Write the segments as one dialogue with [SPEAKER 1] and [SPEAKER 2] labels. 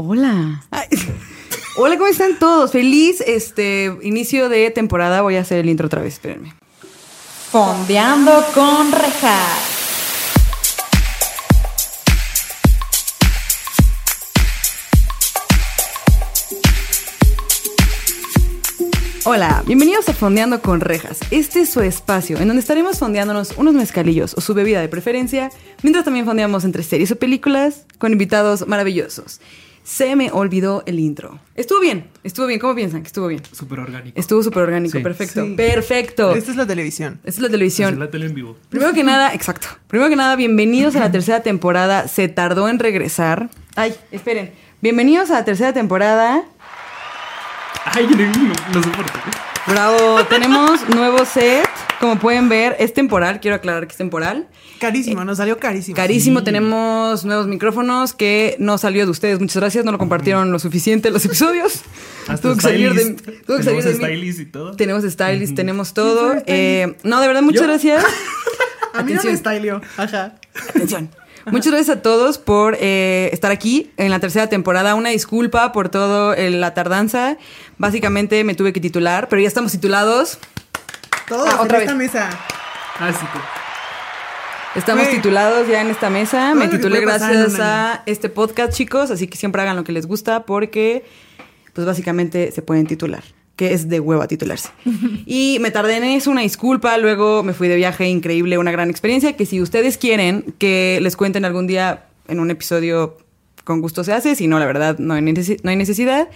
[SPEAKER 1] Hola. Ay, Hola, ¿cómo están todos? Feliz este inicio de temporada. Voy a hacer el intro otra vez, espérenme.
[SPEAKER 2] Fondeando con rejas.
[SPEAKER 1] Hola, bienvenidos a Fondeando con Rejas. Este es su espacio en donde estaremos fondeándonos unos mezcalillos o su bebida de preferencia, mientras también fondeamos entre series o películas con invitados maravillosos. Se me olvidó el intro. Estuvo bien, estuvo bien. ¿Cómo piensan? Que estuvo bien.
[SPEAKER 3] Súper orgánico.
[SPEAKER 1] Estuvo súper orgánico,
[SPEAKER 3] Sí.
[SPEAKER 1] perfecto.
[SPEAKER 4] Sí.
[SPEAKER 1] Perfecto. Esta
[SPEAKER 4] Esta es la televisión.
[SPEAKER 1] es la televisión.
[SPEAKER 3] la tele en vivo.
[SPEAKER 1] Primero que nada, exacto. Primero que nada, bienvenidos a la tercera temporada. Se tardó en regresar. Ay, esperen. Bienvenidos a la tercera temporada.
[SPEAKER 3] Ay, no, no soporto.
[SPEAKER 1] Bravo, tenemos nuevo set. Como pueden ver, es temporal, quiero aclarar que es temporal.
[SPEAKER 4] Carísimo, nos salió carísimo.
[SPEAKER 1] Carísimo, tenemos nuevos micrófonos que no salió de ustedes. Muchas gracias, no lo compartieron lo suficiente en los episodios.
[SPEAKER 3] Hasta stylist.
[SPEAKER 1] tuvo que salir
[SPEAKER 3] Tenemos
[SPEAKER 1] de mí.
[SPEAKER 3] stylist y todo.
[SPEAKER 1] Tenemos stylist, tenemos todo. Eh, no, de verdad, muchas
[SPEAKER 3] ¿Yo?
[SPEAKER 1] gracias.
[SPEAKER 4] A mí no
[SPEAKER 1] Atención.
[SPEAKER 4] me stylió. Ajá.
[SPEAKER 1] Atención. Muchas gracias a todos por eh, estar aquí en la tercera temporada. Una disculpa por todo eh, la tardanza. Básicamente me tuve que titular, pero ya estamos titulados.
[SPEAKER 4] Todo
[SPEAKER 1] Ah, otra
[SPEAKER 4] en esta
[SPEAKER 1] vez.
[SPEAKER 4] mesa.
[SPEAKER 3] Ah, sí, que-
[SPEAKER 1] Estamos
[SPEAKER 4] Güey.
[SPEAKER 1] titulados ya en esta mesa.
[SPEAKER 4] Todo
[SPEAKER 1] Me
[SPEAKER 4] lo que
[SPEAKER 1] titulé
[SPEAKER 4] puede pasar en
[SPEAKER 1] gracias
[SPEAKER 4] un año.
[SPEAKER 1] a este podcast, chicos. Así que siempre hagan lo que les gusta porque, pues básicamente se pueden titular. Que es de hueva titularse. Y me tardé en eso, una disculpa. Luego me fui de viaje increíble, una gran experiencia. Que si ustedes quieren que les cuenten algún día en un episodio, con gusto se hace. Si no, la verdad, no hay, necesi- no hay necesidad.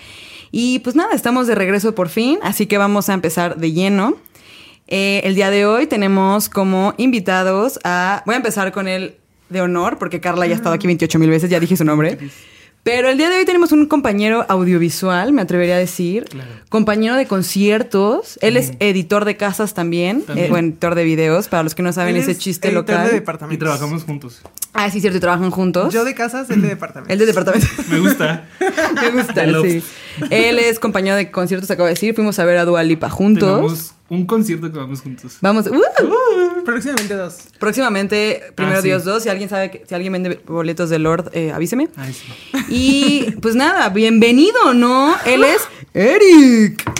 [SPEAKER 1] Y pues nada, estamos de regreso por fin. Así que vamos a empezar de lleno. Eh, el día de hoy tenemos como invitados a. Voy a empezar con el de honor, porque Carla ya ha
[SPEAKER 4] Ah.
[SPEAKER 1] estado aquí 28 mil veces, ya dije su nombre. Pero el día de hoy tenemos un compañero audiovisual, me atrevería a decir.
[SPEAKER 3] Claro.
[SPEAKER 1] Compañero de conciertos. Él es editor de casas también.
[SPEAKER 3] También.
[SPEAKER 1] eh, bueno, editor de videos, para los que no saben
[SPEAKER 4] Él
[SPEAKER 1] ese
[SPEAKER 4] es
[SPEAKER 1] chiste
[SPEAKER 4] editor
[SPEAKER 1] local.
[SPEAKER 4] de
[SPEAKER 3] Y
[SPEAKER 4] departamentos.
[SPEAKER 3] trabajamos juntos.
[SPEAKER 1] Ah, sí, cierto, y trabajan juntos.
[SPEAKER 4] Yo de casas, él de departamentos.
[SPEAKER 1] Él de departamento.
[SPEAKER 3] Me gusta.
[SPEAKER 1] Me gusta,
[SPEAKER 3] De Lopes.
[SPEAKER 1] sí. Él es compañero de conciertos, acabo de decir. Fuimos a ver a Dua Lipa juntos.
[SPEAKER 3] Tenemos un concierto que vamos juntos.
[SPEAKER 1] Vamos. ¡Uh!
[SPEAKER 4] Próximamente dos.
[SPEAKER 1] Próximamente, primero
[SPEAKER 3] Ah, sí.
[SPEAKER 1] Dios dos. Si alguien sabe, que- si alguien vende boletos de Lord, eh, avíseme.
[SPEAKER 3] Ay, sí.
[SPEAKER 1] Y pues nada, bienvenido, ¿no? Él es Eric.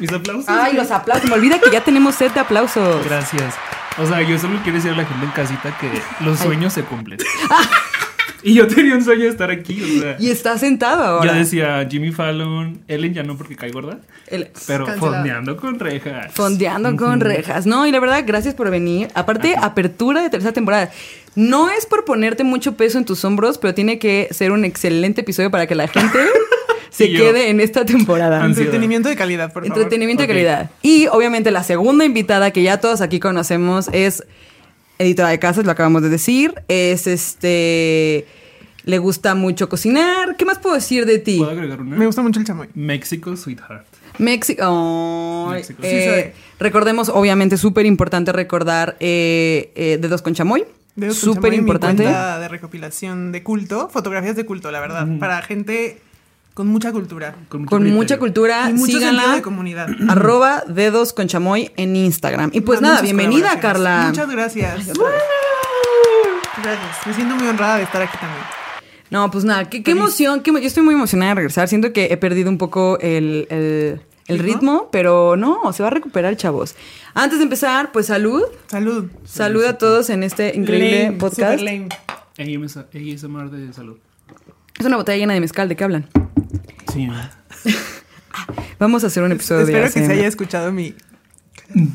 [SPEAKER 3] Mis aplausos.
[SPEAKER 1] Ay, los aplausos. Me olvida que ya tenemos set de aplausos.
[SPEAKER 3] Gracias. O sea, yo solo quiero decir a la gente en casita que los sueños se cumplen. y yo tenía un sueño de estar aquí, o sea.
[SPEAKER 1] Y está sentado
[SPEAKER 3] Yo
[SPEAKER 1] ahora.
[SPEAKER 3] decía Jimmy Fallon, Ellen ya no porque cae gorda,
[SPEAKER 1] Él-
[SPEAKER 3] pero
[SPEAKER 4] Cancelado.
[SPEAKER 3] fondeando con rejas.
[SPEAKER 1] Fondeando con rejas. No, y la verdad, gracias por venir. Aparte, apertura de tercera temporada. No es por ponerte mucho peso en tus hombros, pero tiene que ser un excelente episodio para que la gente se
[SPEAKER 3] Y yo.
[SPEAKER 1] quede en esta temporada.
[SPEAKER 3] Ansiedad.
[SPEAKER 4] Entretenimiento de calidad, por favor.
[SPEAKER 1] Entretenimiento
[SPEAKER 3] Ok.
[SPEAKER 1] de calidad. Y obviamente la segunda invitada que ya todos aquí conocemos es editora de casas, lo acabamos de decir. Es este. Le gusta mucho cocinar. ¿Qué más puedo decir de ti?
[SPEAKER 3] ¿Puedo agregar una?
[SPEAKER 4] Me gusta mucho el chamoy.
[SPEAKER 3] México Sweetheart.
[SPEAKER 1] México. Ay,
[SPEAKER 3] México.
[SPEAKER 1] eh, recordemos, obviamente, súper importante recordar eh, eh, Dedos con Chamoy.
[SPEAKER 4] Debo escuchar
[SPEAKER 1] Súper
[SPEAKER 4] muy mi
[SPEAKER 1] importante.
[SPEAKER 4] cuenta de recopilación de culto, fotografías de culto, la verdad, para gente con mucha cultura
[SPEAKER 1] Con
[SPEAKER 3] criterio.
[SPEAKER 1] mucha cultura.
[SPEAKER 4] y mucho sentido
[SPEAKER 1] Síganla.
[SPEAKER 4] de comunidad.
[SPEAKER 1] Arroba Dedos con Chamoy en Instagram. Y pues
[SPEAKER 4] Manden
[SPEAKER 1] nada,
[SPEAKER 4] sus
[SPEAKER 1] bienvenida,
[SPEAKER 4] colaboraciones.
[SPEAKER 1] Carla.
[SPEAKER 4] Muchas gracias. Gracias. Me siento muy honrada de estar aquí también.
[SPEAKER 1] No, pues nada, qué, qué emoción. qué emo- yo estoy muy emocionada de regresar. Siento que he perdido un poco el, el- el
[SPEAKER 4] ¿Ritmo?
[SPEAKER 1] ritmo, pero no, se va a recuperar, chavos. Antes de empezar, pues salud.
[SPEAKER 4] Salud.
[SPEAKER 1] Salud a todos en este increíble
[SPEAKER 4] Lame,
[SPEAKER 1] podcast.
[SPEAKER 4] super lame.
[SPEAKER 3] AMS- ASMR de salud.
[SPEAKER 1] Es una botella llena de mezcal, ¿de qué hablan?
[SPEAKER 3] Sí.
[SPEAKER 1] Vamos a hacer un episodio de
[SPEAKER 4] Espero que se
[SPEAKER 1] ASMR.
[SPEAKER 4] haya escuchado mi, mi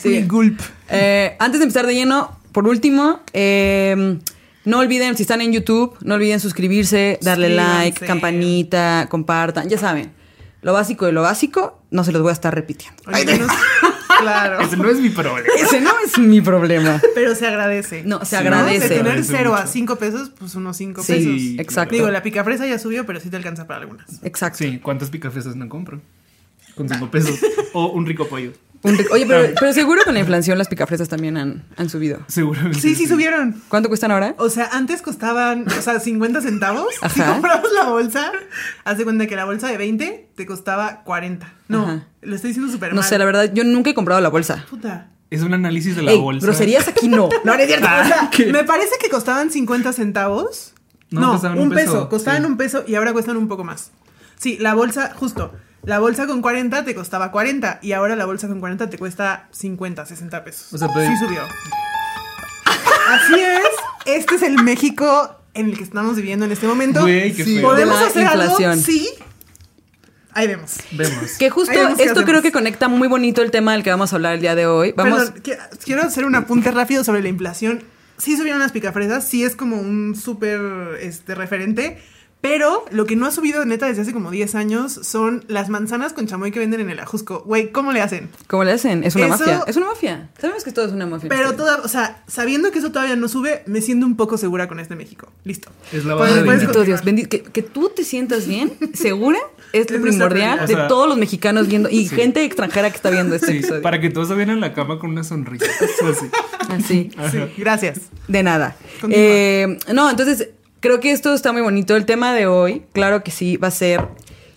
[SPEAKER 1] Sí.
[SPEAKER 4] gulp.
[SPEAKER 1] Eh, antes de empezar de lleno, por último, eh, no olviden, si están en YouTube, no olviden suscribirse, darle like,
[SPEAKER 4] Suscríbanse.
[SPEAKER 1] campanita, compartan, ya saben. Lo básico de lo básico, no se los voy a estar repitiendo.
[SPEAKER 4] Oíganos. claro.
[SPEAKER 3] Ese no es mi problema.
[SPEAKER 1] Ese no es mi problema.
[SPEAKER 4] Pero se agradece.
[SPEAKER 1] No, se
[SPEAKER 3] Sí,
[SPEAKER 1] agradece.
[SPEAKER 4] De tener
[SPEAKER 3] Agradece
[SPEAKER 4] 0 a
[SPEAKER 3] mucho.
[SPEAKER 4] 5 pesos, pues unos 5
[SPEAKER 1] Sí,
[SPEAKER 4] pesos.
[SPEAKER 1] exacto.
[SPEAKER 4] Digo, la picafresa ya subió, pero sí te alcanza para algunas.
[SPEAKER 1] Exacto.
[SPEAKER 3] Sí, ¿cuántas picafresas no compro? Con cinco pesos. o un rico pollo.
[SPEAKER 1] Un rico- Oye, pero, pero seguro con la inflación las picafresas también han, han subido.
[SPEAKER 3] Seguramente.
[SPEAKER 4] Sí, sí, subieron.
[SPEAKER 1] ¿Cuánto cuestan ahora?
[SPEAKER 3] Oh,
[SPEAKER 4] O sea, antes costaban, o sea, 50 centavos. Si
[SPEAKER 1] Ajá.
[SPEAKER 4] comprabas la bolsa, haz de cuenta que la bolsa de 20 te costaba 40. No,
[SPEAKER 1] Ajá.
[SPEAKER 4] lo estoy diciendo súper
[SPEAKER 1] No
[SPEAKER 4] mal.
[SPEAKER 1] sé, la verdad, yo nunca he comprado la bolsa.
[SPEAKER 4] Puta.
[SPEAKER 3] Es un análisis de la
[SPEAKER 1] Ey,
[SPEAKER 3] bolsa.
[SPEAKER 1] groserías aquí no.
[SPEAKER 4] No, no es cierto.
[SPEAKER 3] Ah,
[SPEAKER 4] o sea,
[SPEAKER 3] ¿qué?
[SPEAKER 4] me parece que costaban 50 centavos No,
[SPEAKER 3] costaban
[SPEAKER 4] un, peso. Costaban
[SPEAKER 3] sí.
[SPEAKER 4] un peso y ahora cuestan un poco más. Sí, la bolsa, justo. La bolsa con 40 te costaba 40 y ahora la bolsa con 40 te cuesta 50, 60 pesos.
[SPEAKER 3] O sea, pero-
[SPEAKER 4] sí subió. Así es. Este es el México en el que estamos viviendo en este momento.
[SPEAKER 3] Güey, qué
[SPEAKER 4] Sí.
[SPEAKER 3] feo.
[SPEAKER 4] ¿Podemos
[SPEAKER 1] La
[SPEAKER 4] hacer
[SPEAKER 1] inflación.
[SPEAKER 4] algo? Sí. Ahí vemos.
[SPEAKER 3] Vemos.
[SPEAKER 1] Que justo
[SPEAKER 4] Ahí vemos qué
[SPEAKER 1] esto
[SPEAKER 4] hacemos.
[SPEAKER 1] creo que conecta muy bonito el tema del que vamos a hablar el día de hoy. Vamos.
[SPEAKER 4] Perdón, qui- quiero hacer un apunte rápido sobre la inflación. Sí subieron las picafresas, sí es como un súper este, referente, pero lo que no ha subido neta desde hace como 10 años son las manzanas con chamoy que venden en el Ajusco. Güey, ¿cómo le hacen?
[SPEAKER 1] ¿Cómo le hacen? Es una
[SPEAKER 4] Eso-
[SPEAKER 1] mafia. Es una mafia. Sabemos que todo es una mafia.
[SPEAKER 4] Pero toda, o sea, sabiendo que eso todavía no sube, me siento un poco segura con este México. Listo.
[SPEAKER 3] Es
[SPEAKER 1] Pues,
[SPEAKER 3] la
[SPEAKER 4] Puedes-
[SPEAKER 3] banda de
[SPEAKER 4] puedes
[SPEAKER 3] dinero.
[SPEAKER 1] Bendito
[SPEAKER 4] continuar.
[SPEAKER 1] Dios, bendi- que, que tú te sientas bien, segura, es lo
[SPEAKER 4] Es
[SPEAKER 1] primordial
[SPEAKER 4] nuestra prioridad.
[SPEAKER 1] de
[SPEAKER 3] O sea,
[SPEAKER 1] todos los mexicanos viendo y
[SPEAKER 3] sí.
[SPEAKER 1] gente extranjera que está viendo este
[SPEAKER 3] Sí,
[SPEAKER 1] episodio.
[SPEAKER 3] para que todos se vean en la cama con una sonrisa. Eso así.
[SPEAKER 1] Así.
[SPEAKER 4] Sí,
[SPEAKER 3] Ajá.
[SPEAKER 4] gracias.
[SPEAKER 1] De nada.
[SPEAKER 4] Continúa.
[SPEAKER 1] Eh, no, entonces creo que esto está muy bonito. El tema de hoy, claro que sí, va a ser.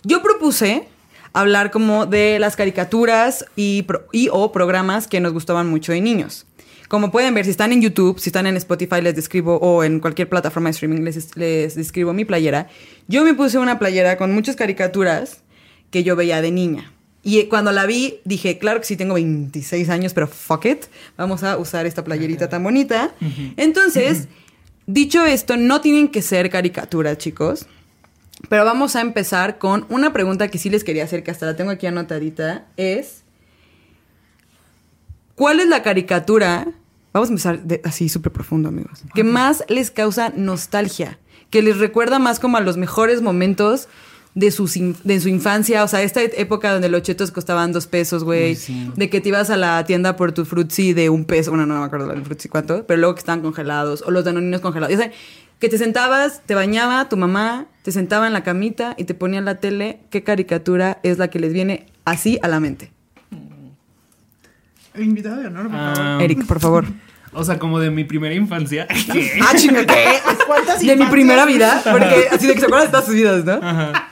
[SPEAKER 1] Yo propuse hablar como de las caricaturas y, pro- y o programas que nos gustaban mucho de niños. Como pueden ver, si están en YouTube, si están en Spotify, les describo, o en cualquier plataforma de streaming, les, les describo mi playera. Yo me puse una playera con muchas caricaturas que yo veía de niña. Y eh, cuando la vi, dije, claro que sí, tengo 26 años, pero fuck it, vamos a usar esta playerita tan bonita. Entonces, dicho esto, no tienen que ser caricaturas, chicos. Pero vamos a empezar con una pregunta que sí les quería hacer, que hasta la tengo aquí anotadita, es... ¿Cuál es la caricatura? Vamos a empezar de- así súper profundo, amigos. Que más les causa nostalgia. Que les recuerda más como a los mejores momentos de, sus in- de su infancia. O sea, esta et- época donde los chetos costaban dos pesos, güey. De que te ibas a la tienda por tu frutzi de un peso. Bueno, no me acuerdo del frutzi cuánto. Pero luego que estaban congelados. O los danoninos congelados. Ya saben, que te sentabas, te bañaba tu mamá, te sentaba en la camita y te ponía la tele. ¿Qué caricatura es la que les viene así a la mente?
[SPEAKER 4] El invitado de honor, por favor.
[SPEAKER 3] Ah,
[SPEAKER 1] Eric, por favor.
[SPEAKER 3] O sea, como de mi primera infancia.
[SPEAKER 1] Ah, chinga, ¿qué?
[SPEAKER 4] Eh, ¿Cuántas
[SPEAKER 1] De mi
[SPEAKER 4] infancias?
[SPEAKER 1] primera vida, porque así de que se acuerdan de todas sus vidas, ¿no?
[SPEAKER 3] Ajá.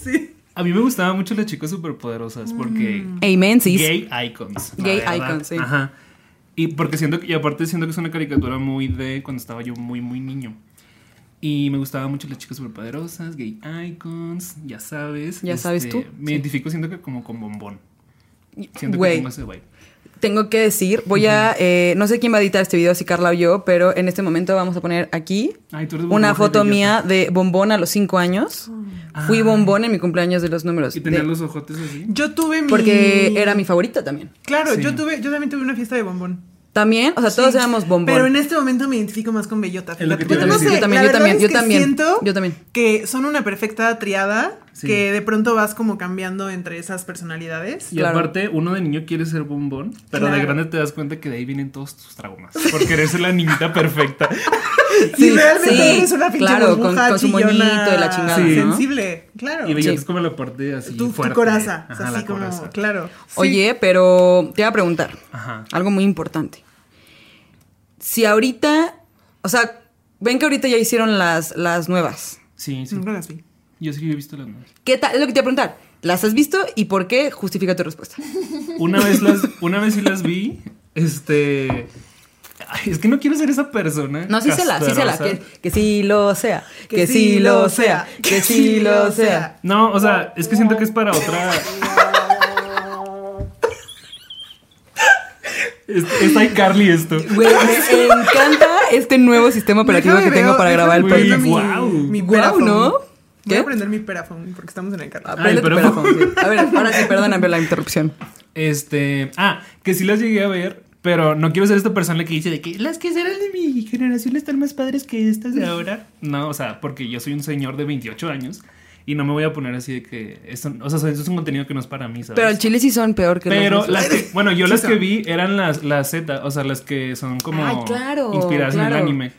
[SPEAKER 4] Sí.
[SPEAKER 3] A mí me gustaban mucho las chicas superpoderosas porque
[SPEAKER 1] Amen, sí.
[SPEAKER 3] Gay icons. la
[SPEAKER 1] Gay
[SPEAKER 3] verdad.
[SPEAKER 1] icons, sí.
[SPEAKER 3] Ajá. Y porque siento que, y aparte siento que es una caricatura muy de cuando estaba yo muy, muy niño. Y me gustaban mucho las chicas superpoderosas, gay icons, ya sabes. Este,
[SPEAKER 1] Ya sabes tú,
[SPEAKER 3] Me identifico siento que como con bombón. Siento
[SPEAKER 1] Güey.
[SPEAKER 3] que tengo ese vibe.
[SPEAKER 1] Tengo que decir, voy a, eh, no sé quién va a editar este video, si Carla o yo, pero en este momento vamos a poner aquí
[SPEAKER 3] Ay, tú eres
[SPEAKER 1] una
[SPEAKER 3] burbuja,
[SPEAKER 1] foto
[SPEAKER 3] idiota.
[SPEAKER 1] mía de bombón a los 5 años.
[SPEAKER 4] Ah.
[SPEAKER 1] Fui bombón en mi cumpleaños de los números.
[SPEAKER 3] Y tenía
[SPEAKER 1] de-
[SPEAKER 3] los ojotes así.
[SPEAKER 4] Yo tuve mi...
[SPEAKER 1] Porque era mi favorita también.
[SPEAKER 4] Claro,
[SPEAKER 3] Sí.
[SPEAKER 4] yo tuve, yo también tuve una fiesta de bombón.
[SPEAKER 1] También, o sea, todos
[SPEAKER 4] Sí,
[SPEAKER 1] éramos bombón.
[SPEAKER 4] Pero en este momento me identifico más con Bellota.
[SPEAKER 3] Es lo
[SPEAKER 4] fíjate.
[SPEAKER 3] que te iba a decir.
[SPEAKER 1] Yo también,
[SPEAKER 4] la
[SPEAKER 1] yo
[SPEAKER 4] verdad
[SPEAKER 1] también,
[SPEAKER 4] es
[SPEAKER 1] yo
[SPEAKER 4] que
[SPEAKER 1] también,
[SPEAKER 4] siento
[SPEAKER 1] yo también.
[SPEAKER 4] Que son una perfecta triada
[SPEAKER 3] Sí.
[SPEAKER 4] que de pronto vas como cambiando entre esas personalidades.
[SPEAKER 3] Y
[SPEAKER 1] Claro.
[SPEAKER 3] aparte, uno de niño quiere ser bombón, pero de
[SPEAKER 4] Claro.
[SPEAKER 3] grande te das cuenta que de ahí vienen todos tus traumas. Porque eres la niñita perfecta.
[SPEAKER 4] y realmente eres una pinche
[SPEAKER 1] claro, con,
[SPEAKER 4] burbuja
[SPEAKER 1] con su
[SPEAKER 4] chillona,
[SPEAKER 1] moñito y la chingada,
[SPEAKER 3] Sí.
[SPEAKER 1] ¿no?
[SPEAKER 4] sensible, claro.
[SPEAKER 3] Y veías
[SPEAKER 1] Sí.
[SPEAKER 3] como la parte así
[SPEAKER 4] tu, tu
[SPEAKER 3] fuerte.
[SPEAKER 4] coraza, o
[SPEAKER 3] Ajá,
[SPEAKER 4] sea, así
[SPEAKER 3] la
[SPEAKER 4] como,
[SPEAKER 3] coraza.
[SPEAKER 4] claro. Sí.
[SPEAKER 1] Oye, pero te iba a preguntar
[SPEAKER 3] Ajá.
[SPEAKER 1] algo muy importante. Si ahorita, o sea, ven que ahorita ya hicieron las, las nuevas.
[SPEAKER 3] Sí, sí.
[SPEAKER 4] nunca las vi.
[SPEAKER 3] Yo sí que he visto las nuevas.
[SPEAKER 1] ¿Qué tal? Es lo que te iba a preguntar. ¿Las has visto y por qué? Justifica tu respuesta.
[SPEAKER 3] Una vez las, una vez sí las vi, este. ay, es que no quiero ser esa persona.
[SPEAKER 1] No, sí se la, sí se la. Que,
[SPEAKER 3] castrosa.
[SPEAKER 1] que sí lo sea, que, sí lo sea, que sí lo sea.
[SPEAKER 3] No, o sea, es que siento que es para otra. Es- Es iCarly esto.
[SPEAKER 1] Güey, me encanta este nuevo sistema operativo
[SPEAKER 4] Déjame
[SPEAKER 1] que tengo
[SPEAKER 4] veo-
[SPEAKER 1] para
[SPEAKER 4] déjame
[SPEAKER 1] grabar el
[SPEAKER 4] prendo
[SPEAKER 1] podcast.
[SPEAKER 4] mi-
[SPEAKER 3] Guau.
[SPEAKER 4] Mi
[SPEAKER 1] Guau,
[SPEAKER 4] perafón.
[SPEAKER 1] ¿no?
[SPEAKER 4] Voy
[SPEAKER 1] ¿Qué?
[SPEAKER 4] a prender mi perafón porque estamos en el carro.
[SPEAKER 1] Aprende tu
[SPEAKER 3] pero-
[SPEAKER 1] teléfono, sí. A ver, ahora sí, perdóname la interrupción.
[SPEAKER 3] Este. Ah, que sí las llegué a ver. Pero no quiero ser esta persona que dice de que las que serán de mi generación están más padres que estas de ahora. No, o sea, porque yo soy un señor de 28 años y no me voy a poner así de que. Esto, o sea, eso es un contenido que no es para mí, ¿sabes?
[SPEAKER 1] Pero al chile sí son peor que los
[SPEAKER 3] Pero
[SPEAKER 1] nuestros.
[SPEAKER 3] las que- bueno, yo las
[SPEAKER 4] Sí,
[SPEAKER 3] que
[SPEAKER 4] son.
[SPEAKER 3] vi eran las, las Z, o sea, las que son como
[SPEAKER 1] Ay, claro,
[SPEAKER 3] inspiradas en el
[SPEAKER 1] claro.
[SPEAKER 3] anime.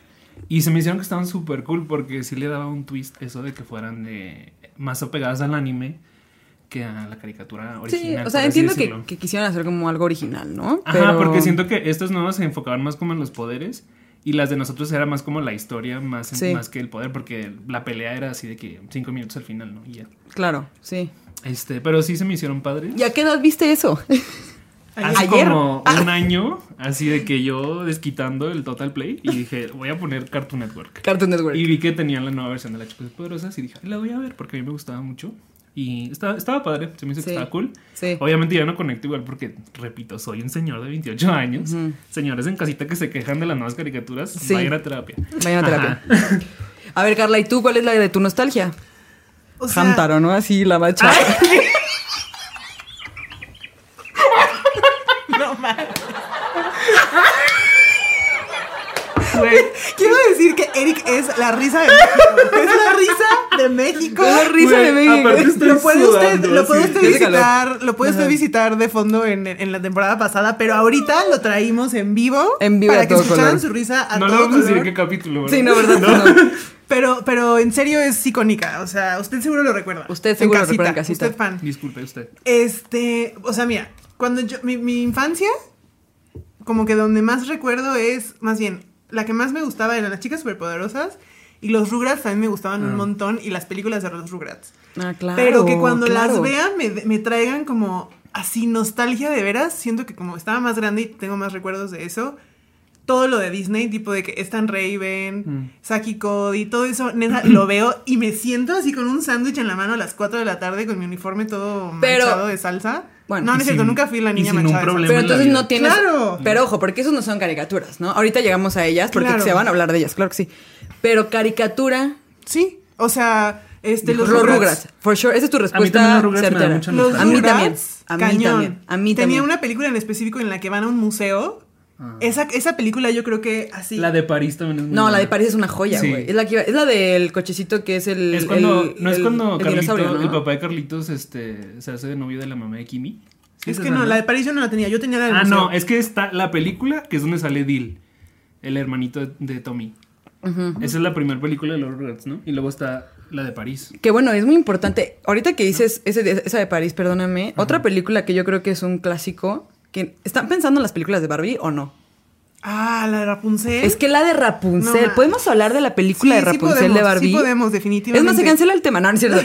[SPEAKER 3] Y se me hicieron que estaban súper cool porque sí le daba un twist eso de que fueran de más apegadas al anime que a la caricatura
[SPEAKER 1] Sí,
[SPEAKER 3] original.
[SPEAKER 1] o sea,
[SPEAKER 3] por así
[SPEAKER 1] entiendo que,
[SPEAKER 3] decirlo.
[SPEAKER 1] que quisieron hacer como algo original, ¿no?
[SPEAKER 3] Ajá, porque siento que estas nuevas se enfocaban más como en los poderes y las de nosotros era más como la historia, más,
[SPEAKER 1] Sí.
[SPEAKER 3] más que el poder, porque la pelea era así de que cinco minutos al final, ¿no? Y ya.
[SPEAKER 1] Claro, sí.
[SPEAKER 3] Este, pero sí se me hicieron padres.
[SPEAKER 1] ¿Y a qué edad viste eso?
[SPEAKER 3] Hace
[SPEAKER 1] Ayer.
[SPEAKER 3] como
[SPEAKER 1] Ah.
[SPEAKER 3] un año, así de que yo desquitando el Total Play y dije, voy a poner Cartoon Network.
[SPEAKER 1] Cartoon Network.
[SPEAKER 3] Y vi que tenían la nueva versión de las chicas poderosas y dije, la voy a ver porque a mí me gustaba mucho. Y estaba, estaba padre, se me hizo
[SPEAKER 1] Sí.
[SPEAKER 3] que estaba cool.
[SPEAKER 1] Sí.
[SPEAKER 3] Obviamente ya no conecto igual porque, repito, soy un señor de 28 años. Señores en casita que se quejan de las nuevas caricaturas,
[SPEAKER 1] Sí.
[SPEAKER 3] vayan a terapia.
[SPEAKER 1] Vayan a terapia.
[SPEAKER 3] Ajá.
[SPEAKER 1] A ver, Carla, ¿y tú cuál es la de tu nostalgia?
[SPEAKER 4] O sea,
[SPEAKER 1] Hamtaro, ¿no? Así, la macha.
[SPEAKER 3] Güey,
[SPEAKER 4] Quiero decir que Eric es la risa de México. Es la risa de México.
[SPEAKER 1] Es la risa
[SPEAKER 3] Güey,
[SPEAKER 1] de México.
[SPEAKER 3] aparte estoy
[SPEAKER 4] Lo puede usted,
[SPEAKER 3] sudando,
[SPEAKER 4] lo puede
[SPEAKER 3] sí.
[SPEAKER 4] usted
[SPEAKER 1] Hace calor.
[SPEAKER 4] visitar, lo puede usted visitar de fondo en, en la temporada pasada, pero ahorita lo traímos en vivo,
[SPEAKER 1] En vivo
[SPEAKER 4] para
[SPEAKER 1] a
[SPEAKER 4] que
[SPEAKER 1] todo
[SPEAKER 4] escucharan
[SPEAKER 1] color.
[SPEAKER 4] su risa a
[SPEAKER 3] No le
[SPEAKER 4] todo
[SPEAKER 3] vamos a decir
[SPEAKER 4] color.
[SPEAKER 3] qué capítulo.
[SPEAKER 1] Sí, no, ¿verdad? No.
[SPEAKER 4] Pero, pero en serio es icónica. O sea, usted seguro lo recuerda.
[SPEAKER 1] Usted seguro lo recuerda en casita.
[SPEAKER 4] Usted fan.
[SPEAKER 3] Disculpe usted.
[SPEAKER 4] Este, o sea, mira, cuando yo, mi, mi infancia, como que donde más recuerdo es, más bien, la que más me gustaba eran las chicas superpoderosas y los Rugrats también me gustaban un montón y las películas de los Rugrats.
[SPEAKER 1] Ah, claro.
[SPEAKER 4] Pero que cuando las
[SPEAKER 1] claro.
[SPEAKER 4] vea me, me traigan como así nostalgia de veras. Siento que como estaba más grande y tengo más recuerdos de eso. Todo lo de Disney, tipo de que Stan Raven,
[SPEAKER 3] Mm.
[SPEAKER 4] Saki Cody, todo eso, neta, lo veo y me siento así con un sándwich en la mano a las 4 de la tarde con mi uniforme todo
[SPEAKER 1] Pero-
[SPEAKER 4] manchado de salsa.
[SPEAKER 1] Bueno,
[SPEAKER 4] no,
[SPEAKER 1] y
[SPEAKER 4] no es cierto,
[SPEAKER 3] sin-
[SPEAKER 4] nunca fui la
[SPEAKER 3] y
[SPEAKER 4] niña
[SPEAKER 3] sin un
[SPEAKER 4] manchada. de salsa.
[SPEAKER 3] problema.
[SPEAKER 1] Pero entonces
[SPEAKER 3] en la
[SPEAKER 1] no tienes.
[SPEAKER 4] Claro.
[SPEAKER 1] Pero ojo, porque esos no son caricaturas, ¿no? Ahorita llegamos a ellas porque
[SPEAKER 4] Claro.
[SPEAKER 1] se van a hablar de ellas, claro que sí. Pero caricatura,
[SPEAKER 4] Sí, o sea, este, los
[SPEAKER 1] los Rugrats.
[SPEAKER 4] Rugrats.
[SPEAKER 1] For sure. Esa es tu
[SPEAKER 3] también
[SPEAKER 1] respuesta
[SPEAKER 3] los Rugrats me dan
[SPEAKER 1] certera.
[SPEAKER 3] mucha
[SPEAKER 4] Los
[SPEAKER 1] a mí
[SPEAKER 4] Rugrats,
[SPEAKER 1] también. A mí
[SPEAKER 4] cañón.
[SPEAKER 1] también. A mí
[SPEAKER 4] Tenía
[SPEAKER 1] también.
[SPEAKER 4] una película en específico en la que van a un museo. Esa, esa película yo creo que así.
[SPEAKER 3] Ah. La de París también es muy
[SPEAKER 1] No, la de
[SPEAKER 3] buena.
[SPEAKER 1] París es una joya,
[SPEAKER 3] Sí.
[SPEAKER 1] güey. Es, la que iba- es la del cochecito que es el.
[SPEAKER 3] Es cuando,
[SPEAKER 1] el-
[SPEAKER 3] no es
[SPEAKER 1] el-
[SPEAKER 3] cuando
[SPEAKER 1] el
[SPEAKER 3] Carlito-
[SPEAKER 1] dinosaurio, ¿no?
[SPEAKER 3] el papá de Carlitos este, se hace de novio de la mamá de Kimi. ¿Sí
[SPEAKER 4] es
[SPEAKER 3] esa
[SPEAKER 4] que no,
[SPEAKER 3] no?
[SPEAKER 4] la de París yo no la tenía, yo tenía la de
[SPEAKER 3] Ah, no, es que está la película que es donde sale Dil, el hermanito de, de Tommy. Esa es la primera película de los Rugrats, ¿no? Y luego está la de París.
[SPEAKER 1] Que bueno, es muy importante. Ahorita que dices ese de- esa de París, perdóname. Otra película que yo creo que es un clásico. Que, ¿Están pensando en las películas de Barbie o no?
[SPEAKER 4] Ah, la de Rapunzel.
[SPEAKER 1] Es que la de Rapunzel.
[SPEAKER 4] No, ma.
[SPEAKER 1] ¿Podemos hablar de la película
[SPEAKER 4] Sí,
[SPEAKER 1] de
[SPEAKER 4] sí
[SPEAKER 1] Rapunzel
[SPEAKER 4] podemos,
[SPEAKER 1] de Barbie?
[SPEAKER 4] sí podemos,
[SPEAKER 1] Es más, se
[SPEAKER 4] definitivamente.
[SPEAKER 1] cancela el tema. No, no es cierto.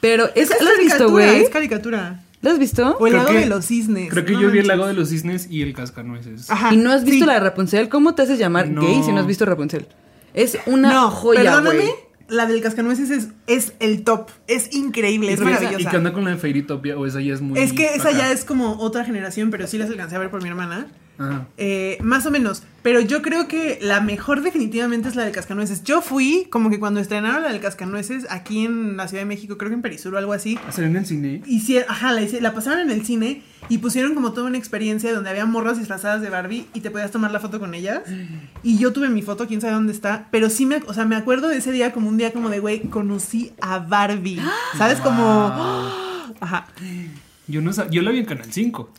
[SPEAKER 1] Pero, ¿esa-
[SPEAKER 4] Es que es
[SPEAKER 1] ¿la has visto,
[SPEAKER 4] caricatura,
[SPEAKER 1] güey?
[SPEAKER 4] Es Pues, caricatura.
[SPEAKER 1] ¿La has visto?
[SPEAKER 4] O el
[SPEAKER 3] Creo
[SPEAKER 4] lago
[SPEAKER 3] que-
[SPEAKER 4] de los cisnes.
[SPEAKER 3] Creo que
[SPEAKER 4] no
[SPEAKER 3] yo vi el
[SPEAKER 4] manches.
[SPEAKER 3] lago de los cisnes y el cascanueces.
[SPEAKER 4] Ajá,
[SPEAKER 1] ¿Y no has visto
[SPEAKER 4] sí.
[SPEAKER 1] la de Rapunzel? ¿Cómo te haces llamar
[SPEAKER 3] No.
[SPEAKER 1] gay si no has visto Rapunzel? Es una
[SPEAKER 4] No,
[SPEAKER 1] joya,
[SPEAKER 4] perdóname.
[SPEAKER 1] güey.
[SPEAKER 4] La del cascanueces es, es el top. Es increíble,
[SPEAKER 3] ¿Y
[SPEAKER 4] es
[SPEAKER 3] qué- ¿Y
[SPEAKER 4] maravillosa.
[SPEAKER 3] qué onda con la de Fairytopia? O esa ya es muy.
[SPEAKER 4] es que esa
[SPEAKER 3] acá.
[SPEAKER 4] ya es como otra generación, pero sí las alcancé a ver por mi hermana.
[SPEAKER 3] Ajá.
[SPEAKER 4] Eh, más o menos. Pero yo creo que la mejor definitivamente es la del cascanueces. Yo fui como que cuando estrenaron la del cascanueces aquí en la Ciudad de México, creo que en Perisur o algo así.
[SPEAKER 3] ¿Hacer Ah, en el cine?
[SPEAKER 4] Hicieron, ajá, la, hici- la pasaron en el cine y pusieron como toda una experiencia donde había morras disfrazadas de Barbie y te podías tomar la foto con ellas.
[SPEAKER 1] Mm.
[SPEAKER 4] Y yo tuve mi foto, quién sabe dónde está, pero sí me, ac- o sea, me acuerdo de ese día como un día como de, güey, conocí a Barbie. ¿Sabes? Como... ¡ah! Ajá.
[SPEAKER 3] Yo no sab- yo la vi en Canal 5.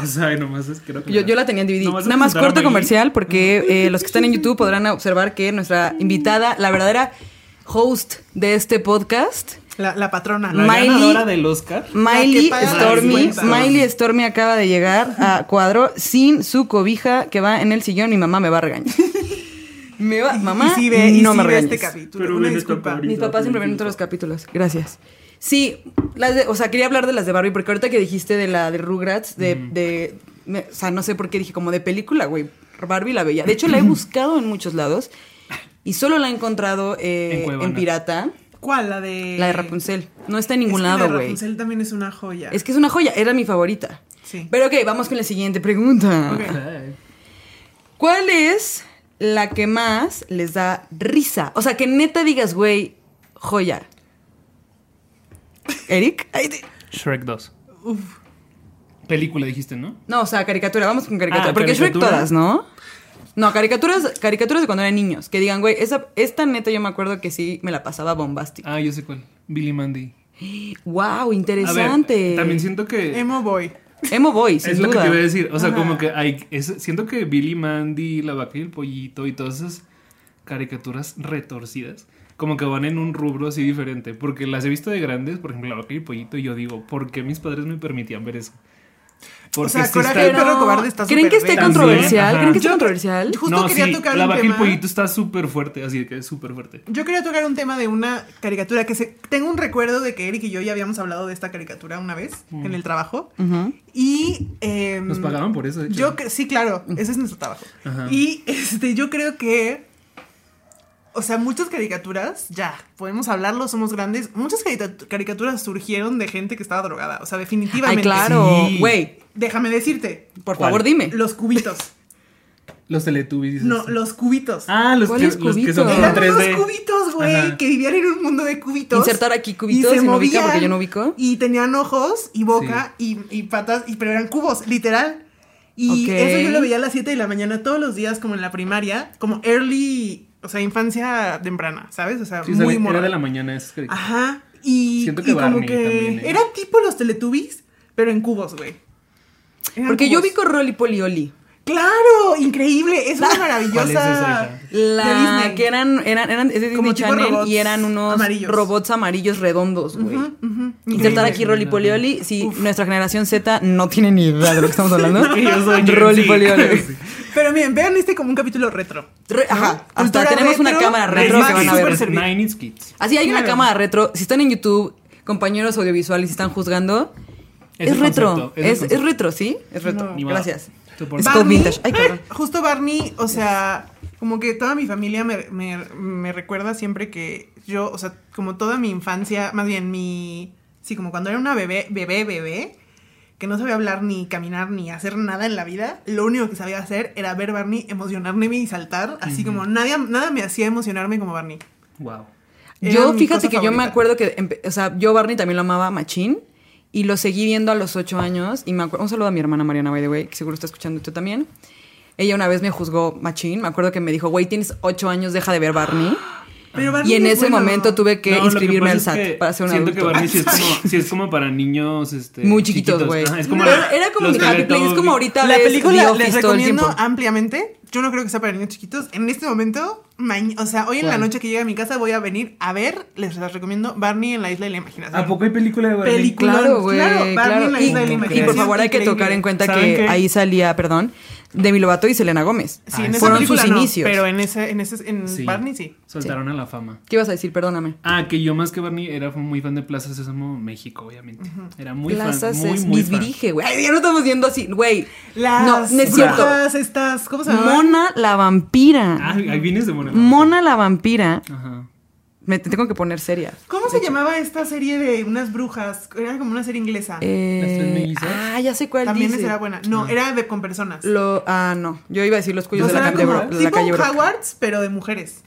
[SPEAKER 3] o sea, nomás es- creo que.
[SPEAKER 1] Yo, yo la tenía en DVD.
[SPEAKER 3] Nomás
[SPEAKER 1] Nada más
[SPEAKER 3] presentaron
[SPEAKER 1] corte
[SPEAKER 3] ahí.
[SPEAKER 1] comercial porque eh, los que están en YouTube podrán observar que nuestra invitada, la verdadera host de este podcast,
[SPEAKER 4] La, la patrona.
[SPEAKER 3] La
[SPEAKER 4] ¿no?
[SPEAKER 1] Miley- Mm,
[SPEAKER 3] ganadora del Oscar.
[SPEAKER 4] Ah,
[SPEAKER 1] Miley
[SPEAKER 4] que paga las
[SPEAKER 1] Stormy,
[SPEAKER 4] cuentas.
[SPEAKER 1] Miley Stormy acaba de llegar a cuadro sin su cobija que va en el sillón y mamá me va a regañar. Me va, mamá,
[SPEAKER 4] y sí ve, y
[SPEAKER 1] no
[SPEAKER 4] sí
[SPEAKER 1] me
[SPEAKER 4] ve
[SPEAKER 1] regañes.
[SPEAKER 4] este capítulo.
[SPEAKER 3] Pero
[SPEAKER 4] una
[SPEAKER 3] ven esta
[SPEAKER 4] disculpa.
[SPEAKER 3] pobre-
[SPEAKER 1] Mis papás siempre ven todos los capítulos. Gracias. Sí, las de- o sea, quería hablar de las de Barbie, porque ahorita que dijiste de la de Rugrats, de. de- me- o sea, no sé por qué dije, como de película, güey. Barbie la veía. De hecho, la he buscado en muchos lados y solo la he encontrado eh,
[SPEAKER 3] En
[SPEAKER 1] en,
[SPEAKER 3] Cuevana.
[SPEAKER 1] pirata.
[SPEAKER 4] ¿Cuál? La de...
[SPEAKER 1] La de Rapunzel. No está en
[SPEAKER 4] Eh, Es
[SPEAKER 1] ningún
[SPEAKER 4] que
[SPEAKER 1] lado,
[SPEAKER 4] La de
[SPEAKER 1] güey.
[SPEAKER 4] Rapunzel también es una joya.
[SPEAKER 1] Es que es una joya, era mi favorita.
[SPEAKER 4] Sí.
[SPEAKER 1] Pero ok, vamos con la siguiente pregunta.
[SPEAKER 4] Ok.
[SPEAKER 3] Ay.
[SPEAKER 1] ¿Cuál es la que más les da risa? O sea, que neta digas, güey, joya. ¿Eric? Ay, te-
[SPEAKER 3] Shrek 2. Película dijiste, ¿no?
[SPEAKER 1] No, o sea, caricatura, vamos con caricatura.
[SPEAKER 3] Ah,
[SPEAKER 1] porque Shrek
[SPEAKER 3] caricatura.
[SPEAKER 1] todas, ¿no? No, caricaturas, caricaturas de cuando eran niños. Que digan, güey, esa, esta neta yo me acuerdo que sí me la pasaba bombástica.
[SPEAKER 3] Ah, yo sé cuál. Billy Mandy.
[SPEAKER 1] wow,
[SPEAKER 3] Ah. A ver,
[SPEAKER 1] interesante.
[SPEAKER 3] también siento que
[SPEAKER 4] Emo Boy.
[SPEAKER 1] Emo Boy, sin
[SPEAKER 3] es lo que
[SPEAKER 1] duda.
[SPEAKER 3] te iba a decir. O sea, como que hay, es- siento que Billy Mandy, la vaca y el pollito y todas esas caricaturas retorcidas, como que van en un rubro así diferente. Porque las he visto de grandes, por ejemplo, la vaca y el pollito, y yo digo, ¿por qué mis padres me permitían ver eso? Porque
[SPEAKER 4] o sea,
[SPEAKER 3] sí
[SPEAKER 4] coraje
[SPEAKER 3] está-
[SPEAKER 4] del perro cobarde está
[SPEAKER 1] ¿Creen
[SPEAKER 4] súper
[SPEAKER 1] que esté
[SPEAKER 4] bien.
[SPEAKER 3] También,
[SPEAKER 1] controversial?
[SPEAKER 3] ajá.
[SPEAKER 1] ¿Creen que esté
[SPEAKER 4] Yo-
[SPEAKER 1] controversial?
[SPEAKER 4] Justo quería tocar
[SPEAKER 3] la
[SPEAKER 4] un
[SPEAKER 3] vaca y el
[SPEAKER 4] tema.
[SPEAKER 3] pollito está súper fuerte, así de que es súper fuerte.
[SPEAKER 4] Yo quería tocar un tema de una caricatura que se... Tengo un recuerdo de que Eric y yo ya habíamos hablado de esta caricatura una vez en el trabajo.
[SPEAKER 1] Mm. Ujú.
[SPEAKER 4] Y... eh,
[SPEAKER 3] Nos pagaban por eso, de hecho.
[SPEAKER 4] Yo, cre- sí, claro, ese es nuestro trabajo.
[SPEAKER 3] Ajá.
[SPEAKER 4] Y este, yo creo que... O sea, muchas caricaturas, ya, podemos hablarlo, somos grandes. Muchas carita- caricaturas surgieron de gente que estaba drogada. O sea,
[SPEAKER 1] Ay,
[SPEAKER 4] definitivamente.
[SPEAKER 1] claro.
[SPEAKER 3] Sí.
[SPEAKER 1] Güey,
[SPEAKER 4] Déjame decirte,
[SPEAKER 1] por
[SPEAKER 3] ¿Cuál?
[SPEAKER 1] favor, dime.
[SPEAKER 4] los cubitos.
[SPEAKER 3] Los teletubbies. dices.
[SPEAKER 4] No, los cubitos.
[SPEAKER 3] Ah, los que,
[SPEAKER 1] ¿Cuáles
[SPEAKER 3] los que son
[SPEAKER 1] cubitos?
[SPEAKER 3] como
[SPEAKER 4] Eran
[SPEAKER 3] 3D.
[SPEAKER 4] unos cubitos,
[SPEAKER 3] Ajá.
[SPEAKER 4] güey, que vivían en un mundo de cubitos.
[SPEAKER 1] Insertar aquí cubitos,
[SPEAKER 4] Y se
[SPEAKER 1] si no ubica,
[SPEAKER 4] movían,
[SPEAKER 1] porque yo no ubico.
[SPEAKER 4] Y tenían ojos y boca y, y patas, y, pero eran cubos, literal. Y
[SPEAKER 1] Ok.
[SPEAKER 4] eso yo lo veía a las 7 de la mañana todos los días, como en la primaria, como early, o sea, infancia temprana, ¿sabes? O sea,
[SPEAKER 3] Sí,
[SPEAKER 4] muy
[SPEAKER 3] salía- era
[SPEAKER 4] morra.
[SPEAKER 3] de la mañana es que-
[SPEAKER 4] Ajá. Y,
[SPEAKER 3] Siento que
[SPEAKER 4] y como
[SPEAKER 3] Barney
[SPEAKER 4] que
[SPEAKER 3] también, ¿eh?
[SPEAKER 4] eran tipo los Teletubbies, pero en cubos, güey. Eran
[SPEAKER 1] Porque yo
[SPEAKER 4] cubos.
[SPEAKER 1] ubico Rolly Polly Oli.
[SPEAKER 4] ¡Claro! Increíble, es una maravillosa.
[SPEAKER 3] ¿Cuál es esa, hija?
[SPEAKER 4] de
[SPEAKER 1] La
[SPEAKER 4] Disney.
[SPEAKER 1] que eran, eran, eran es de Disney
[SPEAKER 4] Como tipo
[SPEAKER 1] Channel
[SPEAKER 4] robots
[SPEAKER 1] y eran unos
[SPEAKER 4] amarillos.
[SPEAKER 1] robots amarillos redondos, güey.
[SPEAKER 4] Ujú, ujú.
[SPEAKER 1] Insertar
[SPEAKER 4] Increíble.
[SPEAKER 1] aquí Rolly Polly Oli. Si nuestra generación Z no tiene ni idea de lo que estamos hablando.
[SPEAKER 3] que yo soy Gen
[SPEAKER 1] Rolly
[SPEAKER 3] Z.
[SPEAKER 1] Polly Oli.
[SPEAKER 3] Sí.
[SPEAKER 4] Pero miren, vean este como un capítulo retro.
[SPEAKER 1] Re- Ajá, hasta
[SPEAKER 4] Cultura
[SPEAKER 1] tenemos una
[SPEAKER 4] retro,
[SPEAKER 1] cámara
[SPEAKER 4] es
[SPEAKER 1] retro que
[SPEAKER 4] más,
[SPEAKER 1] van a
[SPEAKER 4] súper
[SPEAKER 1] ver.
[SPEAKER 4] servir.
[SPEAKER 3] Nine Inch Kids.
[SPEAKER 1] Así hay una
[SPEAKER 4] Claro.
[SPEAKER 1] cámara retro. Si están en YouTube, compañeros audiovisuales, si están juzgando,
[SPEAKER 3] Es
[SPEAKER 1] es,
[SPEAKER 3] el
[SPEAKER 1] retro.
[SPEAKER 3] concepto, es el
[SPEAKER 1] es, es
[SPEAKER 3] concepto.
[SPEAKER 1] retro, ¿sí? Es retro.
[SPEAKER 4] No.
[SPEAKER 3] Ni modo.
[SPEAKER 1] Gracias.
[SPEAKER 3] Tú por-
[SPEAKER 1] Es como vintage. Ay, cabrón.
[SPEAKER 4] Justo Barney, o sea, como que toda mi familia me, me- me recuerda siempre que yo, o sea, como toda mi infancia, más bien mi. Sí, como cuando era una bebé, bebé, bebé, que no sabía hablar ni caminar ni hacer nada en la vida, lo único que sabía hacer era ver Barney, emocionarme y saltar, así como nadie, nada me hacía emocionarme como Barney.
[SPEAKER 3] Wow.
[SPEAKER 4] Era
[SPEAKER 1] Yo,
[SPEAKER 4] mi
[SPEAKER 1] fíjate
[SPEAKER 4] cosa
[SPEAKER 1] que yo me
[SPEAKER 4] favorita.
[SPEAKER 1] acuerdo que, empe- o sea, yo Barney también lo amaba machín y lo seguí viendo a los ocho años y me acuerdo, un saludo a mi hermana Mariana, by the way, que seguro está escuchando tú también. Ella una vez me juzgó machín, me acuerdo que me dijo, güey, tienes ocho años, deja de ver Barney.
[SPEAKER 4] Pero
[SPEAKER 1] Y en
[SPEAKER 4] es
[SPEAKER 1] ese
[SPEAKER 4] bueno.
[SPEAKER 1] momento tuve que
[SPEAKER 3] No, lo
[SPEAKER 1] inscribirme
[SPEAKER 3] pasa
[SPEAKER 1] al
[SPEAKER 3] es
[SPEAKER 1] SAT
[SPEAKER 3] que
[SPEAKER 1] para ser un
[SPEAKER 3] Siento
[SPEAKER 1] adulto.
[SPEAKER 3] que Barney sí es como, sí es como para niños este,
[SPEAKER 1] Muy chiquitos, güey.
[SPEAKER 3] Ajá, es como
[SPEAKER 1] Era-
[SPEAKER 3] la-
[SPEAKER 1] era como
[SPEAKER 3] los
[SPEAKER 1] mi happy place, es como
[SPEAKER 3] Teletubbies.
[SPEAKER 1] ahorita
[SPEAKER 4] la
[SPEAKER 1] ves The
[SPEAKER 4] película
[SPEAKER 1] Office
[SPEAKER 4] les
[SPEAKER 1] todo el
[SPEAKER 4] recomiendo
[SPEAKER 1] tiempo.
[SPEAKER 4] ampliamente. Yo no creo que sea para niños chiquitos. En este momento, mañ- o sea, hoy en la
[SPEAKER 3] ¿Cuál?
[SPEAKER 4] noche que llegue a mi casa voy a venir a ver, les las recomiendo Barney en la isla de la imaginación.
[SPEAKER 3] ¿A poco hay película de Barney?
[SPEAKER 4] Película.
[SPEAKER 1] Claro,
[SPEAKER 4] Claro,
[SPEAKER 1] güey.
[SPEAKER 4] Barney,
[SPEAKER 1] claro.
[SPEAKER 4] la
[SPEAKER 1] Y,
[SPEAKER 4] isla de la
[SPEAKER 1] y por
[SPEAKER 4] imaginación,
[SPEAKER 1] favor, hay que
[SPEAKER 4] increíble.
[SPEAKER 1] tocar en cuenta
[SPEAKER 3] ¿Saben
[SPEAKER 1] que
[SPEAKER 3] qué?
[SPEAKER 1] ahí salía, perdón, Demi Lovato y Selena Gómez.
[SPEAKER 4] Sí,
[SPEAKER 3] Ah,
[SPEAKER 4] en esa
[SPEAKER 1] fueron
[SPEAKER 4] película
[SPEAKER 1] sus
[SPEAKER 4] no,
[SPEAKER 1] inicios.
[SPEAKER 4] pero en ese, en ese, en
[SPEAKER 3] Sí.
[SPEAKER 4] Barney sí.
[SPEAKER 3] Soltaron a la fama.
[SPEAKER 1] ¿Qué ibas a decir? Perdóname.
[SPEAKER 3] Ah, que yo más que Barney era muy fan de Plaza Sésamo México, obviamente. Era muy
[SPEAKER 1] Plazas
[SPEAKER 3] fan, muy,
[SPEAKER 1] es
[SPEAKER 3] muy fan.
[SPEAKER 1] bisbirige, güey. Ay, Ya no estamos viendo así, güey.
[SPEAKER 4] Las
[SPEAKER 1] No, no es cierto.
[SPEAKER 4] brujas estas, ¿cómo se llama?
[SPEAKER 1] Mona la
[SPEAKER 3] Ah,
[SPEAKER 1] vampira.
[SPEAKER 3] ahí vienes de Mona.
[SPEAKER 1] Mona la vampira.
[SPEAKER 3] Ajá.
[SPEAKER 1] Me te tengo que poner seria.
[SPEAKER 4] ¿Cómo se llamaba esta serie de unas brujas? Era como una serie inglesa.
[SPEAKER 1] Eh,
[SPEAKER 3] tres mellizas?
[SPEAKER 1] ah, ya sé cuál
[SPEAKER 4] También
[SPEAKER 1] dice.
[SPEAKER 4] esa era buena. No,
[SPEAKER 3] Ah.
[SPEAKER 4] era de con personas.
[SPEAKER 1] Lo, ah, no. Yo iba a decir los
[SPEAKER 4] O
[SPEAKER 1] cuyos de
[SPEAKER 4] sea,
[SPEAKER 1] la,
[SPEAKER 4] era
[SPEAKER 1] calle
[SPEAKER 4] como
[SPEAKER 1] Bro- de la
[SPEAKER 4] tipo
[SPEAKER 1] calle
[SPEAKER 4] un
[SPEAKER 1] Broca.
[SPEAKER 4] Hogwarts, pero de mujeres.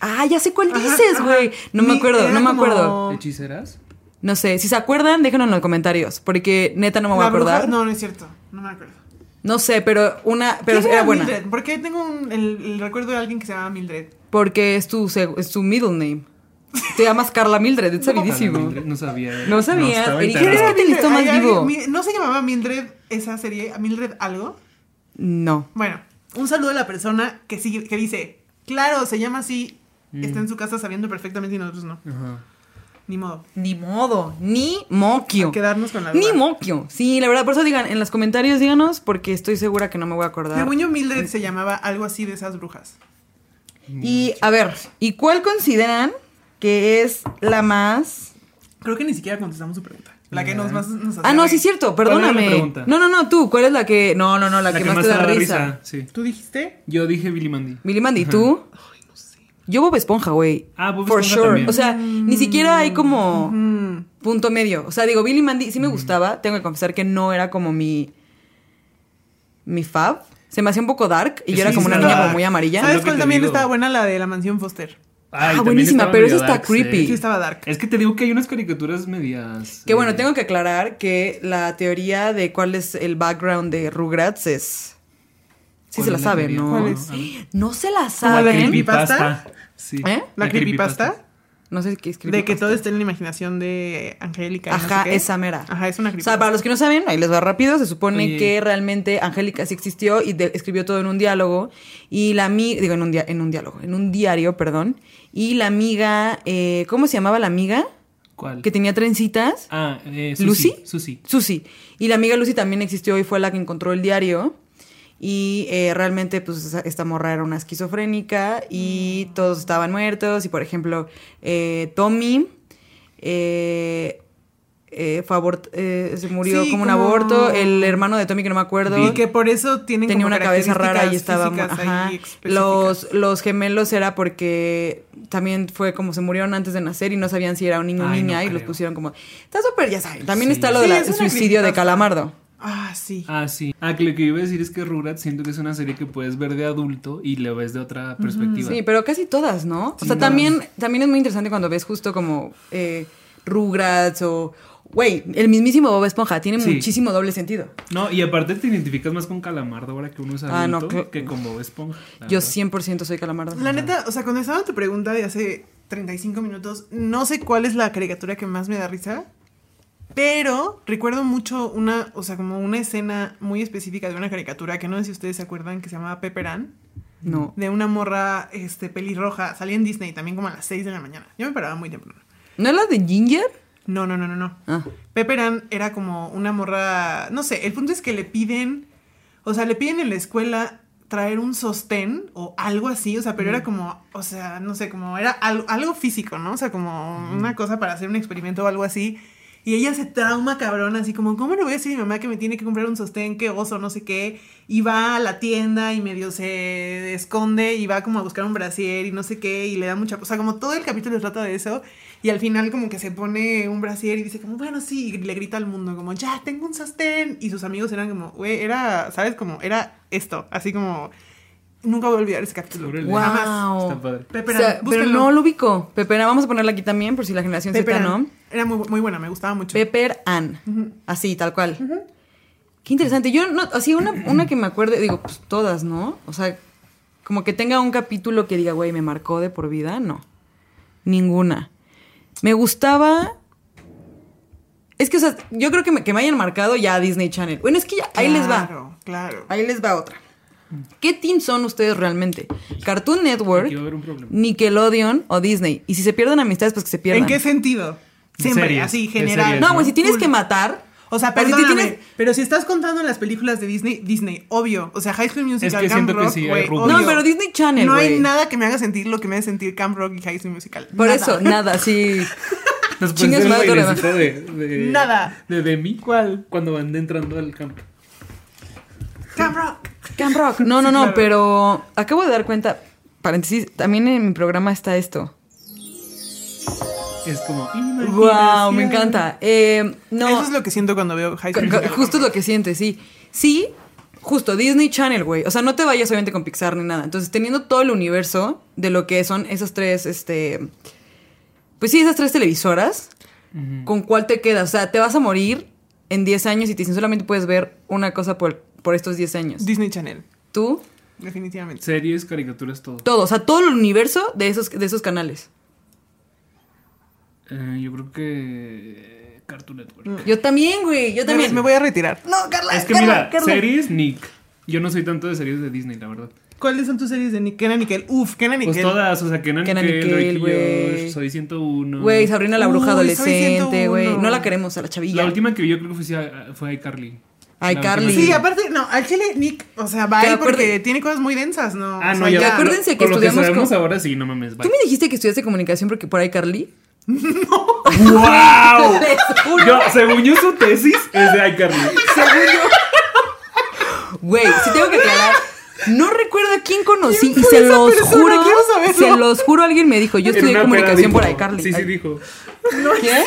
[SPEAKER 1] Ah, ya sé cuál
[SPEAKER 4] Ajá,
[SPEAKER 1] dices,
[SPEAKER 4] ajá.
[SPEAKER 1] güey. No me
[SPEAKER 4] Ni-
[SPEAKER 1] acuerdo,
[SPEAKER 4] era
[SPEAKER 1] no me
[SPEAKER 4] como-
[SPEAKER 1] acuerdo.
[SPEAKER 3] ¿Hechiceras?
[SPEAKER 1] No sé. Si se acuerdan, déjenlo en los comentarios. Porque neta no me voy a
[SPEAKER 4] La bruja-
[SPEAKER 1] acordar. no.
[SPEAKER 4] no, no es cierto. No me acuerdo.
[SPEAKER 1] sé, pero una. Pero
[SPEAKER 4] ¿Quién
[SPEAKER 1] era buena.
[SPEAKER 4] Mildred? Porque tengo un- el, el recuerdo de alguien que se llama Mildred.
[SPEAKER 1] Porque es tu, seg- es tu middle name. Te llamas Carla Mildred, es sabidísimo.
[SPEAKER 3] No sabía.
[SPEAKER 1] No sabía.
[SPEAKER 3] estaba
[SPEAKER 1] Eric,
[SPEAKER 3] enterado.
[SPEAKER 1] ¿Quieres que te listo
[SPEAKER 4] Mildred,
[SPEAKER 1] más
[SPEAKER 4] hay
[SPEAKER 1] vivo?
[SPEAKER 4] alguien- mi- ¿No se llamaba Mildred esa serie? ¿A ¿Mildred algo?
[SPEAKER 1] No.
[SPEAKER 4] Bueno, un saludo a la persona que sigue, que dice, claro, se llama así,
[SPEAKER 1] Mm.
[SPEAKER 4] está en su casa sabiendo perfectamente y nosotros no.
[SPEAKER 3] Ajá.
[SPEAKER 4] Ni modo.
[SPEAKER 1] Ni modo, ni moquio.
[SPEAKER 4] A quedarnos con la duda.
[SPEAKER 1] Ni moquio. Sí, la verdad, por eso digan, en los comentarios díganos, porque estoy segura que no me voy a acordar.
[SPEAKER 4] Según yo, Mildred se llamaba algo así de esas brujas.
[SPEAKER 1] Y a ver, ¿y cuál consideran que es la más.
[SPEAKER 4] Creo que ni siquiera contestamos su pregunta. La que nos más nos hacía
[SPEAKER 1] Ah, no,
[SPEAKER 4] reír.
[SPEAKER 1] sí es cierto,
[SPEAKER 3] ¿Cuál era la
[SPEAKER 1] perdóname.
[SPEAKER 3] pregunta?
[SPEAKER 1] No, no, no, tú, ¿cuál es la que. No, no, no, la, que, más te da risa.
[SPEAKER 3] Sí.
[SPEAKER 4] ¿Tú dijiste?
[SPEAKER 3] Yo dije Billy Mandy.
[SPEAKER 1] Milimandi, ¿tú? Yo Bob Esponja, güey.
[SPEAKER 3] Ah, Bob
[SPEAKER 1] For
[SPEAKER 3] Esponja
[SPEAKER 1] sure.
[SPEAKER 3] también.
[SPEAKER 1] O sea, ni siquiera hay como punto medio. O sea, digo, Billy Mandy sí me gustaba. Tengo que confesar que no era como mi. mi fab. Se me hacía un poco dark y
[SPEAKER 3] Es
[SPEAKER 1] yo era
[SPEAKER 3] que
[SPEAKER 1] como
[SPEAKER 3] sí
[SPEAKER 1] una
[SPEAKER 3] está
[SPEAKER 1] niña como
[SPEAKER 3] dark.
[SPEAKER 1] muy amarilla.
[SPEAKER 3] Es
[SPEAKER 4] ¿Sabes
[SPEAKER 3] lo que
[SPEAKER 4] cuál
[SPEAKER 3] te
[SPEAKER 4] también
[SPEAKER 3] digo.
[SPEAKER 4] estaba buena? La de la mansión Foster.
[SPEAKER 1] Ah,
[SPEAKER 3] también
[SPEAKER 1] buenísima,
[SPEAKER 3] estaba
[SPEAKER 1] pero
[SPEAKER 3] medio
[SPEAKER 1] esa está
[SPEAKER 3] dark, sí.
[SPEAKER 1] creepy.
[SPEAKER 4] Sí, estaba dark.
[SPEAKER 3] Es que te digo que hay unas caricaturas medias.
[SPEAKER 1] Que bueno,
[SPEAKER 3] eh,
[SPEAKER 1] tengo que aclarar que la teoría de cuál es el background de Rugrats es. Sí
[SPEAKER 3] ¿Cuál
[SPEAKER 1] se la
[SPEAKER 3] es la
[SPEAKER 1] saben,
[SPEAKER 3] teoría?
[SPEAKER 1] ¿no?
[SPEAKER 4] ¿Cuál es?
[SPEAKER 1] No se la
[SPEAKER 4] la
[SPEAKER 3] La
[SPEAKER 1] saben.
[SPEAKER 4] creepy-
[SPEAKER 3] creepypasta. Sí.
[SPEAKER 1] ¿Eh?
[SPEAKER 4] Ah, La, creepypasta.
[SPEAKER 1] No sé qué es
[SPEAKER 4] De que
[SPEAKER 1] creepypasta.
[SPEAKER 4] todo está en la imaginación de Angélica. y no
[SPEAKER 1] Ajá,
[SPEAKER 4] sé qué.
[SPEAKER 1] esa mera.
[SPEAKER 4] Ajá, es una
[SPEAKER 1] O sea,
[SPEAKER 4] creepypasta.
[SPEAKER 1] para los que no saben, ahí les va rápido, se supone
[SPEAKER 3] Oye.
[SPEAKER 1] que realmente Angélica sí existió y de- escribió todo en un diálogo y la amiga, digo en un, dia- en un diálogo, en un diario, perdón, y la amiga, eh, ¿cómo se llamaba la amiga?
[SPEAKER 3] ¿Cuál?
[SPEAKER 1] que tenía trencitas.
[SPEAKER 3] Ah, eh, Susi.
[SPEAKER 1] ¿Lucy?
[SPEAKER 3] Susi.
[SPEAKER 1] Susi. Y la amiga Lucy también existió y fue la que encontró el diario. Y eh, realmente, pues, esa- esta morra era una esquizofrénica y
[SPEAKER 4] Mm.
[SPEAKER 1] todos estaban muertos. Y, por ejemplo, eh, Tommy eh, eh, fue abort- eh, se murió
[SPEAKER 4] Sí,
[SPEAKER 1] como un
[SPEAKER 4] como-
[SPEAKER 1] aborto. El hermano de Tommy, que no me acuerdo,
[SPEAKER 4] Y que por eso tienen
[SPEAKER 1] tenía
[SPEAKER 4] como
[SPEAKER 1] una cabeza rara y
[SPEAKER 4] características
[SPEAKER 1] estaba... mu-
[SPEAKER 4] físicas
[SPEAKER 1] ajá.
[SPEAKER 4] ahí específicas.
[SPEAKER 1] Los, los gemelos era porque también fue como se murieron antes de nacer y no sabían si era un niño o
[SPEAKER 3] Ay, no
[SPEAKER 1] niña y los
[SPEAKER 3] creo.
[SPEAKER 1] pusieron como... Está súper, ya saben. También
[SPEAKER 3] Sí.
[SPEAKER 1] está lo
[SPEAKER 4] Sí,
[SPEAKER 1] del
[SPEAKER 4] es una
[SPEAKER 1] suicidio de
[SPEAKER 4] creepypasta.
[SPEAKER 1] Calamardo.
[SPEAKER 4] Ah, sí.
[SPEAKER 3] Ah, sí. Ah, que lo que iba a decir es que Rurat siento que es una serie que puedes ver de adulto y le ves de otra perspectiva.
[SPEAKER 1] Sí, pero casi todas, ¿no? o sea, también, también es muy interesante cuando ves justo como eh, Rugrats o... Güey, el mismísimo Bob Esponja tiene
[SPEAKER 3] Sí.
[SPEAKER 1] muchísimo doble sentido.
[SPEAKER 3] No, y aparte te identificas más con Calamardo ahora que uno es adulto
[SPEAKER 1] Ah, no, cl-
[SPEAKER 3] que con Bob Esponja. la
[SPEAKER 1] Yo
[SPEAKER 3] verdad.
[SPEAKER 1] 100% soy Calamardo.
[SPEAKER 4] La neta, o sea, contestando tu pregunta de hace 35 minutos, no sé cuál es la caricatura que más me da risa, pero recuerdo mucho una, o sea, como una escena muy específica de una caricatura que no sé si ustedes se acuerdan que se llamaba Pepperan,
[SPEAKER 1] No.
[SPEAKER 4] de una morra este pelirroja, salía en Disney también como a las 6 de la mañana. Yo me paraba muy temprano.
[SPEAKER 1] ¿No es la de Ginger?
[SPEAKER 4] No, no, no, no, no.
[SPEAKER 1] Ah.
[SPEAKER 4] Pepperan era como una morra, no sé, el punto es que le piden, o sea, le piden en la escuela traer un sostén o algo así, o sea, pero era como, o sea, no sé, como era al- algo físico, ¿no? O sea, como una cosa para hacer un experimento o algo así. Y ella se trauma cabrón, así como, ¿cómo le voy a decir a mi mamá que me tiene que comprar un sostén, qué oso, no sé qué? Y va a la tienda y medio se esconde y va como a buscar un brasier y no sé qué, y le da mucha... O sea, como todo el capítulo trata de eso, y al final como que se pone un brasier y dice como, bueno, sí, y le grita al mundo como, ya, tengo un sostén. Y sus amigos eran como, güey, era, ¿sabes? Como, era esto, así como, nunca voy a olvidar ese capítulo.
[SPEAKER 3] Órale.
[SPEAKER 1] Guau.
[SPEAKER 4] Jamás.
[SPEAKER 3] Está padre.
[SPEAKER 4] Pepperan,
[SPEAKER 1] O sea, pero
[SPEAKER 4] búsquenlo.
[SPEAKER 1] no lo ubico. Pepera, vamos a ponerla aquí también por si la generación Z
[SPEAKER 4] Pepperan.
[SPEAKER 1] no.
[SPEAKER 4] Era muy, muy buena, me gustaba mucho.
[SPEAKER 1] Pepper Ann. Así, tal cual. Qué interesante. Yo, no, así, una, una que me acuerde, digo, pues todas, ¿no? O sea, como que tenga un capítulo que diga, güey, me marcó de por vida, no. Ninguna. Me gustaba. Es que, o sea, yo creo que me, que me hayan marcado ya Disney Channel. Bueno, es que ya, ahí les va.
[SPEAKER 4] Claro, claro.
[SPEAKER 1] Ahí les va otra. ¿Qué team son ustedes realmente? ¿Cartoon Network,
[SPEAKER 3] Aquí va a haber un problema.
[SPEAKER 1] Nickelodeon o Disney? Y si se pierden amistades, pues que se pierdan.
[SPEAKER 4] ¿En qué sentido? Siempre,
[SPEAKER 3] Series,
[SPEAKER 4] así,
[SPEAKER 3] de
[SPEAKER 4] general.
[SPEAKER 3] series,
[SPEAKER 1] No, güey, si tienes
[SPEAKER 4] Full.
[SPEAKER 1] que matar.
[SPEAKER 4] O sea,
[SPEAKER 1] pero si
[SPEAKER 4] perdóname,
[SPEAKER 1] tienes-
[SPEAKER 4] pero si estás contando las películas de Disney, Disney, obvio. O sea, High School Musical,
[SPEAKER 3] Es que
[SPEAKER 4] Camp
[SPEAKER 3] siento que
[SPEAKER 4] Rock,
[SPEAKER 3] sí hay
[SPEAKER 4] güey,
[SPEAKER 3] rubros.
[SPEAKER 4] obvio.
[SPEAKER 1] No, pero Disney Channel,
[SPEAKER 4] No hay
[SPEAKER 1] güey.
[SPEAKER 4] nada que me haga sentir lo que me haga sentir Camp Rock y High School Musical.
[SPEAKER 1] Por
[SPEAKER 4] Nada.
[SPEAKER 1] eso, nada, sí.
[SPEAKER 3] Nos pueden
[SPEAKER 1] Chingas
[SPEAKER 3] hacer el
[SPEAKER 1] madre todo lo
[SPEAKER 3] bailecito de, de-
[SPEAKER 4] Nada.
[SPEAKER 3] De Demi. ¿Cuál? Cuando van entrando al campo.
[SPEAKER 4] Camp Rock.
[SPEAKER 1] Camp Rock. No, no,
[SPEAKER 4] Sí,
[SPEAKER 1] no,
[SPEAKER 4] claro.
[SPEAKER 1] pero acabo de dar cuenta, paréntesis, también en mi programa está esto.
[SPEAKER 3] Es como.
[SPEAKER 1] Wow, me
[SPEAKER 3] imaginación.
[SPEAKER 1] encanta. Eh, no,
[SPEAKER 4] Eso es lo que siento cuando veo High School
[SPEAKER 1] Ca- ca-
[SPEAKER 4] Musical.
[SPEAKER 1] Justo es lo que sientes, sí. Sí, justo, Disney Channel, güey. O sea, no te vayas obviamente con Pixar ni nada. Entonces, teniendo todo el universo de lo que son esas tres, este. Pues sí, esas tres televisoras, ¿con cuál te quedas? O sea, te vas a morir en 10 años y te dicen solamente puedes ver una cosa por, por estos 10 años.
[SPEAKER 4] Disney Channel,
[SPEAKER 1] Tú,
[SPEAKER 4] definitivamente.
[SPEAKER 3] Series, caricaturas, todo.
[SPEAKER 1] todo, o sea, todo el universo de esos, de esos canales.
[SPEAKER 3] Eh, yo creo que. Cartoon Network.
[SPEAKER 1] Yo también, güey, yo también.
[SPEAKER 4] Me voy a retirar.
[SPEAKER 1] No, Carla,
[SPEAKER 3] Es que
[SPEAKER 1] Carla,
[SPEAKER 3] mira,
[SPEAKER 1] Carla.
[SPEAKER 3] series, Nick. Yo no soy tanto de series de Disney, la verdad.
[SPEAKER 4] ¿Cuáles son tus series de Nick? Kenan Nickel? Uf, Kenan
[SPEAKER 3] Pues
[SPEAKER 4] Nickel.
[SPEAKER 3] todas, o sea, Kenan
[SPEAKER 1] Kenan y
[SPEAKER 3] Nickel,
[SPEAKER 1] Kel,
[SPEAKER 3] Drake y
[SPEAKER 1] güey.
[SPEAKER 3] Josh, Soy 101.
[SPEAKER 1] Güey, Sabrina la bruja
[SPEAKER 4] Uy, soy
[SPEAKER 1] adolescente,
[SPEAKER 4] 101.
[SPEAKER 1] güey. No la queremos a la chavilla.
[SPEAKER 3] La última que vi yo creo que fue, fue iCarly. La
[SPEAKER 1] iCarly.
[SPEAKER 3] última.
[SPEAKER 4] Sí, aparte, no, al chile Nick, o sea, va
[SPEAKER 1] Que
[SPEAKER 4] ahí
[SPEAKER 1] acuerde-
[SPEAKER 4] porque tiene cosas muy densas, ¿no?
[SPEAKER 3] Ah,
[SPEAKER 4] O
[SPEAKER 3] no,
[SPEAKER 4] sea,
[SPEAKER 3] ya.
[SPEAKER 1] que acuérdense
[SPEAKER 3] no,
[SPEAKER 1] que
[SPEAKER 3] con lo
[SPEAKER 1] estudiamos
[SPEAKER 3] sabemos
[SPEAKER 1] con-
[SPEAKER 3] ahora sí, no mames.
[SPEAKER 1] ¿Tú
[SPEAKER 3] bye.
[SPEAKER 1] me dijiste que estudiaste comunicación porque por ahí Carly?
[SPEAKER 3] ¡Wow!
[SPEAKER 1] Les juro.
[SPEAKER 3] Yo, según yo, su tesis es de iCarly.
[SPEAKER 1] Según yo. Güey, sí tengo que aclarar. No recuerdo a quién conocí
[SPEAKER 4] ¿Quién
[SPEAKER 1] y
[SPEAKER 4] fue
[SPEAKER 1] se
[SPEAKER 4] esa
[SPEAKER 1] los
[SPEAKER 4] persona?
[SPEAKER 1] juro.
[SPEAKER 4] Quiero saberlo.
[SPEAKER 1] Se los juro, alguien me dijo, yo
[SPEAKER 3] En
[SPEAKER 1] estudié
[SPEAKER 3] una
[SPEAKER 1] comunicación
[SPEAKER 3] peda
[SPEAKER 1] por
[SPEAKER 3] dijo.
[SPEAKER 1] ahí, Carly.
[SPEAKER 3] Sí, sí, dijo.
[SPEAKER 1] ¿Qué?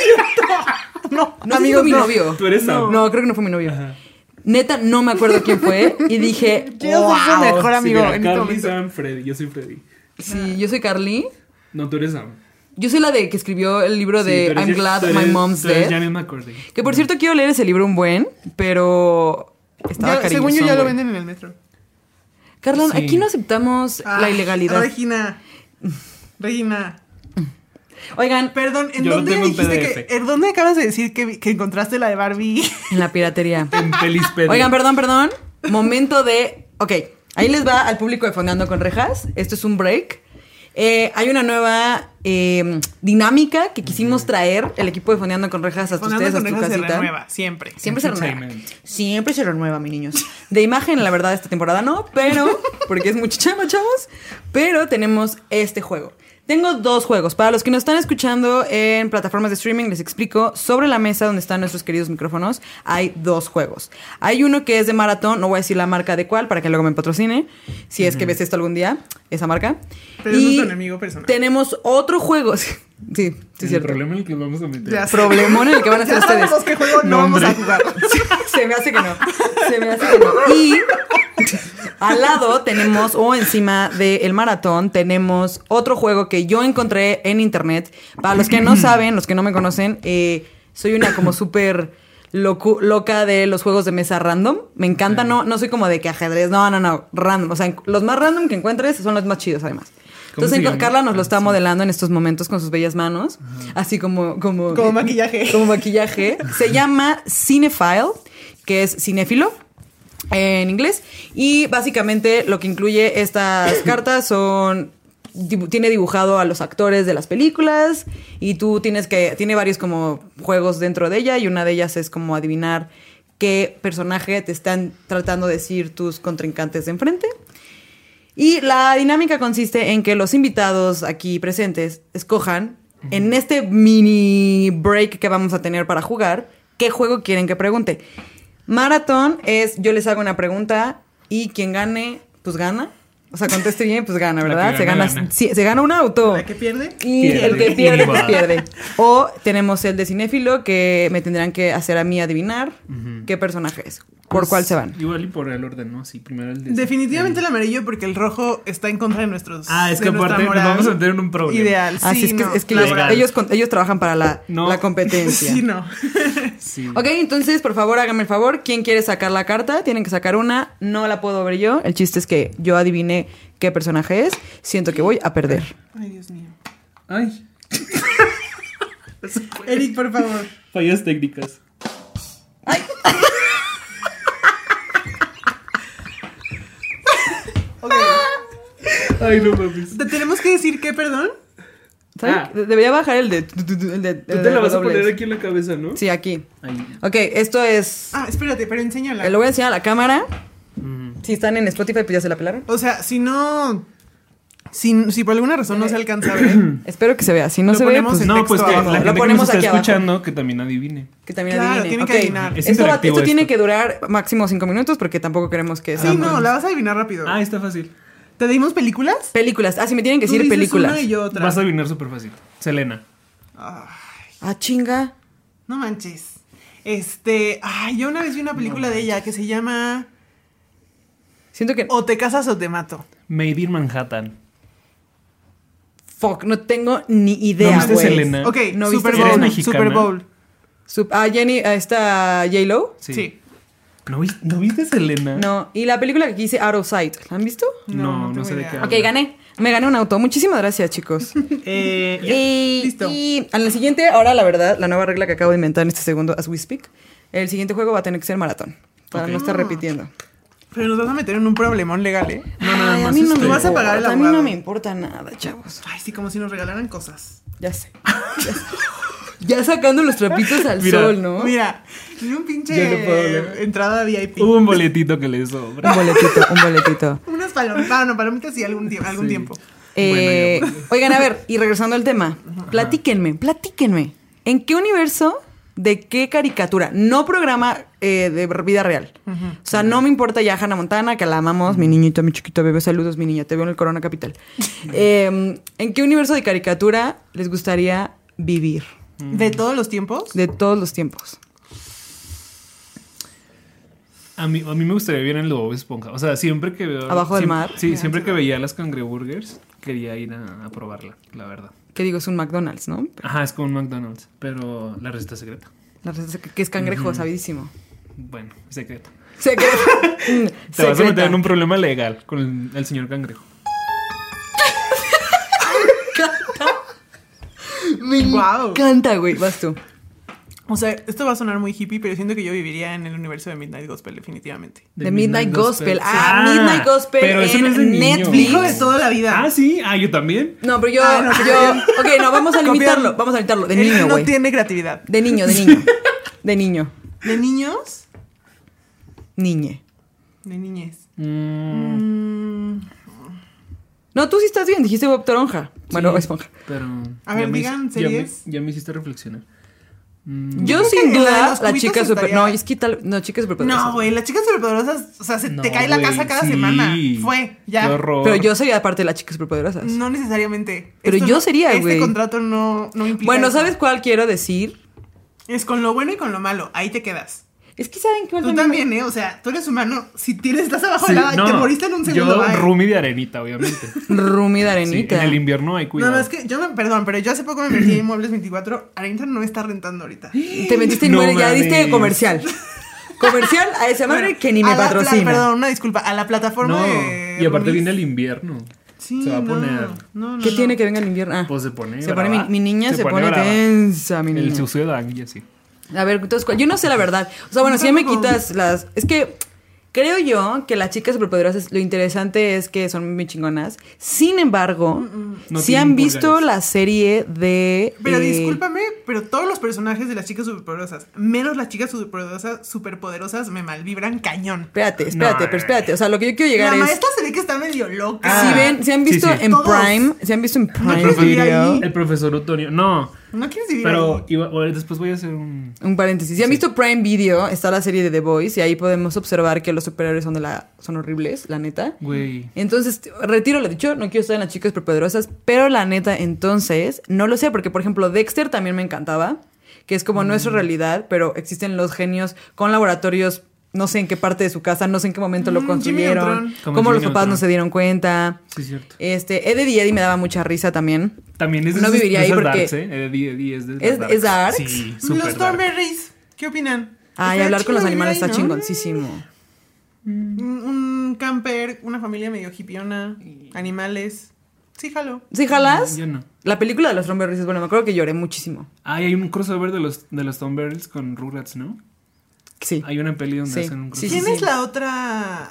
[SPEAKER 4] No,
[SPEAKER 1] No,
[SPEAKER 4] amigos,
[SPEAKER 1] amigo, mi
[SPEAKER 4] no.
[SPEAKER 1] novio.
[SPEAKER 3] Tú eres Sam.
[SPEAKER 1] No, creo que no fue mi novio. Neta, no me acuerdo quién fue y dije,
[SPEAKER 4] Yo soy su
[SPEAKER 1] "Wow".
[SPEAKER 4] mejor amigo
[SPEAKER 3] Oh, Sí, mira,
[SPEAKER 4] en este
[SPEAKER 3] Carly,
[SPEAKER 4] momento.
[SPEAKER 3] Sam, Freddy. Yo soy Freddy.
[SPEAKER 1] Sí, yo soy Carly.
[SPEAKER 3] No, tú eres Sam.
[SPEAKER 1] Yo soy la de que escribió el libro
[SPEAKER 3] Sí,
[SPEAKER 1] de
[SPEAKER 3] tú eres-
[SPEAKER 1] I'm glad
[SPEAKER 3] tú
[SPEAKER 1] my
[SPEAKER 3] eres-
[SPEAKER 1] mom's
[SPEAKER 3] tú
[SPEAKER 1] dead.
[SPEAKER 3] eres Janet McCordy.
[SPEAKER 1] Que por cierto quiero leer ese libro un buen, pero estaba
[SPEAKER 4] Ya, según yo
[SPEAKER 1] cariñosón,
[SPEAKER 4] ya lo
[SPEAKER 1] güey.
[SPEAKER 4] venden en el metro.
[SPEAKER 1] Carla,
[SPEAKER 3] Sí.
[SPEAKER 1] aquí no aceptamos la
[SPEAKER 4] Ay,
[SPEAKER 1] ilegalidad.
[SPEAKER 4] Ah, Regina. Regina.
[SPEAKER 1] Oigan,
[SPEAKER 4] Perdón, ¿en
[SPEAKER 3] Yo lo
[SPEAKER 4] dónde
[SPEAKER 3] tengo en
[SPEAKER 4] dijiste
[SPEAKER 3] PDF.
[SPEAKER 4] que. ¿En dónde acabas de decir que, vi- que encontraste la de Barbie?
[SPEAKER 1] en la piratería.
[SPEAKER 3] En Feliz Pedro.
[SPEAKER 1] Oigan, perdón, perdón. Momento de. Ok, ahí les va al público de Fondeando con Rejas. Esto es un break. Eh, hay una nueva eh, dinámica que quisimos traer el equipo de Fondeando con Rejas hasta
[SPEAKER 4] Fondeando
[SPEAKER 1] ustedes,
[SPEAKER 4] con
[SPEAKER 1] hasta tu
[SPEAKER 4] Rejas se
[SPEAKER 1] casita.
[SPEAKER 4] renueva, siempre.
[SPEAKER 1] Siempre se renueva.
[SPEAKER 3] Entertainment.
[SPEAKER 1] Siempre se renueva, mis niños. De imagen, la verdad, esta temporada no, pero, porque es mucha chamba, chavos, pero tenemos este juego. Tengo dos juegos. Para los que nos están escuchando en plataformas de streaming, les explico. Sobre la mesa donde están nuestros queridos micrófonos, hay dos juegos. Hay uno que es de maratón, no voy a decir la marca de cuál para que luego me patrocine, si es que ves esto algún día, esa marca.
[SPEAKER 4] Pero es nuestro enemigo personal.
[SPEAKER 1] Tenemos otro juego. Sí, sí, es
[SPEAKER 3] el
[SPEAKER 1] cierto.
[SPEAKER 3] problema en el que vamos a meter.
[SPEAKER 4] Ya sé.
[SPEAKER 1] Problemón en el que van a hacer
[SPEAKER 4] Ya
[SPEAKER 1] ustedes.
[SPEAKER 4] sabemos qué juego no vamos a jugar.
[SPEAKER 1] Se me hace que no. Se me hace que no. Y al lado tenemos, o encima del maratón, tenemos otro juego que yo encontré en internet. Para los que no saben, los que no me conocen, eh, soy una como súper locu- loca de los juegos de mesa random. Me encanta, no, no soy como de que ajedrez. No, no, no. Random. O sea, los más random que encuentres son los más chidos, además.
[SPEAKER 3] ¿Cómo
[SPEAKER 1] Entonces,
[SPEAKER 3] se llama?
[SPEAKER 1] Carla nos lo está
[SPEAKER 3] Ah, sí.
[SPEAKER 1] modelando en estos momentos con sus bellas manos, así como, como...
[SPEAKER 4] Como maquillaje.
[SPEAKER 1] Como maquillaje. Se llama Cinephile, que es cinéfilo en inglés. Y básicamente lo que incluye estas cartas son. dibu- Tiene dibujado a los actores de las películas y tú tienes que. Tiene varios como juegos dentro de ella y una de ellas es como adivinar qué personaje te están tratando de decir tus contrincantes de enfrente. Y la dinámica consiste en que los invitados aquí presentes escojan en este mini break que vamos a tener para jugar qué juego quieren que pregunte. Maratón es yo les hago una pregunta y quien gane pues gana. O sea, conteste bien, pues gana,
[SPEAKER 3] La que
[SPEAKER 1] ¿verdad? Se
[SPEAKER 3] gana,
[SPEAKER 1] gana,
[SPEAKER 3] gana.
[SPEAKER 1] sí, se gana un auto.
[SPEAKER 4] ¿La que pierde?
[SPEAKER 1] Y
[SPEAKER 3] Pierde.
[SPEAKER 1] el que pierde,
[SPEAKER 3] Ni
[SPEAKER 1] pues
[SPEAKER 3] va.
[SPEAKER 1] pierde. O tenemos el de cinéfilo que me tendrán que hacer a mí adivinar qué personaje es. ¿Por
[SPEAKER 3] Pues,
[SPEAKER 1] cuál se van?
[SPEAKER 3] Igual y por el orden, ¿no? Sí, primero el de.
[SPEAKER 1] eh.
[SPEAKER 4] Definitivamente el amarillo porque el rojo está en contra de nuestros.
[SPEAKER 3] Ah, es que
[SPEAKER 4] de nuestra
[SPEAKER 3] aparte nos
[SPEAKER 4] moral
[SPEAKER 3] vamos a meter en un problema.
[SPEAKER 4] Ideal.
[SPEAKER 1] Así Ah,
[SPEAKER 4] sí,
[SPEAKER 1] es que,
[SPEAKER 4] no,
[SPEAKER 1] es que
[SPEAKER 4] la
[SPEAKER 1] ellos,
[SPEAKER 3] Laboral.
[SPEAKER 1] ellos con- ellos trabajan para la,
[SPEAKER 3] No.
[SPEAKER 1] la competencia.
[SPEAKER 4] Sí, no.
[SPEAKER 3] Sí.
[SPEAKER 1] Ok, entonces, por favor, háganme el favor. ¿Quién quiere sacar la carta? Tienen que sacar una. No la puedo ver yo. El chiste es que yo adivine qué personaje es. Siento que voy a perder.
[SPEAKER 4] Ay, Dios mío.
[SPEAKER 3] Ay,
[SPEAKER 4] Eric, por favor.
[SPEAKER 3] fallas técnicas.
[SPEAKER 4] Ok.
[SPEAKER 3] Ay, no mames.
[SPEAKER 4] ¿Te tenemos que decir qué, perdón?
[SPEAKER 1] ¿Saben?
[SPEAKER 3] Ah.
[SPEAKER 1] De- Debería bajar el de... tu, tu, tu, el de-
[SPEAKER 3] Tú
[SPEAKER 1] el
[SPEAKER 3] te
[SPEAKER 1] de
[SPEAKER 3] la vas a
[SPEAKER 1] dobles.
[SPEAKER 3] poner aquí en la cabeza, ¿no?
[SPEAKER 1] Sí, aquí.
[SPEAKER 3] Ahí.
[SPEAKER 1] Ok, esto es...
[SPEAKER 4] Ah, espérate, pero enséñala.
[SPEAKER 1] eh, Lo voy a enseñar a la cámara.
[SPEAKER 3] Mm.
[SPEAKER 1] Si están en Spotify, pues ya se la pelaron.
[SPEAKER 4] O sea, si no. Si, si por alguna razón no se alcanza a ver.
[SPEAKER 1] Espero que se vea. Si no
[SPEAKER 4] Lo
[SPEAKER 1] se ve,
[SPEAKER 4] ponemos
[SPEAKER 1] pues...
[SPEAKER 4] en-
[SPEAKER 3] No,
[SPEAKER 4] texto
[SPEAKER 3] pues que
[SPEAKER 4] abajo.
[SPEAKER 3] la
[SPEAKER 1] Lo
[SPEAKER 3] gente que
[SPEAKER 1] ponemos
[SPEAKER 3] nos está
[SPEAKER 1] aquí abajo.
[SPEAKER 3] escuchando que también adivine.
[SPEAKER 1] Que también
[SPEAKER 4] Claro,
[SPEAKER 1] adivine.
[SPEAKER 4] tienen que
[SPEAKER 1] Ok.
[SPEAKER 4] adivinar.
[SPEAKER 3] Es
[SPEAKER 1] Esto, va-
[SPEAKER 3] interactivo
[SPEAKER 1] esto tiene
[SPEAKER 3] esto.
[SPEAKER 1] que durar máximo cinco minutos porque tampoco queremos que sea...
[SPEAKER 4] Sí, no, la vas a adivinar rápido.
[SPEAKER 3] Ah, está fácil.
[SPEAKER 4] ¿Te dimos películas?
[SPEAKER 1] Películas. Ah, sí, me tienen que
[SPEAKER 4] Tú
[SPEAKER 1] decir
[SPEAKER 4] dices
[SPEAKER 1] películas.
[SPEAKER 4] Una y yo otra.
[SPEAKER 3] Vas a adivinar súper fácil. Selena.
[SPEAKER 4] Ah,
[SPEAKER 1] Ah, chinga.
[SPEAKER 4] no manches. Este. Ay, yo una vez vi una película de ella que se llama.
[SPEAKER 1] Siento que.
[SPEAKER 4] O te casas o te mato.
[SPEAKER 3] Made in Manhattan.
[SPEAKER 1] fuck, no tengo ni idea,
[SPEAKER 3] viste
[SPEAKER 1] güey.
[SPEAKER 3] Selena?
[SPEAKER 4] Ok,
[SPEAKER 1] No
[SPEAKER 4] Super
[SPEAKER 1] viste
[SPEAKER 4] Bowl.
[SPEAKER 1] Selena.
[SPEAKER 3] ¿Eres
[SPEAKER 4] Super Bowl.
[SPEAKER 1] Sup- ah, Jenny, ah, está J-Lo.
[SPEAKER 4] Sí.
[SPEAKER 3] ¿No, vis- no viste Selena?
[SPEAKER 1] No. Y la película que aquí dice Out of Sight. ¿La han visto?
[SPEAKER 4] No, no
[SPEAKER 3] No, no, sé de
[SPEAKER 4] tengo idea.
[SPEAKER 3] qué.
[SPEAKER 4] Ok,
[SPEAKER 1] Ok, gané. Me gané un auto. Muchísimas gracias, chicos.
[SPEAKER 4] Eh, ya,
[SPEAKER 1] y,
[SPEAKER 4] listo.
[SPEAKER 1] y en el siguiente, ahora la verdad, la nueva regla que acabo de inventar en este segundo, as we speak, el siguiente juego va a tener que ser maratón. Para
[SPEAKER 3] Ok.
[SPEAKER 1] no
[SPEAKER 4] Ah.
[SPEAKER 1] estar repitiendo.
[SPEAKER 4] Pero nos vas a meter en un problemón legal, ¿eh?
[SPEAKER 3] No, nada
[SPEAKER 1] Ay, a
[SPEAKER 3] más
[SPEAKER 1] mí no
[SPEAKER 3] este-
[SPEAKER 1] me
[SPEAKER 4] Tú vas a pagar al
[SPEAKER 1] importa, a mí no
[SPEAKER 4] abogado.
[SPEAKER 1] me importa nada, chavos.
[SPEAKER 4] Ay, sí, como si nos regalaran cosas.
[SPEAKER 1] Ya sé. Ya, sé. Ya sacando los trapitos al
[SPEAKER 3] Mira,
[SPEAKER 1] sol, ¿no?
[SPEAKER 4] Mira, ni un pinche
[SPEAKER 3] Ya no puedo hablar.
[SPEAKER 4] entrada VIP.
[SPEAKER 3] Hubo un boletito que le
[SPEAKER 1] Un
[SPEAKER 3] sobra.
[SPEAKER 1] boletito, un boletito.
[SPEAKER 4] Unas palomitas, ah, no, palomitas sí, algún, tiempo algún
[SPEAKER 3] Sí.
[SPEAKER 4] tiempo.
[SPEAKER 1] Eh,
[SPEAKER 3] Bueno, ya.
[SPEAKER 1] oigan, a ver, y regresando al tema, platíquenme, platíquenme. ¿En qué universo de qué caricatura? No programa eh, de vida real. O sea, no me importa ya Hannah Montana, que la amamos, mi niñita, mi chiquito bebé, saludos, mi niña, te veo en el Corona Capital. Eh, ¿En qué universo de caricatura les gustaría vivir
[SPEAKER 4] ¿De todos los tiempos?
[SPEAKER 1] de todos los tiempos?
[SPEAKER 3] A mí, a mí me gustaría vivir en el de Bob Esponja. O sea, siempre que veo.
[SPEAKER 1] ¿Abajo del
[SPEAKER 3] siem-
[SPEAKER 1] mar?
[SPEAKER 3] Sí, siempre que veía las cangreburgers, quería ir a, a probarla, la verdad.
[SPEAKER 1] Que digo, es un McDonald's, ¿no?
[SPEAKER 3] Ajá, es como un McDonald's, pero la receta secreta.
[SPEAKER 1] La receta que- que es cangrejo, sabidísimo.
[SPEAKER 3] Bueno, secreta.
[SPEAKER 1] Secreta. Mm,
[SPEAKER 3] Te vas a meter
[SPEAKER 1] secreta.
[SPEAKER 3] en un problema legal con el, el señor cangrejo.
[SPEAKER 1] Me
[SPEAKER 4] Guau.
[SPEAKER 1] encanta, güey. Vas tú.
[SPEAKER 4] O sea, esto va a sonar muy hippie, pero siento que yo viviría en el universo de Midnight Gospel, definitivamente.
[SPEAKER 1] The Midnight Gospel. Ah, Midnight Gospel
[SPEAKER 3] eso
[SPEAKER 1] en
[SPEAKER 3] no es de niños.
[SPEAKER 1] Netflix. Hijo de
[SPEAKER 4] toda la vida.
[SPEAKER 3] Ah, sí. Ah, yo también.
[SPEAKER 1] No, pero yo,
[SPEAKER 4] Ah, no, que
[SPEAKER 1] yo,
[SPEAKER 4] bien.
[SPEAKER 1] ok, no, vamos a
[SPEAKER 4] Copiar.
[SPEAKER 1] limitarlo, vamos a limitarlo, de
[SPEAKER 4] Él
[SPEAKER 1] niño,
[SPEAKER 4] no
[SPEAKER 1] güey.
[SPEAKER 4] tiene creatividad.
[SPEAKER 1] De niño, de niño, de niño,
[SPEAKER 4] ¿De niños?
[SPEAKER 1] niñe.
[SPEAKER 4] De niñez.
[SPEAKER 3] Mm,
[SPEAKER 4] Mm,
[SPEAKER 1] No, tú sí estás bien, dijiste Bob Toronja, bueno,
[SPEAKER 3] sí,
[SPEAKER 1] esponja.
[SPEAKER 3] Pero.
[SPEAKER 4] A ver,
[SPEAKER 3] ya me
[SPEAKER 4] digan
[SPEAKER 3] hici- ya me-
[SPEAKER 4] series.
[SPEAKER 3] Ya me hiciste reflexionar.
[SPEAKER 1] Yo
[SPEAKER 4] creo
[SPEAKER 1] sin
[SPEAKER 4] que la de
[SPEAKER 1] duda,
[SPEAKER 4] los
[SPEAKER 1] la
[SPEAKER 4] cubitos
[SPEAKER 1] chica super,
[SPEAKER 4] estaría-
[SPEAKER 1] no, es que tal, no, chica super
[SPEAKER 4] No, güey, las chicas superpoderosas, o sea, se te
[SPEAKER 3] No,
[SPEAKER 4] cae la
[SPEAKER 3] güey,
[SPEAKER 4] casa cada
[SPEAKER 3] sí.
[SPEAKER 4] semana. Fue, ya.
[SPEAKER 3] Qué horror.
[SPEAKER 1] Pero yo sería parte de las chicas superpoderosas.
[SPEAKER 4] No necesariamente.
[SPEAKER 1] Pero yo
[SPEAKER 4] no-
[SPEAKER 1] sería, güey.
[SPEAKER 4] Este contrato no, no implica.
[SPEAKER 1] bueno,
[SPEAKER 4] eso.
[SPEAKER 1] ¿sabes cuál quiero decir?
[SPEAKER 4] Es con lo bueno y con lo malo. Ahí te quedas.
[SPEAKER 1] Es que saben cuál
[SPEAKER 4] Tú también, ¿eh? O sea, tú eres humano. Si tienes, estás abajo de la.
[SPEAKER 3] Sí, no,
[SPEAKER 4] te moriste en un segundo.
[SPEAKER 3] Yo,
[SPEAKER 4] bye.
[SPEAKER 3] Rumi de arenita, obviamente.
[SPEAKER 1] Rumi de
[SPEAKER 3] Sí,
[SPEAKER 1] arenita.
[SPEAKER 3] en el invierno hay
[SPEAKER 4] No,
[SPEAKER 3] cuidado.
[SPEAKER 4] no, es que yo me. Perdón, pero yo hace poco me metí en Muebles 24. Arenita no está rentando ahorita.
[SPEAKER 1] Te metiste en
[SPEAKER 3] No
[SPEAKER 1] muere, ya
[SPEAKER 3] mames.
[SPEAKER 1] diste comercial. comercial a esa madre que ni me
[SPEAKER 4] A la pla-
[SPEAKER 1] patrocina.
[SPEAKER 4] Perdón, una disculpa. A la plataforma
[SPEAKER 3] No,
[SPEAKER 4] de.
[SPEAKER 3] y aparte
[SPEAKER 4] roomies.
[SPEAKER 3] viene el invierno.
[SPEAKER 4] Sí,
[SPEAKER 3] se va a
[SPEAKER 4] no,
[SPEAKER 3] poner.
[SPEAKER 4] No, no,
[SPEAKER 1] ¿Qué
[SPEAKER 4] no.
[SPEAKER 1] tiene que venga el invierno? Ah,
[SPEAKER 3] Pues se pone.
[SPEAKER 1] se
[SPEAKER 3] brava.
[SPEAKER 1] pone mi, mi niña se, pone,
[SPEAKER 3] brava.
[SPEAKER 1] tensa, mi niña.
[SPEAKER 3] El sucio de Angie, sí.
[SPEAKER 1] A ver, entonces, ¿cuál? yo no sé la verdad. O sea, bueno, si ya me
[SPEAKER 4] Tampoco.
[SPEAKER 1] quitas las... Es que creo yo que las chicas superpoderosas, lo interesante es que son muy chingonas. Sin embargo,
[SPEAKER 3] Mm, No
[SPEAKER 1] si
[SPEAKER 3] tienen
[SPEAKER 1] han visto
[SPEAKER 3] pulgares.
[SPEAKER 1] la serie de...
[SPEAKER 4] Pero
[SPEAKER 1] eh,
[SPEAKER 4] discúlpame, pero todos los personajes de las chicas superpoderosas, menos las chicas superpoderosas, superpoderosas me malvibran cañón.
[SPEAKER 1] Espérate, espérate,
[SPEAKER 3] No,
[SPEAKER 1] pero espérate. O sea, lo que yo quiero
[SPEAKER 4] La
[SPEAKER 1] llegar es...
[SPEAKER 4] maestra se ve que está medio loca.
[SPEAKER 3] Ah,
[SPEAKER 1] si ven, si han
[SPEAKER 3] sí,
[SPEAKER 1] visto
[SPEAKER 3] sí.
[SPEAKER 1] en
[SPEAKER 4] Todos.
[SPEAKER 1] Prime, si han visto en Prime
[SPEAKER 4] quieres vivir
[SPEAKER 1] Video,
[SPEAKER 4] ahí.
[SPEAKER 3] El profesor Otonio. No,
[SPEAKER 4] No quieres vivir
[SPEAKER 3] pero
[SPEAKER 4] ahí.
[SPEAKER 3] iba- o- después voy a hacer un.
[SPEAKER 1] Un paréntesis. Si han visto Prime Video, está la serie de The Boys y ahí podemos observar que los superhéroes son de la son horribles, la neta.
[SPEAKER 3] Güey.
[SPEAKER 1] Entonces, t- retiro lo dicho, no quiero estar en las chicas superpoderosas, pero la neta, entonces, no lo sé, porque por ejemplo, Dexter también me encantaba, que es como
[SPEAKER 3] Mm.
[SPEAKER 1] nuestra realidad, pero existen los genios con laboratorios, no sé en qué parte de su casa, no sé en qué momento lo
[SPEAKER 4] Mm,
[SPEAKER 1] construyeron,
[SPEAKER 4] Jimmy Neutron.
[SPEAKER 3] Como
[SPEAKER 1] cómo los
[SPEAKER 3] Jimmy
[SPEAKER 1] papás no
[SPEAKER 3] Neutron.
[SPEAKER 1] se dieron cuenta.
[SPEAKER 3] Sí, es cierto.
[SPEAKER 1] Este, Ed, Ed y Eddie me daba mucha risa también.
[SPEAKER 3] También es de
[SPEAKER 1] No
[SPEAKER 3] esas-
[SPEAKER 1] viviría
[SPEAKER 3] de
[SPEAKER 1] ahí
[SPEAKER 3] esas
[SPEAKER 1] porque-
[SPEAKER 3] darks, ¿eh? Eh, di- di- es de
[SPEAKER 1] ¿Es-
[SPEAKER 3] las
[SPEAKER 1] es darks?
[SPEAKER 3] Sí, super
[SPEAKER 4] Los
[SPEAKER 3] dark.
[SPEAKER 4] Thornberries, ¿qué opinan?
[SPEAKER 1] Ay,
[SPEAKER 4] Está
[SPEAKER 1] hablar con
[SPEAKER 4] chido
[SPEAKER 1] los
[SPEAKER 4] vivir
[SPEAKER 1] animales
[SPEAKER 4] ahí,
[SPEAKER 1] está
[SPEAKER 4] ¿no?
[SPEAKER 1] chingoncísimo.
[SPEAKER 4] Un, un camper, una familia medio hipiona, animales. Sí, jalo.
[SPEAKER 1] ¿Sí jalas?
[SPEAKER 3] Yo no.
[SPEAKER 1] La película de los Thornberrys es bueno, me acuerdo que lloré muchísimo.
[SPEAKER 3] Ah, y hay un crossover de los, de los Thornberrys con Rugrats, ¿no?
[SPEAKER 1] Sí.
[SPEAKER 3] Hay una peli donde
[SPEAKER 1] Sí,
[SPEAKER 3] hacen un
[SPEAKER 1] sí,
[SPEAKER 3] crossover.
[SPEAKER 4] ¿Quién
[SPEAKER 1] sí.
[SPEAKER 4] es la otra?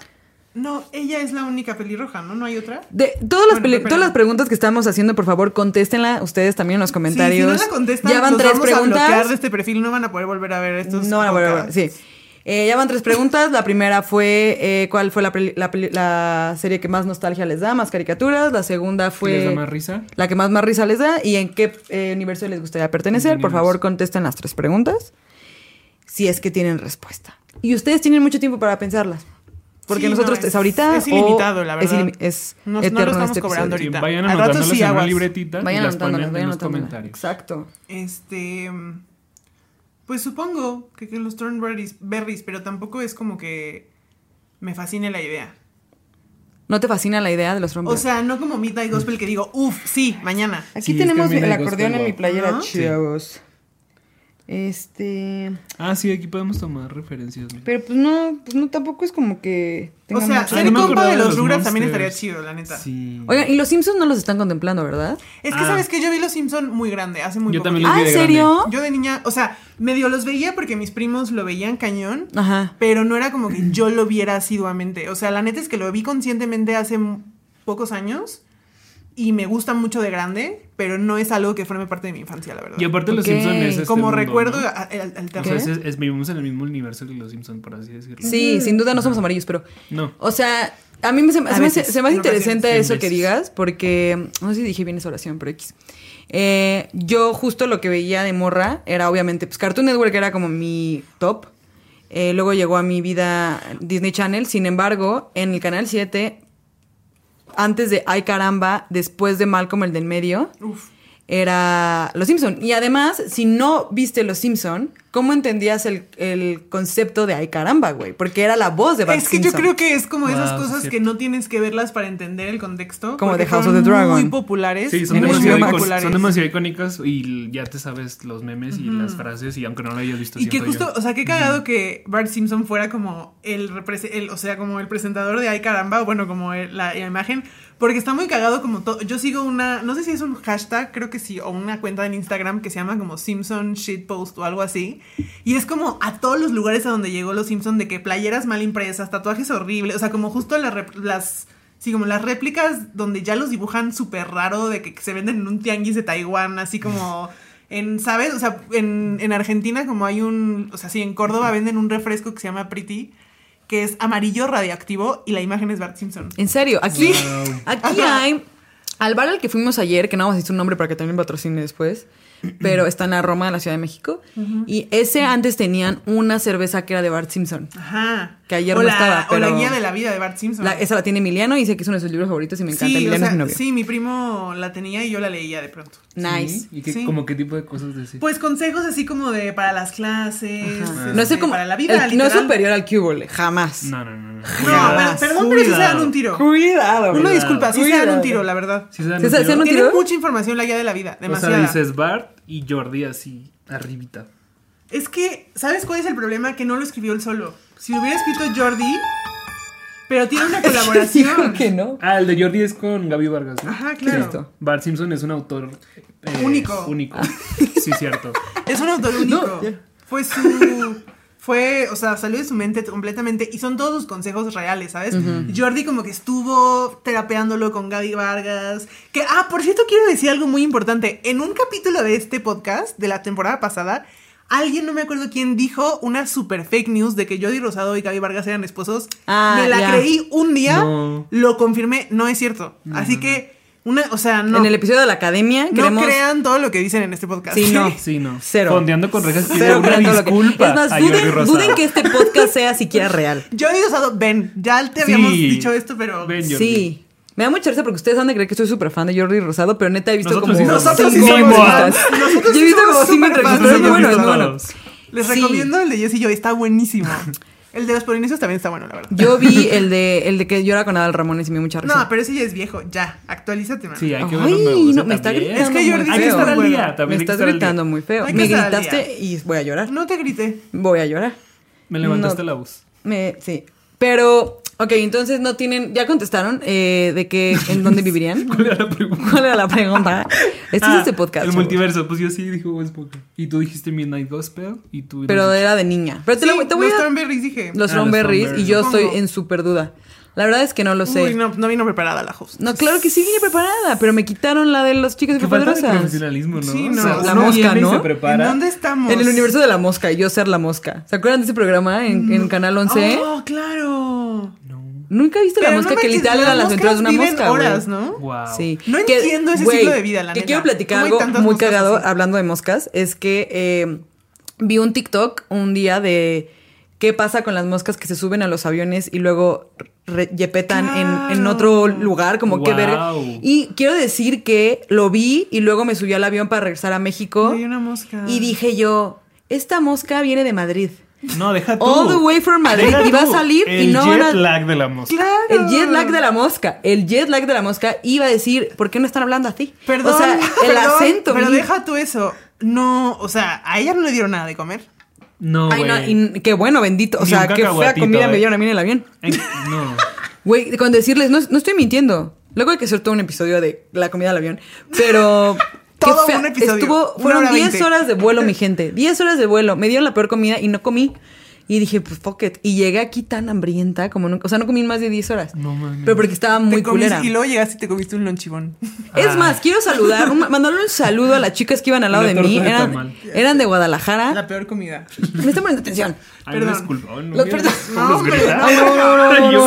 [SPEAKER 4] No, ella es la única pelirroja, ¿no? ¿No hay otra?
[SPEAKER 1] De todas las,
[SPEAKER 4] Bueno,
[SPEAKER 1] peli-
[SPEAKER 4] pero-
[SPEAKER 1] todas las preguntas que estamos haciendo, por favor, contéstenla ustedes también en los comentarios.
[SPEAKER 4] Sí, si no la contestan,
[SPEAKER 1] ya van
[SPEAKER 4] los
[SPEAKER 1] tres
[SPEAKER 4] vamos a bloquear de
[SPEAKER 1] preguntas.
[SPEAKER 4] este perfil. No van a poder volver a ver estos.
[SPEAKER 1] No, bueno, bueno,
[SPEAKER 4] podcasts.
[SPEAKER 1] sí. Eh, ya van tres preguntas. La primera fue eh, cuál fue la, peli- la peli- la serie que más nostalgia les da, más caricaturas. La segunda
[SPEAKER 3] ¿Quién les da más
[SPEAKER 1] fue
[SPEAKER 3] risa?
[SPEAKER 1] la que más más risa les da y en qué eh, universo les gustaría pertenecer.
[SPEAKER 3] ¿En qué
[SPEAKER 1] Por favor,
[SPEAKER 3] universo?
[SPEAKER 1] contesten las tres preguntas si es que tienen respuesta. Y ustedes tienen mucho tiempo para pensarlas. Porque
[SPEAKER 4] Sí, no,
[SPEAKER 1] nosotros
[SPEAKER 4] es-
[SPEAKER 1] es, ahorita
[SPEAKER 4] es
[SPEAKER 1] o
[SPEAKER 4] ilimitado, la
[SPEAKER 1] es
[SPEAKER 4] verdad.
[SPEAKER 1] ilimi- Es,
[SPEAKER 4] No- no lo
[SPEAKER 1] eterno
[SPEAKER 4] estamos
[SPEAKER 1] este
[SPEAKER 4] cobrando
[SPEAKER 1] episodio.
[SPEAKER 3] Sí,
[SPEAKER 4] Ahorita.
[SPEAKER 3] vayan
[SPEAKER 4] Al rato
[SPEAKER 3] anotándolas
[SPEAKER 4] sí,
[SPEAKER 3] en una
[SPEAKER 4] aguas.
[SPEAKER 3] libretita
[SPEAKER 1] Vayan
[SPEAKER 3] y las
[SPEAKER 1] anotándolas,
[SPEAKER 3] ponen en
[SPEAKER 1] vayan
[SPEAKER 3] los
[SPEAKER 1] anotándolas.
[SPEAKER 3] comentarios.
[SPEAKER 1] Exacto.
[SPEAKER 4] Este. mm, Pues supongo que, que los Thornberries, berries, pero tampoco es como que me fascine la idea.
[SPEAKER 1] ¿No te fascina la idea de los
[SPEAKER 4] O
[SPEAKER 1] rombos?
[SPEAKER 4] sea, no como Midnight Gospel que digo, uff, sí, mañana.
[SPEAKER 1] aquí
[SPEAKER 3] sí, es
[SPEAKER 1] tenemos
[SPEAKER 3] que a mí
[SPEAKER 1] el
[SPEAKER 3] me
[SPEAKER 1] acordeón
[SPEAKER 3] gusta,
[SPEAKER 1] en mi
[SPEAKER 3] guau.
[SPEAKER 1] playera,
[SPEAKER 4] Ajá.
[SPEAKER 1] chavos. Este,
[SPEAKER 3] Ah, sí, aquí podemos tomar referencias. ¿no?
[SPEAKER 1] pero pues no, pues no tampoco es como que
[SPEAKER 4] O
[SPEAKER 1] tenga
[SPEAKER 4] sea,
[SPEAKER 1] mucho-
[SPEAKER 3] Ah,
[SPEAKER 4] ser
[SPEAKER 3] no me
[SPEAKER 4] compa
[SPEAKER 3] acordaba
[SPEAKER 4] de
[SPEAKER 3] de
[SPEAKER 4] los
[SPEAKER 3] los
[SPEAKER 4] Rugrats también
[SPEAKER 3] Monsters.
[SPEAKER 4] estaría chido, la neta.
[SPEAKER 3] Sí.
[SPEAKER 1] Oigan, y los Simpsons no los están contemplando, ¿verdad?
[SPEAKER 4] Es que
[SPEAKER 3] Ah.
[SPEAKER 4] sabes que yo vi Los Simpson muy grande, hace muy
[SPEAKER 3] Yo
[SPEAKER 4] poco
[SPEAKER 3] también los
[SPEAKER 4] tiempo.
[SPEAKER 1] Ah,
[SPEAKER 3] vi
[SPEAKER 1] ¿en
[SPEAKER 3] de
[SPEAKER 1] serio?
[SPEAKER 4] Yo de niña, o sea, medio los veía porque mis primos lo veían cañón,
[SPEAKER 1] Ajá.
[SPEAKER 4] pero no era como que yo lo viera asiduamente. O sea, la neta es que lo vi conscientemente hace m- pocos años y me gusta mucho de grande, pero no es algo que forme parte de mi infancia, la verdad.
[SPEAKER 3] Y aparte los
[SPEAKER 1] Ok.
[SPEAKER 3] Simpsons es este
[SPEAKER 4] como
[SPEAKER 3] mundo,
[SPEAKER 4] recuerdo
[SPEAKER 3] ¿no?
[SPEAKER 4] a- al-
[SPEAKER 3] O
[SPEAKER 4] alterno.
[SPEAKER 3] sea,
[SPEAKER 1] ¿Qué?
[SPEAKER 3] es, es- vivimos en el mismo universo que los Simpsons, por así decirlo.
[SPEAKER 1] Sí, sin duda no somos amarillos, pero
[SPEAKER 3] No.
[SPEAKER 1] o sea, a mí me se,
[SPEAKER 4] A
[SPEAKER 1] se me hace-
[SPEAKER 4] veces,
[SPEAKER 1] se me hace
[SPEAKER 4] en ocasiones,
[SPEAKER 1] interesante
[SPEAKER 3] en
[SPEAKER 1] eso que
[SPEAKER 3] veces.
[SPEAKER 1] digas, porque no sé si dije bien esa oración, pero X. Eh, yo justo lo que veía de morra era obviamente, pues Cartoon Network era como mi top. Eh, luego llegó a mi vida Disney Channel, sin embargo, en el canal 7, antes de Ay caramba, después de Malcolm el del medio,
[SPEAKER 4] Uf.
[SPEAKER 1] era Los Simpson. Y además, si no viste Los Simpson, ¿cómo entendías el, el concepto de ay caramba, güey? Porque era la voz de Bart
[SPEAKER 4] Es que yo
[SPEAKER 1] Simpson.
[SPEAKER 4] creo que es como esas
[SPEAKER 3] Wow,
[SPEAKER 4] cosas
[SPEAKER 3] sí es
[SPEAKER 4] que no tienes que verlas para entender el contexto.
[SPEAKER 1] Como
[SPEAKER 4] porque
[SPEAKER 1] The House
[SPEAKER 4] fueron
[SPEAKER 1] of the Dragon.
[SPEAKER 4] Muy populares.
[SPEAKER 3] Sí, son
[SPEAKER 1] En
[SPEAKER 4] muy, muy
[SPEAKER 3] demasiado,
[SPEAKER 1] HBO Max.
[SPEAKER 3] icónicas,
[SPEAKER 4] populares.
[SPEAKER 3] son demasiado icónicas y ya te sabes los memes y las frases y aunque no lo hayas visto
[SPEAKER 4] Y que
[SPEAKER 3] siento yo.
[SPEAKER 4] justo, o sea, qué cagado que Bart Simpson fuera como el, represe- el- o sea, como el presentador de Ay Caramba, o bueno, como el- la, la imagen, Porque está muy cagado como todo. Yo sigo una, no sé si es un hashtag, creo que sí, o una cuenta en Instagram que se llama como Simpson Shitpost o algo así. Y es como a todos los lugares a donde llegó los Simpson de que playeras mal impresas, tatuajes horribles, o sea, como justo las rep- las... Sí, como las réplicas donde ya los dibujan súper raro, de que, que se venden en un tianguis de Taiwán, así como en, ¿sabes? O sea, en, en Argentina como hay un, o sea, sí, en Córdoba venden un refresco que se llama Pretty, que es amarillo radioactivo y la imagen es Bart Simpson.
[SPEAKER 1] En serio, aquí,
[SPEAKER 3] Wow.
[SPEAKER 1] aquí
[SPEAKER 4] Ajá.
[SPEAKER 1] hay. Al bar al que fuimos ayer, que no vamos a decir un nombre para que también patrocine después, pero está en la Roma de la Ciudad de México. Y ese antes tenían una cerveza que era de Bart Simpson.
[SPEAKER 4] Ajá.
[SPEAKER 1] Que ayer
[SPEAKER 4] o
[SPEAKER 1] no
[SPEAKER 4] la,
[SPEAKER 1] estaba,
[SPEAKER 4] O la
[SPEAKER 1] pero-
[SPEAKER 4] guía de la vida de Bart Simpson.
[SPEAKER 1] La- esa la tiene Emiliano y dice que es uno de sus libros favoritos y me encanta.
[SPEAKER 4] Ah. sí, o
[SPEAKER 1] Emiliano
[SPEAKER 4] sea,
[SPEAKER 1] es mi novio.
[SPEAKER 4] sí, mi primo la tenía y yo la leía de pronto.
[SPEAKER 1] Nice.
[SPEAKER 3] ¿Y qué,
[SPEAKER 4] Sí.
[SPEAKER 3] como qué tipo de cosas decís?
[SPEAKER 4] Pues consejos así como de para las clases,
[SPEAKER 1] Ajá.
[SPEAKER 4] este,
[SPEAKER 1] No es como.
[SPEAKER 4] para la vida,
[SPEAKER 1] el- no es
[SPEAKER 4] literal.
[SPEAKER 1] superior al Cubole, jamás.
[SPEAKER 3] No, no, no. no.
[SPEAKER 4] No, pero, perdón, pero sí se dan
[SPEAKER 3] Cuidado.
[SPEAKER 4] un tiro.
[SPEAKER 1] Cuidado.
[SPEAKER 4] Uno
[SPEAKER 1] güey.
[SPEAKER 4] disculpa, sí se dan un
[SPEAKER 1] Cuidado.
[SPEAKER 4] tiro, la verdad.
[SPEAKER 3] Sí se dan
[SPEAKER 1] Sí,
[SPEAKER 3] un
[SPEAKER 1] se-
[SPEAKER 3] tiro.
[SPEAKER 1] se ¿Un
[SPEAKER 4] Tiene
[SPEAKER 1] tiro?
[SPEAKER 4] mucha información la guía de la vida,
[SPEAKER 3] O sea,
[SPEAKER 4] demasiada.
[SPEAKER 3] dices Bart y Jordi así, arribita.
[SPEAKER 4] Es que, ¿sabes cuál es el problema? Que no lo escribió él solo. Si lo hubiera escrito Jordi, pero tiene una
[SPEAKER 1] Dijo
[SPEAKER 4] colaboración.
[SPEAKER 1] que no.
[SPEAKER 3] Ah, el de Jordi es con Gaby Vargas. ¿no?
[SPEAKER 4] Ajá, claro.
[SPEAKER 1] Listo.
[SPEAKER 3] Bart Simpson es un autor eh,
[SPEAKER 4] Único.
[SPEAKER 3] Único. Sí, cierto.
[SPEAKER 4] Es un autor único.
[SPEAKER 1] No, ya.
[SPEAKER 4] Fue su. Fue, o sea, salió de su mente completamente y son todos sus consejos reales, ¿sabes? Jordi como que estuvo terapeándolo con Gaby Vargas. Que, ah, por cierto, quiero decir algo muy importante. En un capítulo de este podcast, de la temporada pasada, alguien, no me acuerdo quién, dijo una super fake news de que Jordi Rosado y Gaby Vargas eran esposos.
[SPEAKER 1] Ah,
[SPEAKER 4] me la
[SPEAKER 1] ya.
[SPEAKER 4] creí un día,
[SPEAKER 3] No.
[SPEAKER 4] lo confirmé, no es cierto. Así que, una, o sea, no,
[SPEAKER 1] En el episodio de la academia,
[SPEAKER 4] no
[SPEAKER 1] queremos.
[SPEAKER 4] crean todo lo que dicen en este podcast.
[SPEAKER 1] Sí, no.
[SPEAKER 3] Sí, no.
[SPEAKER 1] Cero.
[SPEAKER 3] Fondeando con rejas pide
[SPEAKER 1] Cero
[SPEAKER 3] una
[SPEAKER 1] crean todo lo que-
[SPEAKER 3] disculpa
[SPEAKER 1] Es
[SPEAKER 3] a
[SPEAKER 1] más,
[SPEAKER 3] Jordi
[SPEAKER 1] duden,
[SPEAKER 3] Rosado.
[SPEAKER 1] duden que este podcast sea siquiera real.
[SPEAKER 4] Jordi Rosado, ven, ya te habíamos
[SPEAKER 3] Sí.
[SPEAKER 4] dicho esto, pero.
[SPEAKER 3] Ven, Jordi.
[SPEAKER 1] Sí. Me da mucha risa porque ustedes han de creer que soy súper fan de Jordi Rosado, pero neta he visto
[SPEAKER 3] Nosotros
[SPEAKER 1] como
[SPEAKER 3] sí somos.
[SPEAKER 4] Nosotros sí
[SPEAKER 1] cinco
[SPEAKER 4] somos
[SPEAKER 1] entrevistas.
[SPEAKER 4] fans. Nosotros
[SPEAKER 1] Yo
[SPEAKER 4] sí
[SPEAKER 1] he visto
[SPEAKER 4] somos
[SPEAKER 1] como cinco
[SPEAKER 4] súper fans
[SPEAKER 1] entrevistas.
[SPEAKER 4] de
[SPEAKER 1] pero Es muy
[SPEAKER 4] Jordi
[SPEAKER 1] bueno, es muy bueno.
[SPEAKER 3] Todos.
[SPEAKER 4] Les
[SPEAKER 1] Sí.
[SPEAKER 4] recomiendo el de Jess y yo, está buenísimo. El de los polinesios también está bueno, la verdad.
[SPEAKER 1] Yo vi el de el de que llora con Adal Ramones y me dio mucha risa.
[SPEAKER 4] No, pero ese ya es viejo, ya. Actualízate, man.
[SPEAKER 3] Sí, hay que
[SPEAKER 1] Ay,
[SPEAKER 3] ver los nuevos,
[SPEAKER 1] no,
[SPEAKER 3] ¿eh?
[SPEAKER 1] me está
[SPEAKER 3] También.
[SPEAKER 1] gritando
[SPEAKER 4] Es que Jordi
[SPEAKER 3] Hay que
[SPEAKER 4] está
[SPEAKER 3] estar al
[SPEAKER 4] bueno.
[SPEAKER 3] día. También
[SPEAKER 1] me
[SPEAKER 3] hay que
[SPEAKER 1] estás
[SPEAKER 3] estar al día.
[SPEAKER 1] gritando muy feo.
[SPEAKER 4] Hay que
[SPEAKER 1] Me
[SPEAKER 4] estar al
[SPEAKER 1] gritaste y voy a llorar.
[SPEAKER 4] No te grité.
[SPEAKER 1] Voy a llorar.
[SPEAKER 3] Me levantaste
[SPEAKER 1] No.
[SPEAKER 3] la voz.
[SPEAKER 1] Me, sí. Pero, ok, entonces no tienen. Ya contestaron eh, de que en dónde vivirían.
[SPEAKER 3] ¿Cuál era la pregunta?
[SPEAKER 1] ¿Cuál era la pregunta? Este
[SPEAKER 3] Ah,
[SPEAKER 1] es este podcast.
[SPEAKER 3] El
[SPEAKER 1] chavos.
[SPEAKER 3] multiverso, pues yo sí dijo Bob Esponja. Y tú dijiste Midnight Gospel y tú...
[SPEAKER 1] Pero era de niña. Pero te,
[SPEAKER 4] Sí,
[SPEAKER 1] lo- te voy
[SPEAKER 4] los
[SPEAKER 1] a.
[SPEAKER 4] Thornberrys dije.
[SPEAKER 1] los
[SPEAKER 3] Ah, los
[SPEAKER 1] Thornberrys y
[SPEAKER 3] Thornberrys.
[SPEAKER 1] yo
[SPEAKER 4] Supongo.
[SPEAKER 1] estoy en súper duda. La verdad es que no lo sé.
[SPEAKER 4] Uy,
[SPEAKER 1] no.
[SPEAKER 4] no, no vino preparada la host.
[SPEAKER 1] claro que sí vine preparada, pero me quitaron la de los chicos
[SPEAKER 3] Qué falta de
[SPEAKER 1] superpoderosas.
[SPEAKER 3] profesionalismo, ¿no?
[SPEAKER 4] Sí, no.
[SPEAKER 1] La
[SPEAKER 3] uno
[SPEAKER 1] mosca,
[SPEAKER 3] viene y
[SPEAKER 1] ¿no?
[SPEAKER 3] se prepara.
[SPEAKER 4] ¿En dónde estamos?
[SPEAKER 1] En el universo de la mosca y yo ser la mosca. ¿Se acuerdan de ese programa en, en Canal 11?
[SPEAKER 4] Oh, claro.
[SPEAKER 1] Nunca viste la
[SPEAKER 4] Pero
[SPEAKER 1] mosca
[SPEAKER 4] no
[SPEAKER 1] que
[SPEAKER 4] manches,
[SPEAKER 1] literal eran las
[SPEAKER 4] moscas
[SPEAKER 1] entradas de una
[SPEAKER 4] viven
[SPEAKER 1] mosca. güey.
[SPEAKER 4] horas, ¿no?
[SPEAKER 3] Wow.
[SPEAKER 1] Sí.
[SPEAKER 4] No entiendo ese
[SPEAKER 1] güey,
[SPEAKER 4] estilo de vida, la
[SPEAKER 1] Que
[SPEAKER 4] neta.
[SPEAKER 1] quiero platicar
[SPEAKER 4] ¿Cómo hay
[SPEAKER 1] algo
[SPEAKER 4] tantas
[SPEAKER 1] muy
[SPEAKER 4] moscas
[SPEAKER 1] cagado
[SPEAKER 4] así?
[SPEAKER 1] hablando de moscas. Es que eh, vi un TikTok un día de qué pasa con las moscas que se suben a los aviones y luego re- yepetan en- en,
[SPEAKER 4] Claro.
[SPEAKER 1] otro lugar, como que ver.
[SPEAKER 3] Guau.
[SPEAKER 1] Y quiero decir que lo vi y luego me subí al avión para regresar a México.
[SPEAKER 4] Hay una mosca.
[SPEAKER 1] Y dije yo, esta mosca viene de Madrid.
[SPEAKER 3] No, deja tú.
[SPEAKER 1] All the way from Madrid.
[SPEAKER 3] Deja
[SPEAKER 1] Y va a
[SPEAKER 3] tú.
[SPEAKER 1] salir y
[SPEAKER 3] El
[SPEAKER 1] no van
[SPEAKER 3] jet
[SPEAKER 1] a-
[SPEAKER 3] lag de la mosca.
[SPEAKER 4] Claro.
[SPEAKER 1] El jet lag de la mosca. El jet lag de la mosca iba a decir, ¿por qué no están hablando así?
[SPEAKER 4] Perdón,
[SPEAKER 1] O sea, el
[SPEAKER 4] perdón,
[SPEAKER 1] acento.
[SPEAKER 4] Pero
[SPEAKER 1] mi-
[SPEAKER 4] deja tú eso. No, o sea, a ella no le dieron nada de comer.
[SPEAKER 3] No,
[SPEAKER 1] Ay,
[SPEAKER 3] güey.
[SPEAKER 1] no, y qué bueno, bendito. O
[SPEAKER 3] Ni
[SPEAKER 1] sea,
[SPEAKER 3] un
[SPEAKER 1] qué fea
[SPEAKER 3] cacahuatito,
[SPEAKER 1] comida
[SPEAKER 3] eh.
[SPEAKER 1] me dieron a mí en el avión.
[SPEAKER 3] Eh, no.
[SPEAKER 1] Güey, con decirles, no, no estoy mintiendo. Luego hay que hacer todo un episodio de la comida del avión. Pero. qué
[SPEAKER 4] Todo
[SPEAKER 1] fea-
[SPEAKER 4] un episodio.
[SPEAKER 1] Estuvo,
[SPEAKER 4] Una
[SPEAKER 1] fueron
[SPEAKER 4] hora
[SPEAKER 1] 10
[SPEAKER 4] veinte.
[SPEAKER 1] horas de vuelo, mi gente. 10 horas de vuelo. Me dieron la peor comida y no comí. Y dije, pues fuck it. Y llegué aquí tan hambrienta como nunca. O sea, no comí en más de 10 horas.
[SPEAKER 3] No mames.
[SPEAKER 1] Pero porque estaba muy
[SPEAKER 4] Te comiste-
[SPEAKER 1] culera.
[SPEAKER 4] Y luego llegaste y te comiste un lonchibón.
[SPEAKER 1] Es
[SPEAKER 3] Ah.
[SPEAKER 1] más, quiero saludar, un- mandarle un saludo a las chicas que iban al lado
[SPEAKER 3] Una
[SPEAKER 1] de
[SPEAKER 3] torta
[SPEAKER 1] mí.
[SPEAKER 3] de
[SPEAKER 1] Eran,
[SPEAKER 3] tamal.
[SPEAKER 1] eran de Guadalajara.
[SPEAKER 4] La peor comida.
[SPEAKER 1] Me están poniendo atención.
[SPEAKER 3] Ay,
[SPEAKER 4] Perdón.
[SPEAKER 3] disculpa. Ay,
[SPEAKER 1] Los-
[SPEAKER 3] mira,
[SPEAKER 1] perdón.
[SPEAKER 3] ¿cómo
[SPEAKER 4] No,
[SPEAKER 3] los
[SPEAKER 4] hombre,
[SPEAKER 3] grita?
[SPEAKER 4] no,
[SPEAKER 1] no,
[SPEAKER 3] Yo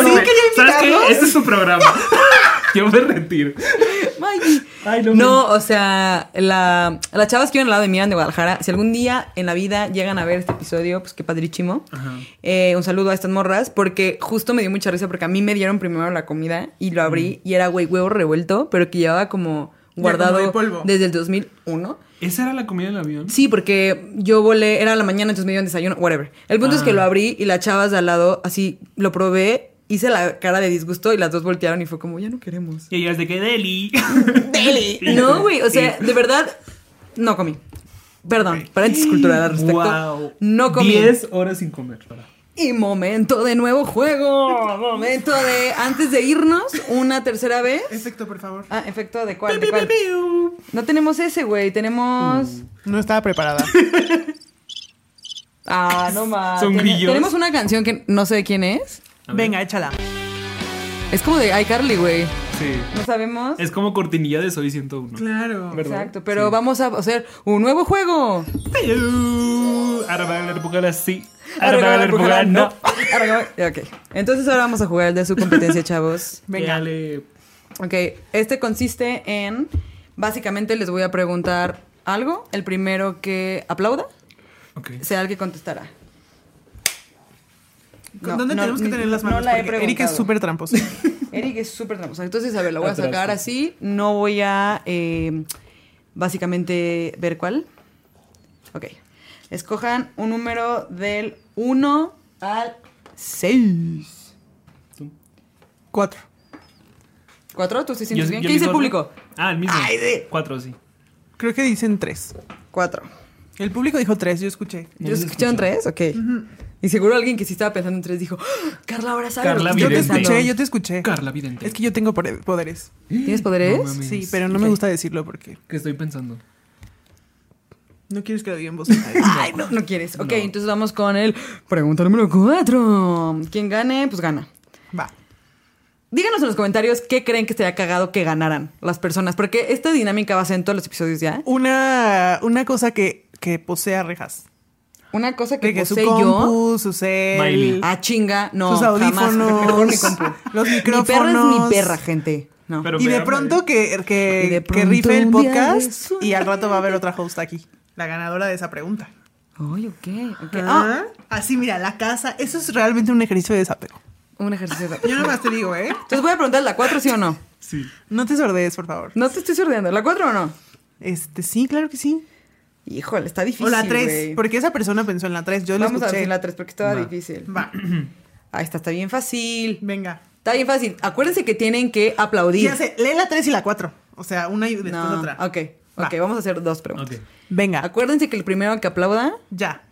[SPEAKER 1] no,
[SPEAKER 3] me-
[SPEAKER 1] no.
[SPEAKER 4] quería
[SPEAKER 3] ¿Sabes
[SPEAKER 4] invitarlos.
[SPEAKER 3] qué? Este es tu programa. Yo me retiro.
[SPEAKER 1] Maggie.
[SPEAKER 3] Ay,
[SPEAKER 1] no,
[SPEAKER 3] no
[SPEAKER 1] o sea, la, las chavas que iban al lado de mí eran de Guadalajara. Si algún día en la vida llegan a ver este episodio, pues qué padrísimo. Eh, un saludo a estas morras, porque justo me dio mucha risa porque a mí me dieron primero la comida y lo abrí y era, güey, huevo revuelto, pero que llevaba como
[SPEAKER 4] Ya,
[SPEAKER 1] guardado
[SPEAKER 4] como de polvo.
[SPEAKER 1] desde el 2001.
[SPEAKER 3] ¿Esa era la comida del avión?
[SPEAKER 1] Sí, porque yo volé, era la mañana, entonces me dieron desayuno, whatever. El punto es que
[SPEAKER 3] Ah.
[SPEAKER 1] lo abrí y las chavas de al lado, así, lo probé, hice la cara de disgusto y las dos voltearon y fue como, ya no queremos.
[SPEAKER 3] Y ellas de que deli.
[SPEAKER 1] No, güey, o sea, de verdad, no comí. Perdón, paréntesis cultural al respecto.
[SPEAKER 3] Wow.
[SPEAKER 1] No comí.
[SPEAKER 3] 10 horas sin comer. para.
[SPEAKER 1] Y momento de nuevo juego. Momento de, antes de irnos, una tercera vez.
[SPEAKER 4] Efecto, por favor.
[SPEAKER 1] Ah, efecto de cuál, de
[SPEAKER 4] Piu, piu,
[SPEAKER 1] cuál.
[SPEAKER 4] piu.
[SPEAKER 1] No tenemos ese, güey. Tenemos.
[SPEAKER 3] Mm.
[SPEAKER 4] No estaba preparada.
[SPEAKER 1] Ah, no más.
[SPEAKER 3] Son
[SPEAKER 1] Tene-
[SPEAKER 3] grillos.
[SPEAKER 1] Tenemos una canción que no sé de quién es.
[SPEAKER 3] A ver.
[SPEAKER 4] Venga, échala.
[SPEAKER 1] Es como de iCarly, güey.
[SPEAKER 3] Sí.
[SPEAKER 1] No sabemos.
[SPEAKER 3] Es como cortinilla de Soy 101.
[SPEAKER 4] Claro.
[SPEAKER 3] ¿verdad?
[SPEAKER 1] Exacto, pero vamos a hacer un nuevo juego.
[SPEAKER 3] Piu. Arabala, arbucala, sí.
[SPEAKER 1] Arreglar,
[SPEAKER 3] Arabala, arbucala,
[SPEAKER 1] arreglar,
[SPEAKER 3] no.
[SPEAKER 1] Arreglar- Ok. Entonces ahora vamos a jugar el de su competencia, chavos.
[SPEAKER 4] Venga.
[SPEAKER 3] Dale.
[SPEAKER 1] Ok, este consiste en. Básicamente les voy a preguntar algo. El primero que aplauda
[SPEAKER 3] Ok.
[SPEAKER 1] será el que contestará.
[SPEAKER 4] ¿Con
[SPEAKER 1] No,
[SPEAKER 4] ¿Dónde
[SPEAKER 1] no,
[SPEAKER 4] tenemos que tener las
[SPEAKER 1] no
[SPEAKER 4] manos?
[SPEAKER 1] la he
[SPEAKER 4] Porque Erika es
[SPEAKER 1] preguntado.
[SPEAKER 4] súper tramposa.
[SPEAKER 1] Eric es súper tramposo. Entonces, a ver, lo voy a
[SPEAKER 3] Atrás,
[SPEAKER 1] sacar así.
[SPEAKER 3] sí.
[SPEAKER 1] No voy a eh, básicamente ver cuál. Ok. Escojan un número del 1 al 6.
[SPEAKER 4] Cuatro.
[SPEAKER 1] ¿Cuatro? ¿Tú te
[SPEAKER 3] Yo-
[SPEAKER 1] sientes bien?
[SPEAKER 3] yo
[SPEAKER 1] ¿Qué dice el
[SPEAKER 3] mismo, ¿no?
[SPEAKER 1] público?
[SPEAKER 3] Ah, el mismo.
[SPEAKER 1] Ay, sí.
[SPEAKER 3] Cuatro, sí.
[SPEAKER 4] Creo que dicen tres.
[SPEAKER 1] Cuatro.
[SPEAKER 4] El público dijo tres, yo escuché.
[SPEAKER 1] ¿Yo
[SPEAKER 3] lo
[SPEAKER 1] escuché en
[SPEAKER 3] escuché.
[SPEAKER 1] tres? Ok. Y seguro alguien que sí estaba pensando en tres dijo, ¡Ah! Carla, ahora sabe.
[SPEAKER 3] Carla
[SPEAKER 1] lo que
[SPEAKER 4] Yo
[SPEAKER 1] estoy
[SPEAKER 3] Vidente.
[SPEAKER 4] te escuché,
[SPEAKER 1] pensando".
[SPEAKER 4] yo te escuché.
[SPEAKER 3] Carla Vidente.
[SPEAKER 4] Es que yo tengo pore- poderes.
[SPEAKER 1] ¿Tienes poderes?
[SPEAKER 3] No mames.
[SPEAKER 4] Sí, pero no me
[SPEAKER 1] Ok.
[SPEAKER 4] gusta decirlo porque
[SPEAKER 3] ¿Qué estoy pensando?
[SPEAKER 4] no quieres que lo diga en voz alta.
[SPEAKER 1] Ay, no, no quieres. Ok, entonces vamos con el pregunta número cuatro. Quien gane, pues gana.
[SPEAKER 4] Va.
[SPEAKER 1] Díganos en los comentarios qué creen que estaría cagado que ganaran las personas, porque esta dinámica va a ser en todos los episodios ya.
[SPEAKER 4] Una, una cosa que, que posea rejas.
[SPEAKER 1] Una cosa que
[SPEAKER 4] De que su
[SPEAKER 1] posee yo.
[SPEAKER 4] compu, su cel,
[SPEAKER 3] Miley.
[SPEAKER 1] Ah, chinga, no.
[SPEAKER 4] sus
[SPEAKER 1] jamás.
[SPEAKER 4] audífonos,
[SPEAKER 1] Mejor mi compu.
[SPEAKER 4] los
[SPEAKER 1] Mi perra es
[SPEAKER 4] micrófonos.
[SPEAKER 1] mi perra, gente. No.
[SPEAKER 3] Pero
[SPEAKER 4] y
[SPEAKER 3] me
[SPEAKER 4] de
[SPEAKER 3] da
[SPEAKER 4] pronto que, que,
[SPEAKER 1] Y de
[SPEAKER 4] que
[SPEAKER 1] pronto
[SPEAKER 4] rife el
[SPEAKER 1] un día
[SPEAKER 4] podcast
[SPEAKER 1] resulta
[SPEAKER 4] y al rato va a haber otra host aquí. La ganadora de esa pregunta.
[SPEAKER 1] Ay, ok, ok.
[SPEAKER 4] Ah, Así, mira, la casa. Eso es realmente un ejercicio de desapego.
[SPEAKER 1] Ah, un ejercicio. de-
[SPEAKER 4] Yo nomás te digo, ¿eh?
[SPEAKER 1] Entonces voy a preguntar la 4, ¿sí o no?
[SPEAKER 3] Sí.
[SPEAKER 4] No te sordees, por favor.
[SPEAKER 1] No te estoy sordeando. ¿La 4 o no?
[SPEAKER 4] Este, sí, claro que sí.
[SPEAKER 1] Híjole, está difícil.
[SPEAKER 4] O la
[SPEAKER 1] güey.
[SPEAKER 4] 3, porque esa persona pensó en la 3. Yo la
[SPEAKER 1] Vamos a
[SPEAKER 4] escuché.
[SPEAKER 1] decir la 3 porque estaba
[SPEAKER 3] Va.
[SPEAKER 1] difícil.
[SPEAKER 4] Va,
[SPEAKER 1] Ahí está, está bien fácil.
[SPEAKER 4] venga.
[SPEAKER 1] Está bien fácil. Acuérdense que tienen que aplaudir.
[SPEAKER 4] Ya sé, lee la 3 y la 4. O sea, una y después
[SPEAKER 1] No,
[SPEAKER 4] otra.
[SPEAKER 1] Ok, ok,
[SPEAKER 4] Va.
[SPEAKER 1] vamos a hacer dos preguntas.
[SPEAKER 3] Ok.
[SPEAKER 4] Venga,
[SPEAKER 1] Acuérdense que el primero que aplauda,
[SPEAKER 4] ya.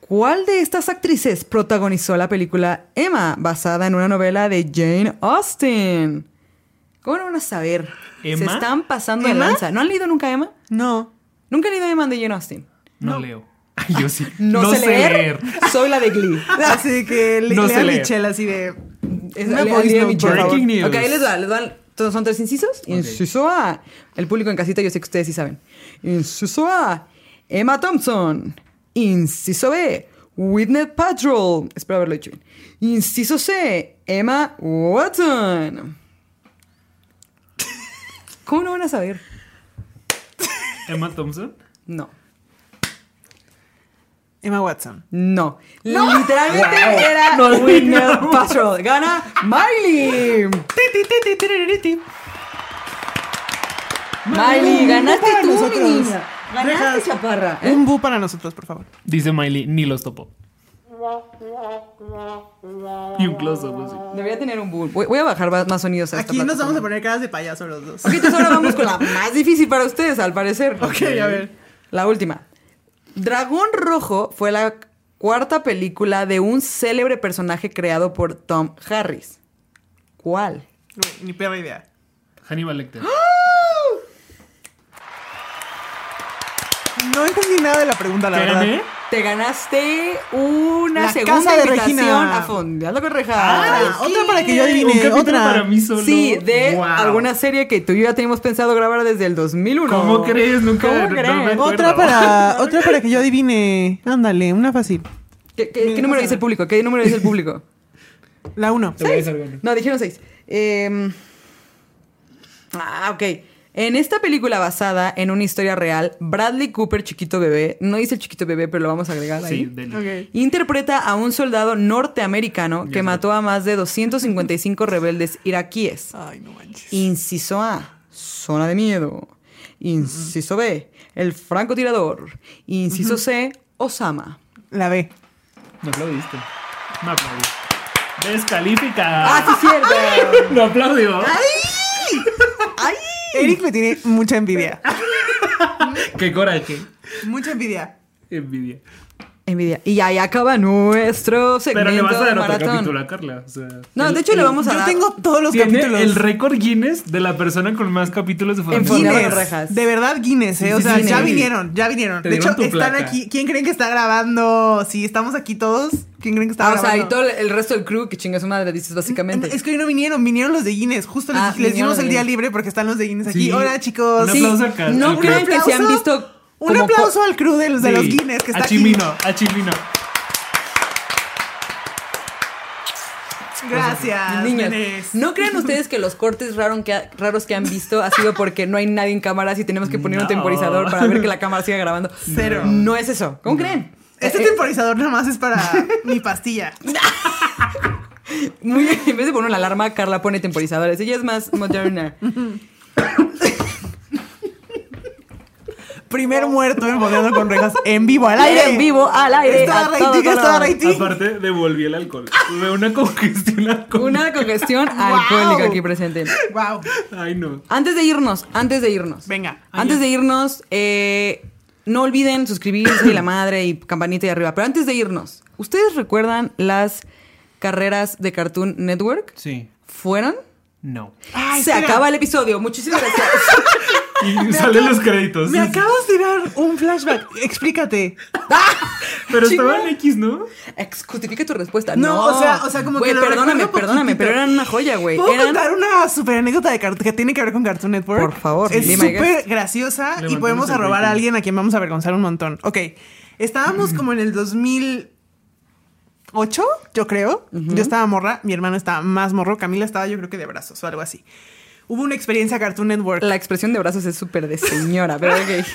[SPEAKER 1] ¿cuál de estas actrices protagonizó la película Emma, basada en una novela de Jane Austen? ¿Cómo no van a saber?
[SPEAKER 3] ¿Emma?
[SPEAKER 1] Se están pasando de
[SPEAKER 4] ¿Emma?
[SPEAKER 1] lanza. ¿No han leído nunca Emma?
[SPEAKER 4] No.
[SPEAKER 1] Nunca han leído Emma de Jane Austen.
[SPEAKER 3] No,
[SPEAKER 4] No.
[SPEAKER 3] leo. Ay, yo sí.
[SPEAKER 1] No, sé, leer, Soy la de Glee.
[SPEAKER 4] Así que le,
[SPEAKER 3] No
[SPEAKER 4] lea
[SPEAKER 3] sé
[SPEAKER 4] a
[SPEAKER 3] leer.
[SPEAKER 4] Michelle así de.
[SPEAKER 1] Es
[SPEAKER 4] Una
[SPEAKER 1] una
[SPEAKER 4] voice note,
[SPEAKER 3] por Breaking news.
[SPEAKER 1] Ok, ahí les va, les va. Todos son tres incisos. Inciso A. El público en casita, yo sé que ustedes sí saben. Inciso A. Emma Thompson. Inciso B. Whitney Patrol. Espero haberlo hecho bien. Inciso C. Emma Watson. ¿Cómo no van a saber?
[SPEAKER 3] Emma Thompson.
[SPEAKER 1] No.
[SPEAKER 4] Emma Watson.
[SPEAKER 1] No. Literalmente era Whitney Patrol. Gana Miley. Miley, ganaste
[SPEAKER 4] para
[SPEAKER 1] tú, mi
[SPEAKER 4] nosotros.
[SPEAKER 1] niña. Ganaste,
[SPEAKER 4] Rejas.
[SPEAKER 1] chaparra. ¿eh?
[SPEAKER 4] Un bu para nosotros, por favor.
[SPEAKER 3] Dice Miley, ni los topo. Y un close-up así.
[SPEAKER 1] Debería tener un bull. Voy, voy a bajar va- más sonidos a esta
[SPEAKER 4] Aquí nos vamos
[SPEAKER 1] plataforma.
[SPEAKER 4] a poner caras de payaso los dos.
[SPEAKER 1] Ok, entonces ahora vamos con la más difícil para ustedes, al parecer.
[SPEAKER 4] Ok, a ver.
[SPEAKER 1] La última. Dragón Rojo fue la cuarta película de un célebre personaje creado por Tom Harris. ¿Cuál?
[SPEAKER 4] Güey, Ni perra idea.
[SPEAKER 3] Hannibal Lecter.
[SPEAKER 4] No entendí nada de la pregunta, la
[SPEAKER 3] ¿Qué
[SPEAKER 4] verdad.
[SPEAKER 3] gané?
[SPEAKER 1] Te ganaste una
[SPEAKER 4] La
[SPEAKER 1] segunda
[SPEAKER 4] casa de
[SPEAKER 1] invitación
[SPEAKER 4] Regina.
[SPEAKER 1] a fondeando con Rejas.
[SPEAKER 4] Ah,
[SPEAKER 1] Ay,
[SPEAKER 4] otra
[SPEAKER 1] sí.
[SPEAKER 4] para que yo
[SPEAKER 3] Un
[SPEAKER 4] adivine.
[SPEAKER 3] capítulo
[SPEAKER 4] Otra.
[SPEAKER 3] para mí solo.
[SPEAKER 1] Sí, de
[SPEAKER 3] Wow.
[SPEAKER 1] alguna serie que tú y yo ya teníamos pensado grabar desde el 2001.
[SPEAKER 3] ¿Cómo crees? Nunca-
[SPEAKER 1] ¿Cómo
[SPEAKER 3] no
[SPEAKER 1] crees?
[SPEAKER 3] me-
[SPEAKER 4] Otra
[SPEAKER 3] Recuerdo.
[SPEAKER 4] para, otra para que yo adivine. Ándale, una fácil.
[SPEAKER 1] ¿Qué, qué- qué número dice el público? ¿Qué número dice el público?
[SPEAKER 4] La uno.
[SPEAKER 3] Te voy a decir algo.
[SPEAKER 1] No, dijeron seis. Eh, ah, ok. En esta película basada en una historia real, Bradley Cooper, chiquito bebé, no dice el chiquito bebé, pero lo vamos a agregar ahí.
[SPEAKER 3] Sí, dele.
[SPEAKER 1] Interpreta a un soldado norteamericano
[SPEAKER 3] Ya
[SPEAKER 1] que
[SPEAKER 3] sé.
[SPEAKER 1] mató a más de 255 rebeldes iraquíes.
[SPEAKER 4] Ay, no manches.
[SPEAKER 1] Inciso A, zona de miedo. Inciso B, el francotirador. Inciso C, Osama.
[SPEAKER 4] La B.
[SPEAKER 3] No aplaudiste. No aplaudí. Descalifica.
[SPEAKER 1] ¡Ah, sí, cierto!
[SPEAKER 3] No aplaudió.
[SPEAKER 1] ¡Ay!
[SPEAKER 4] Eric me tiene mucha envidia.
[SPEAKER 3] Qué coraje.
[SPEAKER 4] Mucha envidia.
[SPEAKER 3] Envidia.
[SPEAKER 1] envidia. Y ahí acaba nuestro segmento
[SPEAKER 3] Pero le vas a dar
[SPEAKER 1] de
[SPEAKER 3] otro
[SPEAKER 1] maratón.
[SPEAKER 3] capítulo a Carla. o sea,
[SPEAKER 1] No,
[SPEAKER 3] el-
[SPEAKER 1] de hecho le vamos a
[SPEAKER 4] Yo
[SPEAKER 1] dar
[SPEAKER 4] tengo todos los
[SPEAKER 3] Tiene
[SPEAKER 4] capítulos.
[SPEAKER 3] el récord Guinness de la persona con más capítulos de
[SPEAKER 1] En
[SPEAKER 3] Fantasy.
[SPEAKER 1] Fondeado
[SPEAKER 4] Guinness,
[SPEAKER 1] Rejas.
[SPEAKER 4] De verdad, Guinness, ¿eh?
[SPEAKER 3] Sí,
[SPEAKER 4] o
[SPEAKER 3] sí,
[SPEAKER 4] sea,
[SPEAKER 3] sí,
[SPEAKER 4] ya
[SPEAKER 3] sí.
[SPEAKER 4] vinieron, ya vinieron.
[SPEAKER 3] Te
[SPEAKER 4] de hecho,
[SPEAKER 3] dieron tu
[SPEAKER 4] están
[SPEAKER 3] placa.
[SPEAKER 4] aquí. ¿Quién creen que está grabando? Sí, estamos aquí todos. ¿Quién creen que
[SPEAKER 1] Ah,
[SPEAKER 4] está
[SPEAKER 1] o
[SPEAKER 4] grabando?
[SPEAKER 1] sea, y todo el- el resto del crew que chinga su madre, dices básicamente.
[SPEAKER 4] Es que hoy no vinieron, vinieron los de Guinness. Justo les-
[SPEAKER 1] Ah,
[SPEAKER 4] les,
[SPEAKER 1] vinieron
[SPEAKER 4] dimos
[SPEAKER 1] los de
[SPEAKER 4] el día
[SPEAKER 1] Guinness.
[SPEAKER 4] libre porque están los de Guinness aquí.
[SPEAKER 3] Sí.
[SPEAKER 4] Hola, chicos.
[SPEAKER 3] Un aplauso al Carl.
[SPEAKER 1] no
[SPEAKER 3] al
[SPEAKER 1] creo
[SPEAKER 3] Carl.
[SPEAKER 1] que se han visto
[SPEAKER 4] Un
[SPEAKER 1] como
[SPEAKER 4] aplauso al crew de los, de los
[SPEAKER 3] Sí,
[SPEAKER 4] Guinness que está
[SPEAKER 3] A Chimino, a Chimino.
[SPEAKER 4] aquí. Gracias.
[SPEAKER 1] Niños,
[SPEAKER 4] Guinness.
[SPEAKER 1] ¿no crean ustedes que los cortes raros que, ha- raros que han visto ha sido porque no hay nadie en cámaras y tenemos que poner
[SPEAKER 3] No.
[SPEAKER 1] un temporizador para ver que la cámara siga grabando?
[SPEAKER 4] Cero.
[SPEAKER 1] No es eso. ¿Cómo creen?
[SPEAKER 4] Este
[SPEAKER 1] Eh,
[SPEAKER 4] temporizador nada más es para mi pastilla.
[SPEAKER 1] Muy, en vez de poner una alarma, Carla pone temporizadores. Ella es más moderna.
[SPEAKER 4] Primer muerto en Bodeando con Rejas en vivo, al
[SPEAKER 1] aire
[SPEAKER 4] Oh. aire.
[SPEAKER 1] en vivo, al aire.
[SPEAKER 4] Estaba
[SPEAKER 1] a todo
[SPEAKER 4] rating,
[SPEAKER 1] color.
[SPEAKER 4] estaba rating.
[SPEAKER 3] Aparte, devolví el alcohol. Tuve una congestión alcohólica.
[SPEAKER 1] Una congestión alcohólica aquí presente.
[SPEAKER 4] Wow.
[SPEAKER 3] Ay, no.
[SPEAKER 1] Antes de irnos, antes de irnos.
[SPEAKER 4] Venga.
[SPEAKER 1] Antes de irnos, eh, no olviden suscribirse y la madre y campanita y arriba. Pero antes de irnos, ¿ustedes recuerdan las carreras de Cartoon Network?
[SPEAKER 3] Sí.
[SPEAKER 1] ¿Fueron?
[SPEAKER 3] No.
[SPEAKER 4] Ay,
[SPEAKER 1] Se
[SPEAKER 4] espera.
[SPEAKER 1] acaba el episodio. Muchísimas gracias.
[SPEAKER 3] Y salen los créditos.
[SPEAKER 4] Me acabas de dar un flashback. Explícate.
[SPEAKER 3] Pero
[SPEAKER 1] Chinga.
[SPEAKER 3] estaban X, ¿no?
[SPEAKER 1] Ex- Justifica tu respuesta.
[SPEAKER 4] No,
[SPEAKER 1] No,
[SPEAKER 4] o sea- o sea, como que
[SPEAKER 1] Güey,
[SPEAKER 4] lo
[SPEAKER 1] Perdóname,
[SPEAKER 4] recuerdo
[SPEAKER 1] perdóname,
[SPEAKER 4] poquitito.
[SPEAKER 1] pero eran una joya, güey.
[SPEAKER 4] ¿Puedo
[SPEAKER 1] Eran-
[SPEAKER 4] contar una super anécdota de Cart- que tiene que ver con Cartoon Network?
[SPEAKER 1] Por favor,
[SPEAKER 4] Es
[SPEAKER 1] be my guest.
[SPEAKER 4] súper graciosa y
[SPEAKER 3] Levantemos
[SPEAKER 4] podemos
[SPEAKER 3] el
[SPEAKER 4] arrobar a
[SPEAKER 3] rating.
[SPEAKER 4] alguien a quien vamos a avergonzar un montón. Ok, estábamos como en el 2008, yo creo. Yo estaba morra, mi hermano estaba más morro, Camila estaba yo creo que de brazos o algo así. Hubo una experiencia Cartoon Network.
[SPEAKER 1] La expresión de brazos es súper de señora, pero ok.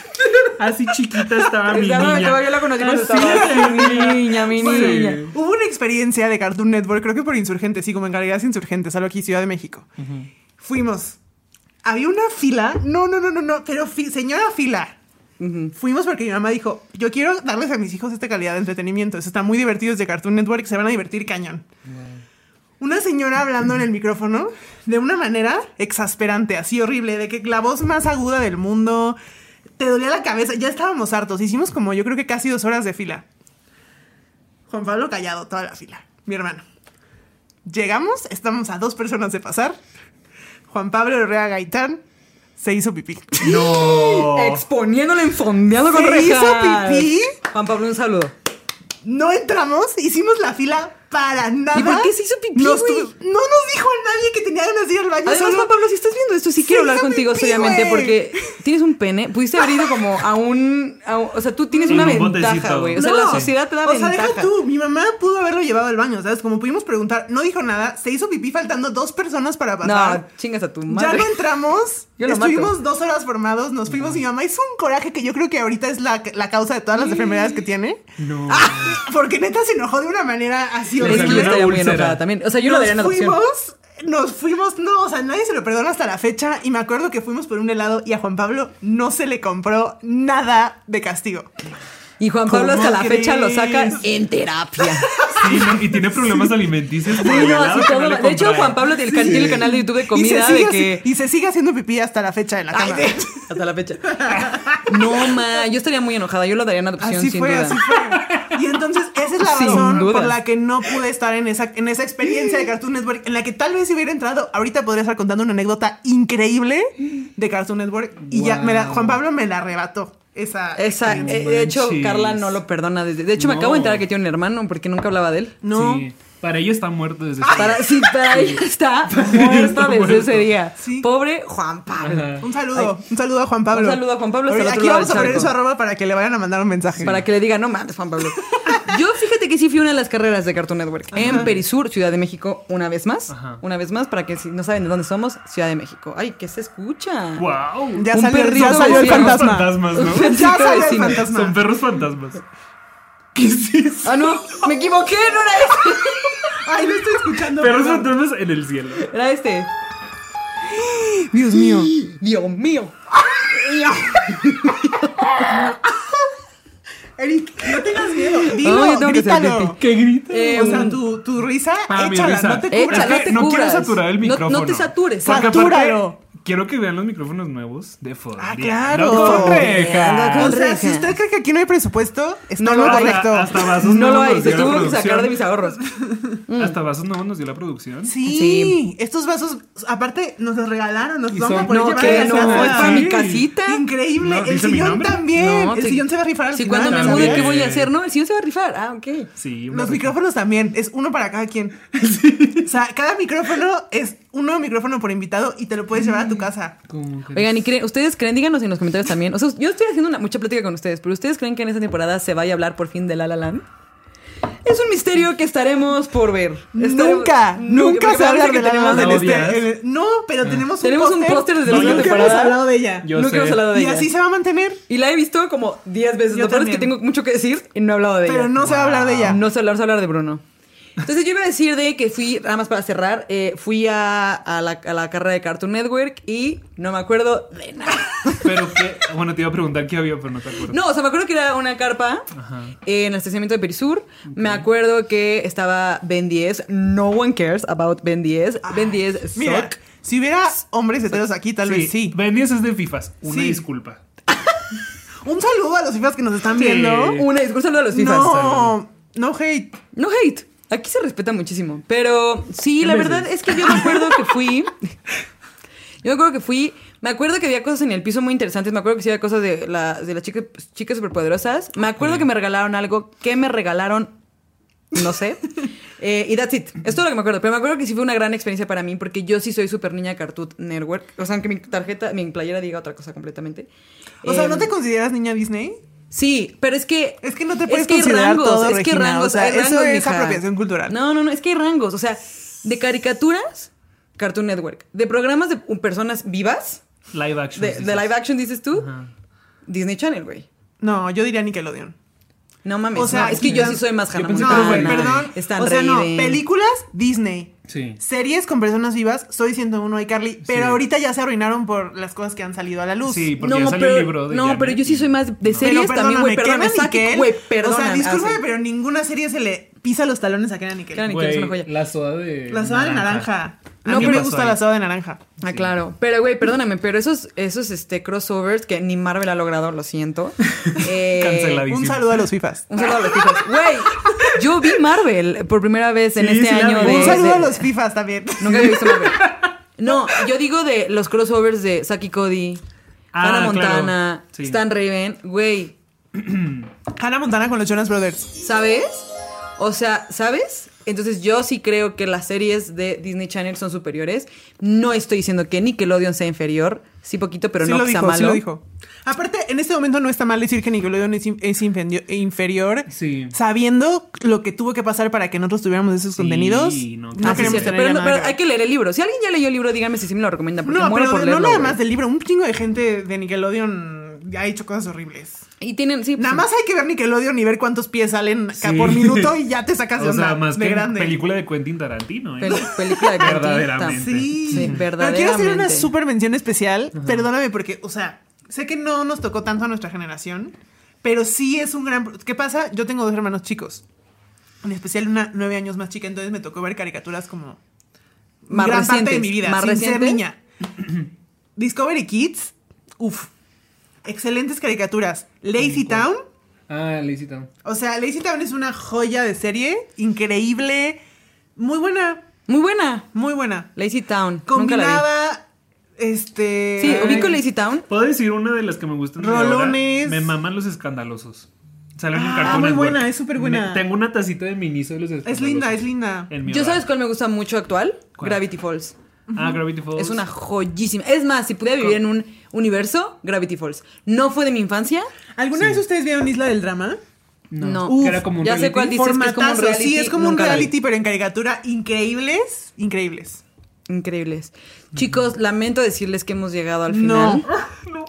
[SPEAKER 3] Así chiquita
[SPEAKER 4] Ah,
[SPEAKER 3] estaba mi
[SPEAKER 1] Ya no me
[SPEAKER 3] niña.
[SPEAKER 1] acuerdo, yo la conocí cuando
[SPEAKER 3] Así
[SPEAKER 1] estaba-
[SPEAKER 3] de
[SPEAKER 1] Mi niña, mi niña.
[SPEAKER 4] Hubo una experiencia de Cartoon Network, creo que por insurgentes, sí, como en galerías insurgentes, algo aquí, Ciudad de México. Fuimos. Había una fila. No, no, no, no, no. Pero fi- señora fila. Fuimos porque mi mamá dijo, yo quiero darles a mis hijos esta calidad de entretenimiento. Eso está muy divertido es de Cartoon Network, se van a divertir cañón. Una señora hablando en el micrófono de una manera exasperante, así horrible, de que la voz más aguda del mundo, te dolía la cabeza, ya estábamos hartos, hicimos como yo creo que casi dos horas de fila. Juan Pablo callado, toda la fila, mi hermano. Llegamos, estamos a dos personas de pasar. Juan Pablo Herrera Gaitán se hizo pipí.
[SPEAKER 3] No.
[SPEAKER 1] Exponiéndole enfondeado con
[SPEAKER 4] Oh. Se hizo
[SPEAKER 1] rejas.
[SPEAKER 4] pipí.
[SPEAKER 1] Juan Pablo, un saludo.
[SPEAKER 4] No entramos, hicimos la fila para nada.
[SPEAKER 1] ¿Y por qué se hizo pipí,
[SPEAKER 4] Nos
[SPEAKER 1] güey?
[SPEAKER 4] tuvi- no nos dijo nadie que tenía ganas de ir al baño.
[SPEAKER 1] Además,
[SPEAKER 4] solo-
[SPEAKER 1] Juan Pablo, si estás viendo esto, sí
[SPEAKER 4] Se
[SPEAKER 1] quiero hablar
[SPEAKER 4] hizo
[SPEAKER 1] contigo
[SPEAKER 4] pipí,
[SPEAKER 1] seriamente
[SPEAKER 4] güey.
[SPEAKER 1] porque tienes un pene. Pudiste haber ido como a un. a un- o sea, tú tienes
[SPEAKER 3] En
[SPEAKER 1] una
[SPEAKER 3] un
[SPEAKER 1] ventaja,
[SPEAKER 3] botecito.
[SPEAKER 1] güey. O sea,
[SPEAKER 4] No,
[SPEAKER 1] la sociedad te da
[SPEAKER 4] o sea,
[SPEAKER 1] ventaja.
[SPEAKER 4] deja tú, mi mamá pudo haberlo llevado al baño, ¿sabes? Como pudimos preguntar, no dijo nada, se hizo pipí faltando dos personas para pasar.
[SPEAKER 1] No, chingas a tu
[SPEAKER 4] Ya
[SPEAKER 1] madre.
[SPEAKER 4] no entramos.
[SPEAKER 1] Yo lo
[SPEAKER 4] Estuvimos dos horas formados, nos fuimos. Mi mamá hizo un coraje que yo creo que ahorita es la, la causa de todas las enfermedades que tiene. Ah,
[SPEAKER 3] No.
[SPEAKER 4] Porque neta se enojó de una manera así
[SPEAKER 1] es que
[SPEAKER 3] salió
[SPEAKER 1] yo
[SPEAKER 3] una
[SPEAKER 1] estaría muy
[SPEAKER 3] úlcera.
[SPEAKER 1] enojada también. O sea, yo lo daría en
[SPEAKER 4] nos
[SPEAKER 1] adopción.
[SPEAKER 4] fuimos, nos fuimos, no, o sea, nadie se lo perdona hasta la fecha. Y me acuerdo que fuimos por un helado y a Juan Pablo no se le compró nada de castigo.
[SPEAKER 1] Y Juan Pablo
[SPEAKER 3] ¿Cómo
[SPEAKER 1] hasta la fecha lo
[SPEAKER 3] crees?
[SPEAKER 1] saca en terapia.
[SPEAKER 3] Sí, no, y tiene problemas alimenticios. por
[SPEAKER 1] Sí,
[SPEAKER 3] el
[SPEAKER 1] no,
[SPEAKER 3] helado
[SPEAKER 1] así
[SPEAKER 3] que no
[SPEAKER 1] todo.
[SPEAKER 3] le
[SPEAKER 1] De hecho,
[SPEAKER 3] compraron.
[SPEAKER 1] Juan Pablo tiene el, can- tiene el canal de YouTube de
[SPEAKER 4] y, se
[SPEAKER 1] comida
[SPEAKER 4] sigue
[SPEAKER 1] de
[SPEAKER 4] así-
[SPEAKER 1] que.
[SPEAKER 4] y se sigue haciendo pipí hasta la fecha en la
[SPEAKER 1] Ay,
[SPEAKER 4] cama.
[SPEAKER 1] de- Hasta la fecha. No, ma, yo estaría muy enojada. Yo lo daría en adopción,
[SPEAKER 4] Así
[SPEAKER 1] sin
[SPEAKER 4] fue,
[SPEAKER 1] duda.
[SPEAKER 4] así fue. Y entonces esa es la
[SPEAKER 1] Sin
[SPEAKER 4] razón
[SPEAKER 1] duda.
[SPEAKER 4] por la que no pude estar en esa, en esa experiencia de Cartoon Network, en la que tal vez si hubiera entrado, ahorita podría estar contando una anécdota increíble de Cartoon Network. Y ya me la-
[SPEAKER 3] Wow.
[SPEAKER 4] Juan Pablo me la arrebató. Esa.
[SPEAKER 1] Esa,
[SPEAKER 3] No
[SPEAKER 1] eh, de hecho,
[SPEAKER 3] manches.
[SPEAKER 1] Carla no lo perdona. desde- de hecho, me
[SPEAKER 3] No.
[SPEAKER 1] acabo de enterar que tiene un hermano porque nunca hablaba de él.
[SPEAKER 4] No.
[SPEAKER 3] Sí, para ello está muerto desde
[SPEAKER 1] Ah, Para, sí, para ella está muerta
[SPEAKER 3] Está
[SPEAKER 1] desde
[SPEAKER 3] muerto.
[SPEAKER 1] ese día.
[SPEAKER 4] Sí.
[SPEAKER 1] Pobre Juan Pablo.
[SPEAKER 3] Ajá.
[SPEAKER 4] Un saludo, un saludo a Juan Pablo.
[SPEAKER 1] Un saludo a Juan Pablo, hasta el
[SPEAKER 4] Ahorita-
[SPEAKER 1] otro
[SPEAKER 4] Aquí
[SPEAKER 1] lado
[SPEAKER 4] vamos a
[SPEAKER 1] del
[SPEAKER 4] poner
[SPEAKER 1] charco.
[SPEAKER 4] su arroba para que le vayan a mandar un mensaje.
[SPEAKER 1] Para que le diga, no mames, Juan Pablo. Yo fíjate que sí fui a una de las carreras de Cartoon Network. En Perisur, Ciudad de México, una vez más.
[SPEAKER 3] Ajá.
[SPEAKER 1] Una vez más, para que si no saben de dónde somos, Ciudad de México. Ay, que se escucha.
[SPEAKER 3] ¡Wow!
[SPEAKER 4] Ya
[SPEAKER 1] Un
[SPEAKER 4] salió,
[SPEAKER 1] perrito
[SPEAKER 4] ya salió el
[SPEAKER 1] vecino.
[SPEAKER 4] fantasma.
[SPEAKER 3] Fantasmas, ¿no?
[SPEAKER 4] Ya
[SPEAKER 1] Perrito
[SPEAKER 4] salió el
[SPEAKER 1] vecino.
[SPEAKER 3] Son
[SPEAKER 4] fantasma.
[SPEAKER 3] perros fantasmas. ¿Qué es eso?
[SPEAKER 1] Ah, no, me equivoqué, no era este.
[SPEAKER 4] Ay, lo estoy escuchando.
[SPEAKER 3] Perros
[SPEAKER 4] perdón.
[SPEAKER 3] fantasmas en el cielo.
[SPEAKER 1] Era este.
[SPEAKER 4] Dios mío.
[SPEAKER 1] Dios mío.
[SPEAKER 4] Eric, no tengas miedo.
[SPEAKER 1] No,
[SPEAKER 4] Dilo,
[SPEAKER 1] yo tengo que hacer
[SPEAKER 4] grítalo.
[SPEAKER 1] pipí.
[SPEAKER 3] ¿Qué grita?
[SPEAKER 1] Eh,
[SPEAKER 4] o sea, tu, tu risa,
[SPEAKER 3] Ah, mi
[SPEAKER 4] échala,
[SPEAKER 3] risa.
[SPEAKER 4] no te cubras.
[SPEAKER 1] Échala,
[SPEAKER 3] Es
[SPEAKER 1] no
[SPEAKER 3] que
[SPEAKER 1] te
[SPEAKER 3] no quiero
[SPEAKER 1] cubras.
[SPEAKER 3] saturar el
[SPEAKER 1] No- no te
[SPEAKER 3] micrófono.
[SPEAKER 1] satures.
[SPEAKER 3] Porque aparte,
[SPEAKER 4] Satúralo.
[SPEAKER 3] Quiero que vean los micrófonos nuevos de Fondeando
[SPEAKER 4] Ah, claro.
[SPEAKER 3] con
[SPEAKER 1] Fondeando
[SPEAKER 3] Rejas.
[SPEAKER 1] con-
[SPEAKER 4] O sea,
[SPEAKER 1] Reja.
[SPEAKER 4] si usted cree que aquí no hay presupuesto, está
[SPEAKER 1] No
[SPEAKER 4] no
[SPEAKER 1] lo
[SPEAKER 4] lo
[SPEAKER 1] hay.
[SPEAKER 4] correcto.
[SPEAKER 3] Hasta, hasta vasos
[SPEAKER 1] No lo
[SPEAKER 3] nuevos
[SPEAKER 1] hay,
[SPEAKER 3] nos
[SPEAKER 1] se
[SPEAKER 3] dio la
[SPEAKER 1] tuvo que sacar de mis
[SPEAKER 3] producción.
[SPEAKER 1] ahorros.
[SPEAKER 3] Hasta vasos nuevos nos dio la producción.
[SPEAKER 4] Sí,
[SPEAKER 1] Sí.
[SPEAKER 4] estos vasos, aparte, nos los regalaron, nos
[SPEAKER 3] Y
[SPEAKER 4] los vamos
[SPEAKER 3] son-
[SPEAKER 4] a poder
[SPEAKER 1] No,
[SPEAKER 4] llevar
[SPEAKER 1] que
[SPEAKER 4] a la
[SPEAKER 1] no,
[SPEAKER 4] casa.
[SPEAKER 1] fue para mi
[SPEAKER 3] Sí.
[SPEAKER 1] casita.
[SPEAKER 4] Increíble,
[SPEAKER 3] No,
[SPEAKER 4] el
[SPEAKER 3] ¿dice mi
[SPEAKER 4] sillón
[SPEAKER 3] nombre?
[SPEAKER 4] también.
[SPEAKER 1] No,
[SPEAKER 4] el
[SPEAKER 1] sí.
[SPEAKER 4] sillón se va a rifar al
[SPEAKER 1] Si
[SPEAKER 4] final.
[SPEAKER 1] cuando me
[SPEAKER 3] también.
[SPEAKER 1] mude, ¿qué voy a hacer? No, el sillón se va a rifar. Ah, ok.
[SPEAKER 3] Sí, una
[SPEAKER 4] Los
[SPEAKER 3] reja.
[SPEAKER 4] micrófonos también, es uno para cada quien. O sea, cada micrófono es un nuevo micrófono por invitado y te lo puedes llevar a
[SPEAKER 1] Mm.
[SPEAKER 4] tu casa.
[SPEAKER 3] Como que-
[SPEAKER 1] Oigan, ¿y creen- ustedes creen? Díganos en los comentarios también. O sea, yo estoy haciendo una, mucha plática con ustedes, pero ¿ustedes creen que en esta temporada se vaya a hablar por fin de La La Land? Es un misterio que estaremos por ver. Estaremos-
[SPEAKER 4] Nunca,
[SPEAKER 1] Mm. No,
[SPEAKER 4] nunca
[SPEAKER 1] porque
[SPEAKER 4] se habla
[SPEAKER 1] parece
[SPEAKER 4] de
[SPEAKER 1] que
[SPEAKER 4] la
[SPEAKER 1] tenemos- eh,
[SPEAKER 4] del
[SPEAKER 3] ¿La odias?
[SPEAKER 4] este. el- no, pero tenemos un
[SPEAKER 1] Ah. Tenemos un póster desde
[SPEAKER 3] la
[SPEAKER 4] y
[SPEAKER 3] segunda
[SPEAKER 4] nunca hemos
[SPEAKER 1] temporada.
[SPEAKER 4] hablado de ella.
[SPEAKER 3] Yo
[SPEAKER 1] Nunca
[SPEAKER 3] sé.
[SPEAKER 1] hemos hablado de
[SPEAKER 4] y
[SPEAKER 1] ella.
[SPEAKER 4] así se va a mantener,
[SPEAKER 1] Y la he visto como 10 veces.
[SPEAKER 4] Yo
[SPEAKER 1] Lo peor es que
[SPEAKER 4] también.
[SPEAKER 1] tengo mucho que decir y no he hablado de
[SPEAKER 4] pero
[SPEAKER 1] ella.
[SPEAKER 4] no se va a hablar de ella.
[SPEAKER 1] No sé hablar, sé hablar de Bruno. Entonces yo iba a decir de que fui, nada más para cerrar, eh, fui a, a la, a la carrera de Cartoon Network y no me acuerdo de nada.
[SPEAKER 3] Pero que, bueno, te iba a preguntar qué había, pero no te acuerdo.
[SPEAKER 1] No, o sea, me acuerdo que era una carpa
[SPEAKER 3] Ajá.
[SPEAKER 1] en el estacionamiento de Perisur. Me acuerdo que estaba Ben 10. No one cares about Ben 10. ben 10
[SPEAKER 4] Mira,
[SPEAKER 1] suck.
[SPEAKER 4] si hubiera hombres heteros aquí, tal vez sí.
[SPEAKER 3] Ben 10 es de FIFAs. Una
[SPEAKER 4] Sí.
[SPEAKER 3] disculpa.
[SPEAKER 4] Un saludo a los fifas que nos están
[SPEAKER 3] Sí.
[SPEAKER 4] viendo.
[SPEAKER 1] Una discurso a los fifas.
[SPEAKER 4] No, no hate.
[SPEAKER 1] No hate. Aquí se respeta muchísimo. Pero sí,
[SPEAKER 3] En
[SPEAKER 1] la
[SPEAKER 3] vez
[SPEAKER 1] verdad
[SPEAKER 3] de-
[SPEAKER 1] es que yo me acuerdo que fui. Yo me acuerdo que fui. Me acuerdo que había cosas en el piso muy interesantes. Me acuerdo que sí había cosas de, la- de las chicas, pues, chicas superpoderosas. Me acuerdo que me regalaron algo. que me regalaron? No sé. Eh, y that's it. Es todo lo que me acuerdo. Pero me acuerdo que sí fue una gran experiencia para mí porque yo sí soy súper niña Cartoon Network. O sea, aunque mi tarjeta, mi playera diga otra cosa completamente.
[SPEAKER 4] O sea, ¿no
[SPEAKER 1] Em,
[SPEAKER 4] te consideras niña Disney?
[SPEAKER 1] Sí, pero es que.
[SPEAKER 4] Es que no te
[SPEAKER 1] es
[SPEAKER 4] puedes
[SPEAKER 1] que hay
[SPEAKER 4] considerar todo,
[SPEAKER 1] Es que hay
[SPEAKER 4] Regina,
[SPEAKER 1] rangos.
[SPEAKER 4] o sea,
[SPEAKER 1] hay
[SPEAKER 4] eso
[SPEAKER 1] rangos,
[SPEAKER 4] es
[SPEAKER 1] mija.
[SPEAKER 4] apropiación cultural.
[SPEAKER 1] No, no, no. Es que hay rangos. O sea, de caricaturas, Cartoon Network. De programas de uh, personas vivas,
[SPEAKER 3] Live action.
[SPEAKER 1] de,
[SPEAKER 3] sí,
[SPEAKER 1] de
[SPEAKER 3] sí.
[SPEAKER 1] live action, dices tú,
[SPEAKER 3] Ajá.
[SPEAKER 1] Disney Channel, güey.
[SPEAKER 4] No, yo diría Nickelodeon.
[SPEAKER 1] No mames.
[SPEAKER 4] O
[SPEAKER 1] no,
[SPEAKER 4] sea,
[SPEAKER 1] es que yo sí soy más
[SPEAKER 3] yo
[SPEAKER 1] Hannah
[SPEAKER 3] pensé
[SPEAKER 4] No,
[SPEAKER 3] que
[SPEAKER 1] Montana.
[SPEAKER 4] güey,
[SPEAKER 3] no.
[SPEAKER 4] perdón.
[SPEAKER 1] Stan
[SPEAKER 4] o sea, no,
[SPEAKER 1] Raven.
[SPEAKER 4] películas Disney.
[SPEAKER 3] Sí.
[SPEAKER 4] Series con personas vivas, soy 101 iCarly, pero
[SPEAKER 3] Sí.
[SPEAKER 4] ahorita ya se arruinaron por las cosas que han salido a la luz.
[SPEAKER 3] Sí, porque
[SPEAKER 1] No,
[SPEAKER 3] ya salió
[SPEAKER 1] pero,
[SPEAKER 3] el libro de
[SPEAKER 1] no
[SPEAKER 3] Janet
[SPEAKER 1] pero yo sí
[SPEAKER 3] y-
[SPEAKER 1] soy más de
[SPEAKER 3] No.
[SPEAKER 1] series también, güey. Perdón,
[SPEAKER 4] perdóname,
[SPEAKER 1] me saque,
[SPEAKER 4] Nickel.
[SPEAKER 1] güey,
[SPEAKER 4] O sea,
[SPEAKER 1] perdona.
[SPEAKER 4] discúlpame,
[SPEAKER 1] Ah, sí.
[SPEAKER 4] pero ninguna serie se le pisa los talones a Kenan Nickel.
[SPEAKER 1] Keira Knightley. es
[SPEAKER 3] Güey,
[SPEAKER 1] una joya.
[SPEAKER 3] La soda de.
[SPEAKER 4] La soda de naranja. A
[SPEAKER 1] Eh, No,
[SPEAKER 4] mí
[SPEAKER 1] pero-
[SPEAKER 4] me gusta la soda de naranja.
[SPEAKER 1] Ah, claro. Pero, güey, perdóname, pero esos, esos este, crossovers que ni Marvel ha logrado, lo siento. Eh,
[SPEAKER 3] Canceladísimo.
[SPEAKER 4] Un saludo a los fifas.
[SPEAKER 1] Un saludo a los fifas. Güey, yo vi Marvel por primera vez en
[SPEAKER 3] Sí,
[SPEAKER 1] este
[SPEAKER 3] sí la
[SPEAKER 1] año
[SPEAKER 3] vi.
[SPEAKER 1] de.
[SPEAKER 4] Un saludo
[SPEAKER 1] de-
[SPEAKER 4] a los fifas también.
[SPEAKER 1] Nunca había visto Marvel. No, yo digo de los crossovers de Saki Cody,
[SPEAKER 3] Ah,
[SPEAKER 1] Hannah
[SPEAKER 3] claro.
[SPEAKER 1] Montana,
[SPEAKER 3] Sí.
[SPEAKER 1] Stan Raven. Güey,
[SPEAKER 4] Hannah Montana con los Jonas Brothers.
[SPEAKER 1] ¿sabes? O sea, ¿sabes? Entonces yo sí creo que las series de Disney Channel son superiores. No estoy diciendo que Nickelodeon sea inferior. Sí, poquito, pero
[SPEAKER 4] sí
[SPEAKER 1] no
[SPEAKER 4] lo
[SPEAKER 1] que sea
[SPEAKER 4] dijo, sí
[SPEAKER 1] malo.
[SPEAKER 4] lo dijo. Aparte, en este momento no está mal decir que Nickelodeon es, in- es infendio- e inferior.
[SPEAKER 3] Sí.
[SPEAKER 4] Sabiendo lo que tuvo que pasar para que nosotros tuviéramos esos
[SPEAKER 3] Sí,
[SPEAKER 4] contenidos.
[SPEAKER 3] no,
[SPEAKER 4] No,
[SPEAKER 3] claro.
[SPEAKER 1] Ah, sí,
[SPEAKER 4] queremos
[SPEAKER 1] cierto.
[SPEAKER 4] tener
[SPEAKER 1] Pero,
[SPEAKER 4] ya
[SPEAKER 1] no,
[SPEAKER 4] nada
[SPEAKER 1] pero
[SPEAKER 4] que ver.
[SPEAKER 1] hay que leer el libro. Si alguien ya leyó el libro, dígame si sí me lo recomienda. Porque
[SPEAKER 4] No,
[SPEAKER 1] muero
[SPEAKER 4] pero
[SPEAKER 1] por
[SPEAKER 4] de-
[SPEAKER 1] leerlo,
[SPEAKER 4] no nada
[SPEAKER 1] güey.
[SPEAKER 4] más del libro. Un chingo de gente de Nickelodeon ha hecho cosas horribles.
[SPEAKER 1] Y tienen, sí.
[SPEAKER 4] Nada
[SPEAKER 1] sí.
[SPEAKER 4] más hay que ver Nickelodeon y ver cuántos pies salen ca-
[SPEAKER 3] Sí.
[SPEAKER 4] por minuto y ya te sacas de
[SPEAKER 3] O
[SPEAKER 4] onda
[SPEAKER 3] sea, más
[SPEAKER 4] de
[SPEAKER 3] que
[SPEAKER 4] grande.
[SPEAKER 3] película de Quentin Tarantino. ¿eh?
[SPEAKER 1] Pel- película de Quentin
[SPEAKER 3] Verdaderamente.
[SPEAKER 1] Tarantino.
[SPEAKER 4] Sí,
[SPEAKER 1] Sí,
[SPEAKER 4] Pero quiero hacer una
[SPEAKER 1] verdaderamente.
[SPEAKER 4] super mención especial. Perdóname porque, o sea, sé que no nos tocó tanto a nuestra generación, pero sí es un gran... pro- ¿Qué pasa? Yo tengo dos hermanos chicos. En especial una nueve años más chica, entonces me tocó ver caricaturas como...
[SPEAKER 1] Más
[SPEAKER 4] gran parte de
[SPEAKER 1] recientes,
[SPEAKER 4] mi vida,
[SPEAKER 1] más
[SPEAKER 4] sin ser
[SPEAKER 1] recientes.
[SPEAKER 4] niña. Discovery Kids, uff. Excelentes caricaturas. Lazy Town,
[SPEAKER 3] Ah, Lazy Town.
[SPEAKER 4] O sea, Lazy Town es una joya de serie, increíble, muy buena,
[SPEAKER 1] Muy buena.
[SPEAKER 4] muy buena.
[SPEAKER 1] Lazy Town. Nunca la
[SPEAKER 4] Combinaba, este...
[SPEAKER 1] vi. Sí,
[SPEAKER 4] ay,
[SPEAKER 1] ubico Lazy Town.
[SPEAKER 3] Puedo decir una de las que me gustan. de ahora?
[SPEAKER 4] Rolones.
[SPEAKER 3] Me maman los escandalosos. Salen en
[SPEAKER 4] Ah,
[SPEAKER 3] Cartoon
[SPEAKER 4] muy
[SPEAKER 3] Network.
[SPEAKER 4] buena, es superbuena.
[SPEAKER 3] Me- Tengo una tacita de miniso de los escandalosos.
[SPEAKER 4] Es linda, es linda.
[SPEAKER 3] En mi
[SPEAKER 1] ¿Yo
[SPEAKER 3] hogar.
[SPEAKER 1] sabes cuál me gusta mucho actual?
[SPEAKER 3] ¿Cuál?
[SPEAKER 1] Gravity Falls.
[SPEAKER 3] Ah, Gravity Falls.
[SPEAKER 1] Es una joyísima. Es más, si pudiera vivir en un universo, Gravity Falls. No fue de mi infancia.
[SPEAKER 4] ¿Alguna vez ustedes vieron Isla del Drama?
[SPEAKER 1] No.
[SPEAKER 3] que
[SPEAKER 4] Uf,
[SPEAKER 3] era como un
[SPEAKER 1] ya sé
[SPEAKER 3] reality.
[SPEAKER 1] cuál dices que es como un
[SPEAKER 4] Formatazo,
[SPEAKER 1] reality.
[SPEAKER 4] sí, es como un
[SPEAKER 1] nunca la vi.
[SPEAKER 4] reality, pero en caricatura, increíbles, increíbles.
[SPEAKER 1] Increíbles. Chicos, lamento decirles que hemos llegado al final.
[SPEAKER 4] No.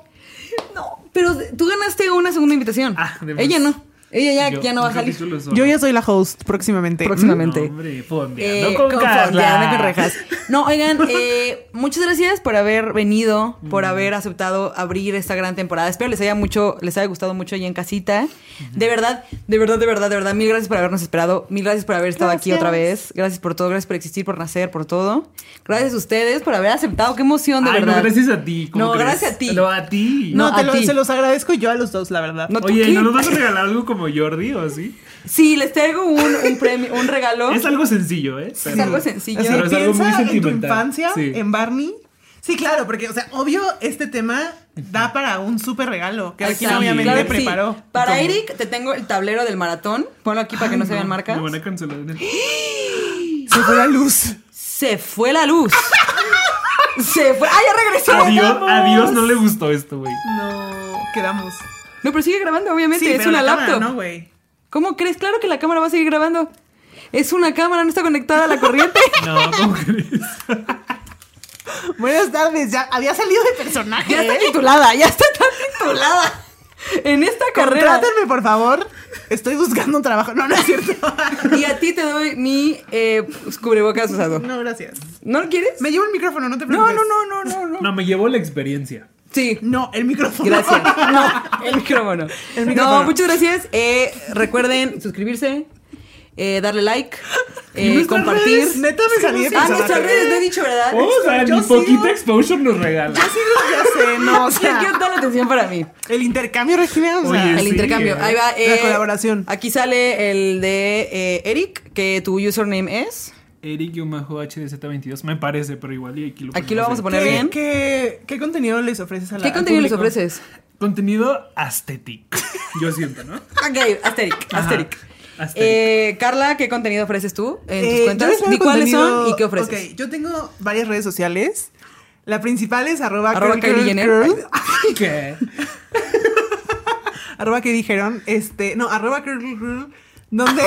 [SPEAKER 1] No, pero tú ganaste una segunda invitación.
[SPEAKER 3] Ah, de más.
[SPEAKER 1] Ella no. Ella ya, ya no va a
[SPEAKER 3] un
[SPEAKER 1] salir.
[SPEAKER 3] capítulo solo.
[SPEAKER 4] Yo ya soy la host próximamente.
[SPEAKER 1] Próximamente.
[SPEAKER 3] No, hombre, fondeando
[SPEAKER 1] Eh,
[SPEAKER 3] con
[SPEAKER 1] con-
[SPEAKER 3] Carla.
[SPEAKER 1] fondeando con rejas. No, oigan, eh, muchas gracias por haber venido, por
[SPEAKER 3] Mm.
[SPEAKER 1] haber aceptado abrir esta gran temporada. Espero les haya mucho, les haya gustado mucho allí en casita. De verdad, de verdad, de verdad, de verdad, mil gracias por habernos esperado, mil gracias por haber estado aquí otra vez. Gracias por todo, gracias por existir, por nacer, por todo. Gracias a ustedes por haber aceptado, qué emoción, de
[SPEAKER 3] Ay,
[SPEAKER 1] verdad.
[SPEAKER 3] no, gracias a ti. ¿cómo
[SPEAKER 1] No,
[SPEAKER 3] crees?
[SPEAKER 1] gracias a ti.
[SPEAKER 3] No, a ti.
[SPEAKER 4] No,
[SPEAKER 1] No,
[SPEAKER 4] te
[SPEAKER 1] a
[SPEAKER 4] lo-
[SPEAKER 1] ti.
[SPEAKER 4] se los agradezco yo a los dos, la verdad.
[SPEAKER 1] No, ¿tú
[SPEAKER 3] Oye,
[SPEAKER 1] qué?
[SPEAKER 3] ¿no nos vas a regalar algo como Jordi o así?
[SPEAKER 1] Sí, les traigo un, un premio, un regalo.
[SPEAKER 3] Es algo sencillo, ¿eh?
[SPEAKER 1] Es algo sencillo.
[SPEAKER 4] Así,
[SPEAKER 3] Pero es algo muy
[SPEAKER 4] piensa en tu
[SPEAKER 3] sentimental.
[SPEAKER 4] infancia,
[SPEAKER 3] Sí.
[SPEAKER 4] en Barney. Sí, claro, porque, o sea, obvio, este tema da para un súper regalo que alguien
[SPEAKER 1] Exacto.
[SPEAKER 4] obviamente
[SPEAKER 1] Claro que sí.
[SPEAKER 4] preparó.
[SPEAKER 1] Para
[SPEAKER 4] Como-
[SPEAKER 1] Eric, te tengo el tablero del maratón. Ponlo aquí para que no se vean marcas.
[SPEAKER 3] Me van a cancelar. en el-
[SPEAKER 4] Se fue la luz.
[SPEAKER 1] Se fue la luz. Se fue. ¡Ah, ya regresó!
[SPEAKER 3] Adiós,
[SPEAKER 1] ¡Vamos!
[SPEAKER 3] a Dios no le gustó esto, güey.
[SPEAKER 4] No, quedamos.
[SPEAKER 1] No, pero sigue grabando, obviamente. es
[SPEAKER 4] pero
[SPEAKER 1] una
[SPEAKER 4] la cámara
[SPEAKER 1] laptop.
[SPEAKER 4] no, güey.
[SPEAKER 1] ¿Cómo crees? Claro que la cámara va a seguir grabando. Es una cámara, no está conectada a la corriente.
[SPEAKER 3] No, ¿cómo crees?
[SPEAKER 4] Buenas tardes, ya había salido de personaje.
[SPEAKER 1] ya está
[SPEAKER 4] ¿eh?
[SPEAKER 1] titulada, ya está tan titulada. En esta carrera.
[SPEAKER 4] Contrátenme, por favor. Estoy buscando un trabajo. No, no es cierto.
[SPEAKER 1] Y a ti te doy mi eh, cubrebocas usado.
[SPEAKER 4] no, gracias.
[SPEAKER 1] ¿No lo quieres?
[SPEAKER 4] Me llevo el micrófono, no te
[SPEAKER 1] No,
[SPEAKER 4] preocupes.
[SPEAKER 1] no, no, no, no, no.
[SPEAKER 3] No, me llevó la experiencia.
[SPEAKER 1] Sí.
[SPEAKER 4] No, el micrófono.
[SPEAKER 1] Gracias. No, el micrófono.
[SPEAKER 4] El micrófono.
[SPEAKER 1] No, muchas gracias. Eh, recuerden suscribirse, eh, darle like, eh,
[SPEAKER 4] nuestras
[SPEAKER 1] compartir.
[SPEAKER 4] redes? Neta, me salí de
[SPEAKER 1] Ah,
[SPEAKER 4] personaje.
[SPEAKER 1] nuestras redes, no he dicho, ¿verdad?
[SPEAKER 3] Oh, o sea,
[SPEAKER 4] yo
[SPEAKER 3] ni
[SPEAKER 4] sigo-
[SPEAKER 3] poquita exposure nos regala.
[SPEAKER 4] Sí, ya sé, no, o
[SPEAKER 1] Es que
[SPEAKER 4] sea,
[SPEAKER 1] quiero toda la atención para mí.
[SPEAKER 4] el intercambio, Regina, o sea,
[SPEAKER 3] Oye,
[SPEAKER 1] El
[SPEAKER 3] Sí,
[SPEAKER 1] intercambio.
[SPEAKER 3] eh.
[SPEAKER 1] Ahí va.
[SPEAKER 4] La
[SPEAKER 1] eh,
[SPEAKER 4] colaboración.
[SPEAKER 1] Aquí sale el de eh, Eric, que tu username es.
[SPEAKER 3] Eric-HDZ22, me parece, pero igual y aquí lo
[SPEAKER 1] Aquí lo vamos a
[SPEAKER 3] ponemos
[SPEAKER 1] poner
[SPEAKER 4] ¿Qué-
[SPEAKER 1] bien.
[SPEAKER 4] ¿Qué, qué contenido les ofreces a la
[SPEAKER 1] ¿Qué
[SPEAKER 4] al
[SPEAKER 1] contenido les
[SPEAKER 4] público?
[SPEAKER 1] ofreces?
[SPEAKER 3] ahí. Contenido aesthetic. Yo siento, ¿no?
[SPEAKER 1] Ok, Asteric.
[SPEAKER 3] Ajá.
[SPEAKER 1] Asteric.
[SPEAKER 3] Aesthetic.
[SPEAKER 1] Eh, Carla, ¿qué contenido ofreces tú en
[SPEAKER 4] Eh,
[SPEAKER 1] tus
[SPEAKER 4] yo
[SPEAKER 1] cuentas?
[SPEAKER 4] les traigo
[SPEAKER 1] Di cuáles son
[SPEAKER 4] contenido-
[SPEAKER 1] y qué ofreces.
[SPEAKER 4] Ok, yo tengo varias redes sociales. La principal es arroba,
[SPEAKER 1] Arroba
[SPEAKER 4] curl,
[SPEAKER 1] Kylie
[SPEAKER 4] curl,
[SPEAKER 1] Jenner.
[SPEAKER 4] curl.
[SPEAKER 3] ¿Qué?
[SPEAKER 4] arroba que dijeron, este, no, arroba curl, curl, curl, donde,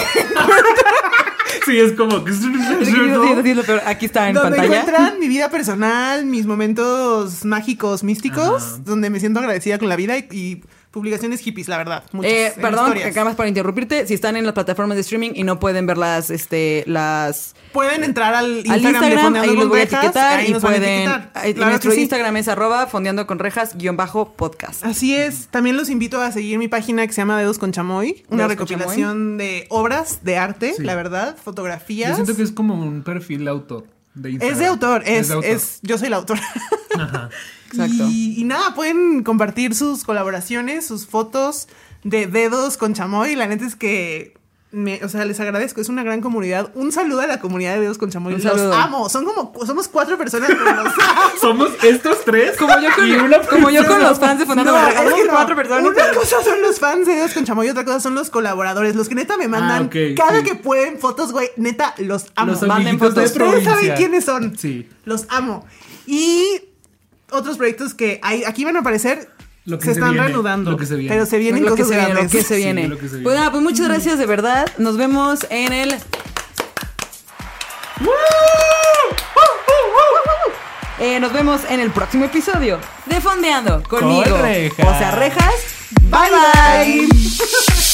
[SPEAKER 3] Sí, es como que...
[SPEAKER 1] Sí, sí, sí, lo peor. Aquí está Ah, en
[SPEAKER 4] donde
[SPEAKER 1] pantalla.
[SPEAKER 4] encuentran mi vida personal, mis momentos mágicos, místicos,
[SPEAKER 3] Ajá.
[SPEAKER 4] donde me siento agradecida con la vida y, y publicaciones hippies, la verdad. Muchas
[SPEAKER 1] Eh,
[SPEAKER 4] en
[SPEAKER 1] perdón,
[SPEAKER 4] historias.
[SPEAKER 1] acá más para interrumpirte. Si están en las plataformas de streaming y no pueden ver las, este, las
[SPEAKER 4] Pueden entrar al Instagram,
[SPEAKER 1] al
[SPEAKER 4] de
[SPEAKER 1] Instagram,
[SPEAKER 4] Fondeando
[SPEAKER 1] ahí los
[SPEAKER 4] con
[SPEAKER 1] voy a
[SPEAKER 4] Rejas,
[SPEAKER 1] etiquetar
[SPEAKER 4] ahí
[SPEAKER 1] y
[SPEAKER 4] nos van a
[SPEAKER 1] pueden.
[SPEAKER 4] etiquetar.
[SPEAKER 1] ahí-
[SPEAKER 4] Claro
[SPEAKER 1] nuestro
[SPEAKER 4] que sí.
[SPEAKER 1] Instagram es arroba fondeando con rejas guión bajo podcast.
[SPEAKER 4] Así es. También los invito a seguir mi página que se llama Dedos con Chamoy, una
[SPEAKER 1] Dedos con
[SPEAKER 4] recopilación de obras de arte,
[SPEAKER 3] Sí.
[SPEAKER 4] la verdad, fotografías.
[SPEAKER 3] Yo siento que es como un perfil de autor. De Instagram.
[SPEAKER 4] es de autor, es,
[SPEAKER 3] de autor.
[SPEAKER 4] es- yo soy la autora.
[SPEAKER 3] Ajá.
[SPEAKER 1] Exacto.
[SPEAKER 4] Y, y nada, pueden compartir sus colaboraciones, sus fotos de Dedos con Chamoy. La neta es que me- o sea, les agradezco, es una gran comunidad. Un saludo a la comunidad de Dedos con Chamoy.
[SPEAKER 1] Un
[SPEAKER 4] los
[SPEAKER 1] saludo.
[SPEAKER 4] amo. Son como somos cuatro personas, pero los amo.
[SPEAKER 3] Somos estos tres.
[SPEAKER 1] Como yo con-
[SPEAKER 3] y una
[SPEAKER 1] como yo con
[SPEAKER 3] persona.
[SPEAKER 1] los fans de Fondeando
[SPEAKER 4] No,
[SPEAKER 1] con rejas.
[SPEAKER 4] es que
[SPEAKER 1] Somos
[SPEAKER 4] no.
[SPEAKER 1] cuatro personas.
[SPEAKER 4] Una cosa son los fans de Dios con Chamoy, otra cosa son los colaboradores, los que neta me mandan
[SPEAKER 3] Ah, ok,
[SPEAKER 4] cada
[SPEAKER 3] sí.
[SPEAKER 4] que pueden fotos, güey, neta los amo.
[SPEAKER 3] Los
[SPEAKER 1] manden
[SPEAKER 3] amiguitos de
[SPEAKER 1] fotos.
[SPEAKER 4] Ustedes saben
[SPEAKER 3] provincia.
[SPEAKER 4] quiénes son.
[SPEAKER 3] Sí.
[SPEAKER 4] Los amo. Y otros proyectos que hay, aquí van a aparecer
[SPEAKER 3] Lo que
[SPEAKER 4] se,
[SPEAKER 3] se
[SPEAKER 4] están
[SPEAKER 3] viene,
[SPEAKER 4] reanudando,
[SPEAKER 3] lo que se viene.
[SPEAKER 4] pero se vienen
[SPEAKER 1] lo que
[SPEAKER 4] cosas
[SPEAKER 1] se viene, lo
[SPEAKER 4] grandes. Mm.
[SPEAKER 1] que se
[SPEAKER 3] Sí,
[SPEAKER 1] viene.
[SPEAKER 3] lo que se viene.
[SPEAKER 1] Pues nada, pues muchas gracias de verdad. Nos vemos en el. Eh, nos vemos en el próximo episodio de Fondeando conmigo.
[SPEAKER 3] Con rejas.
[SPEAKER 1] O sea, rejas.
[SPEAKER 4] bye. bye.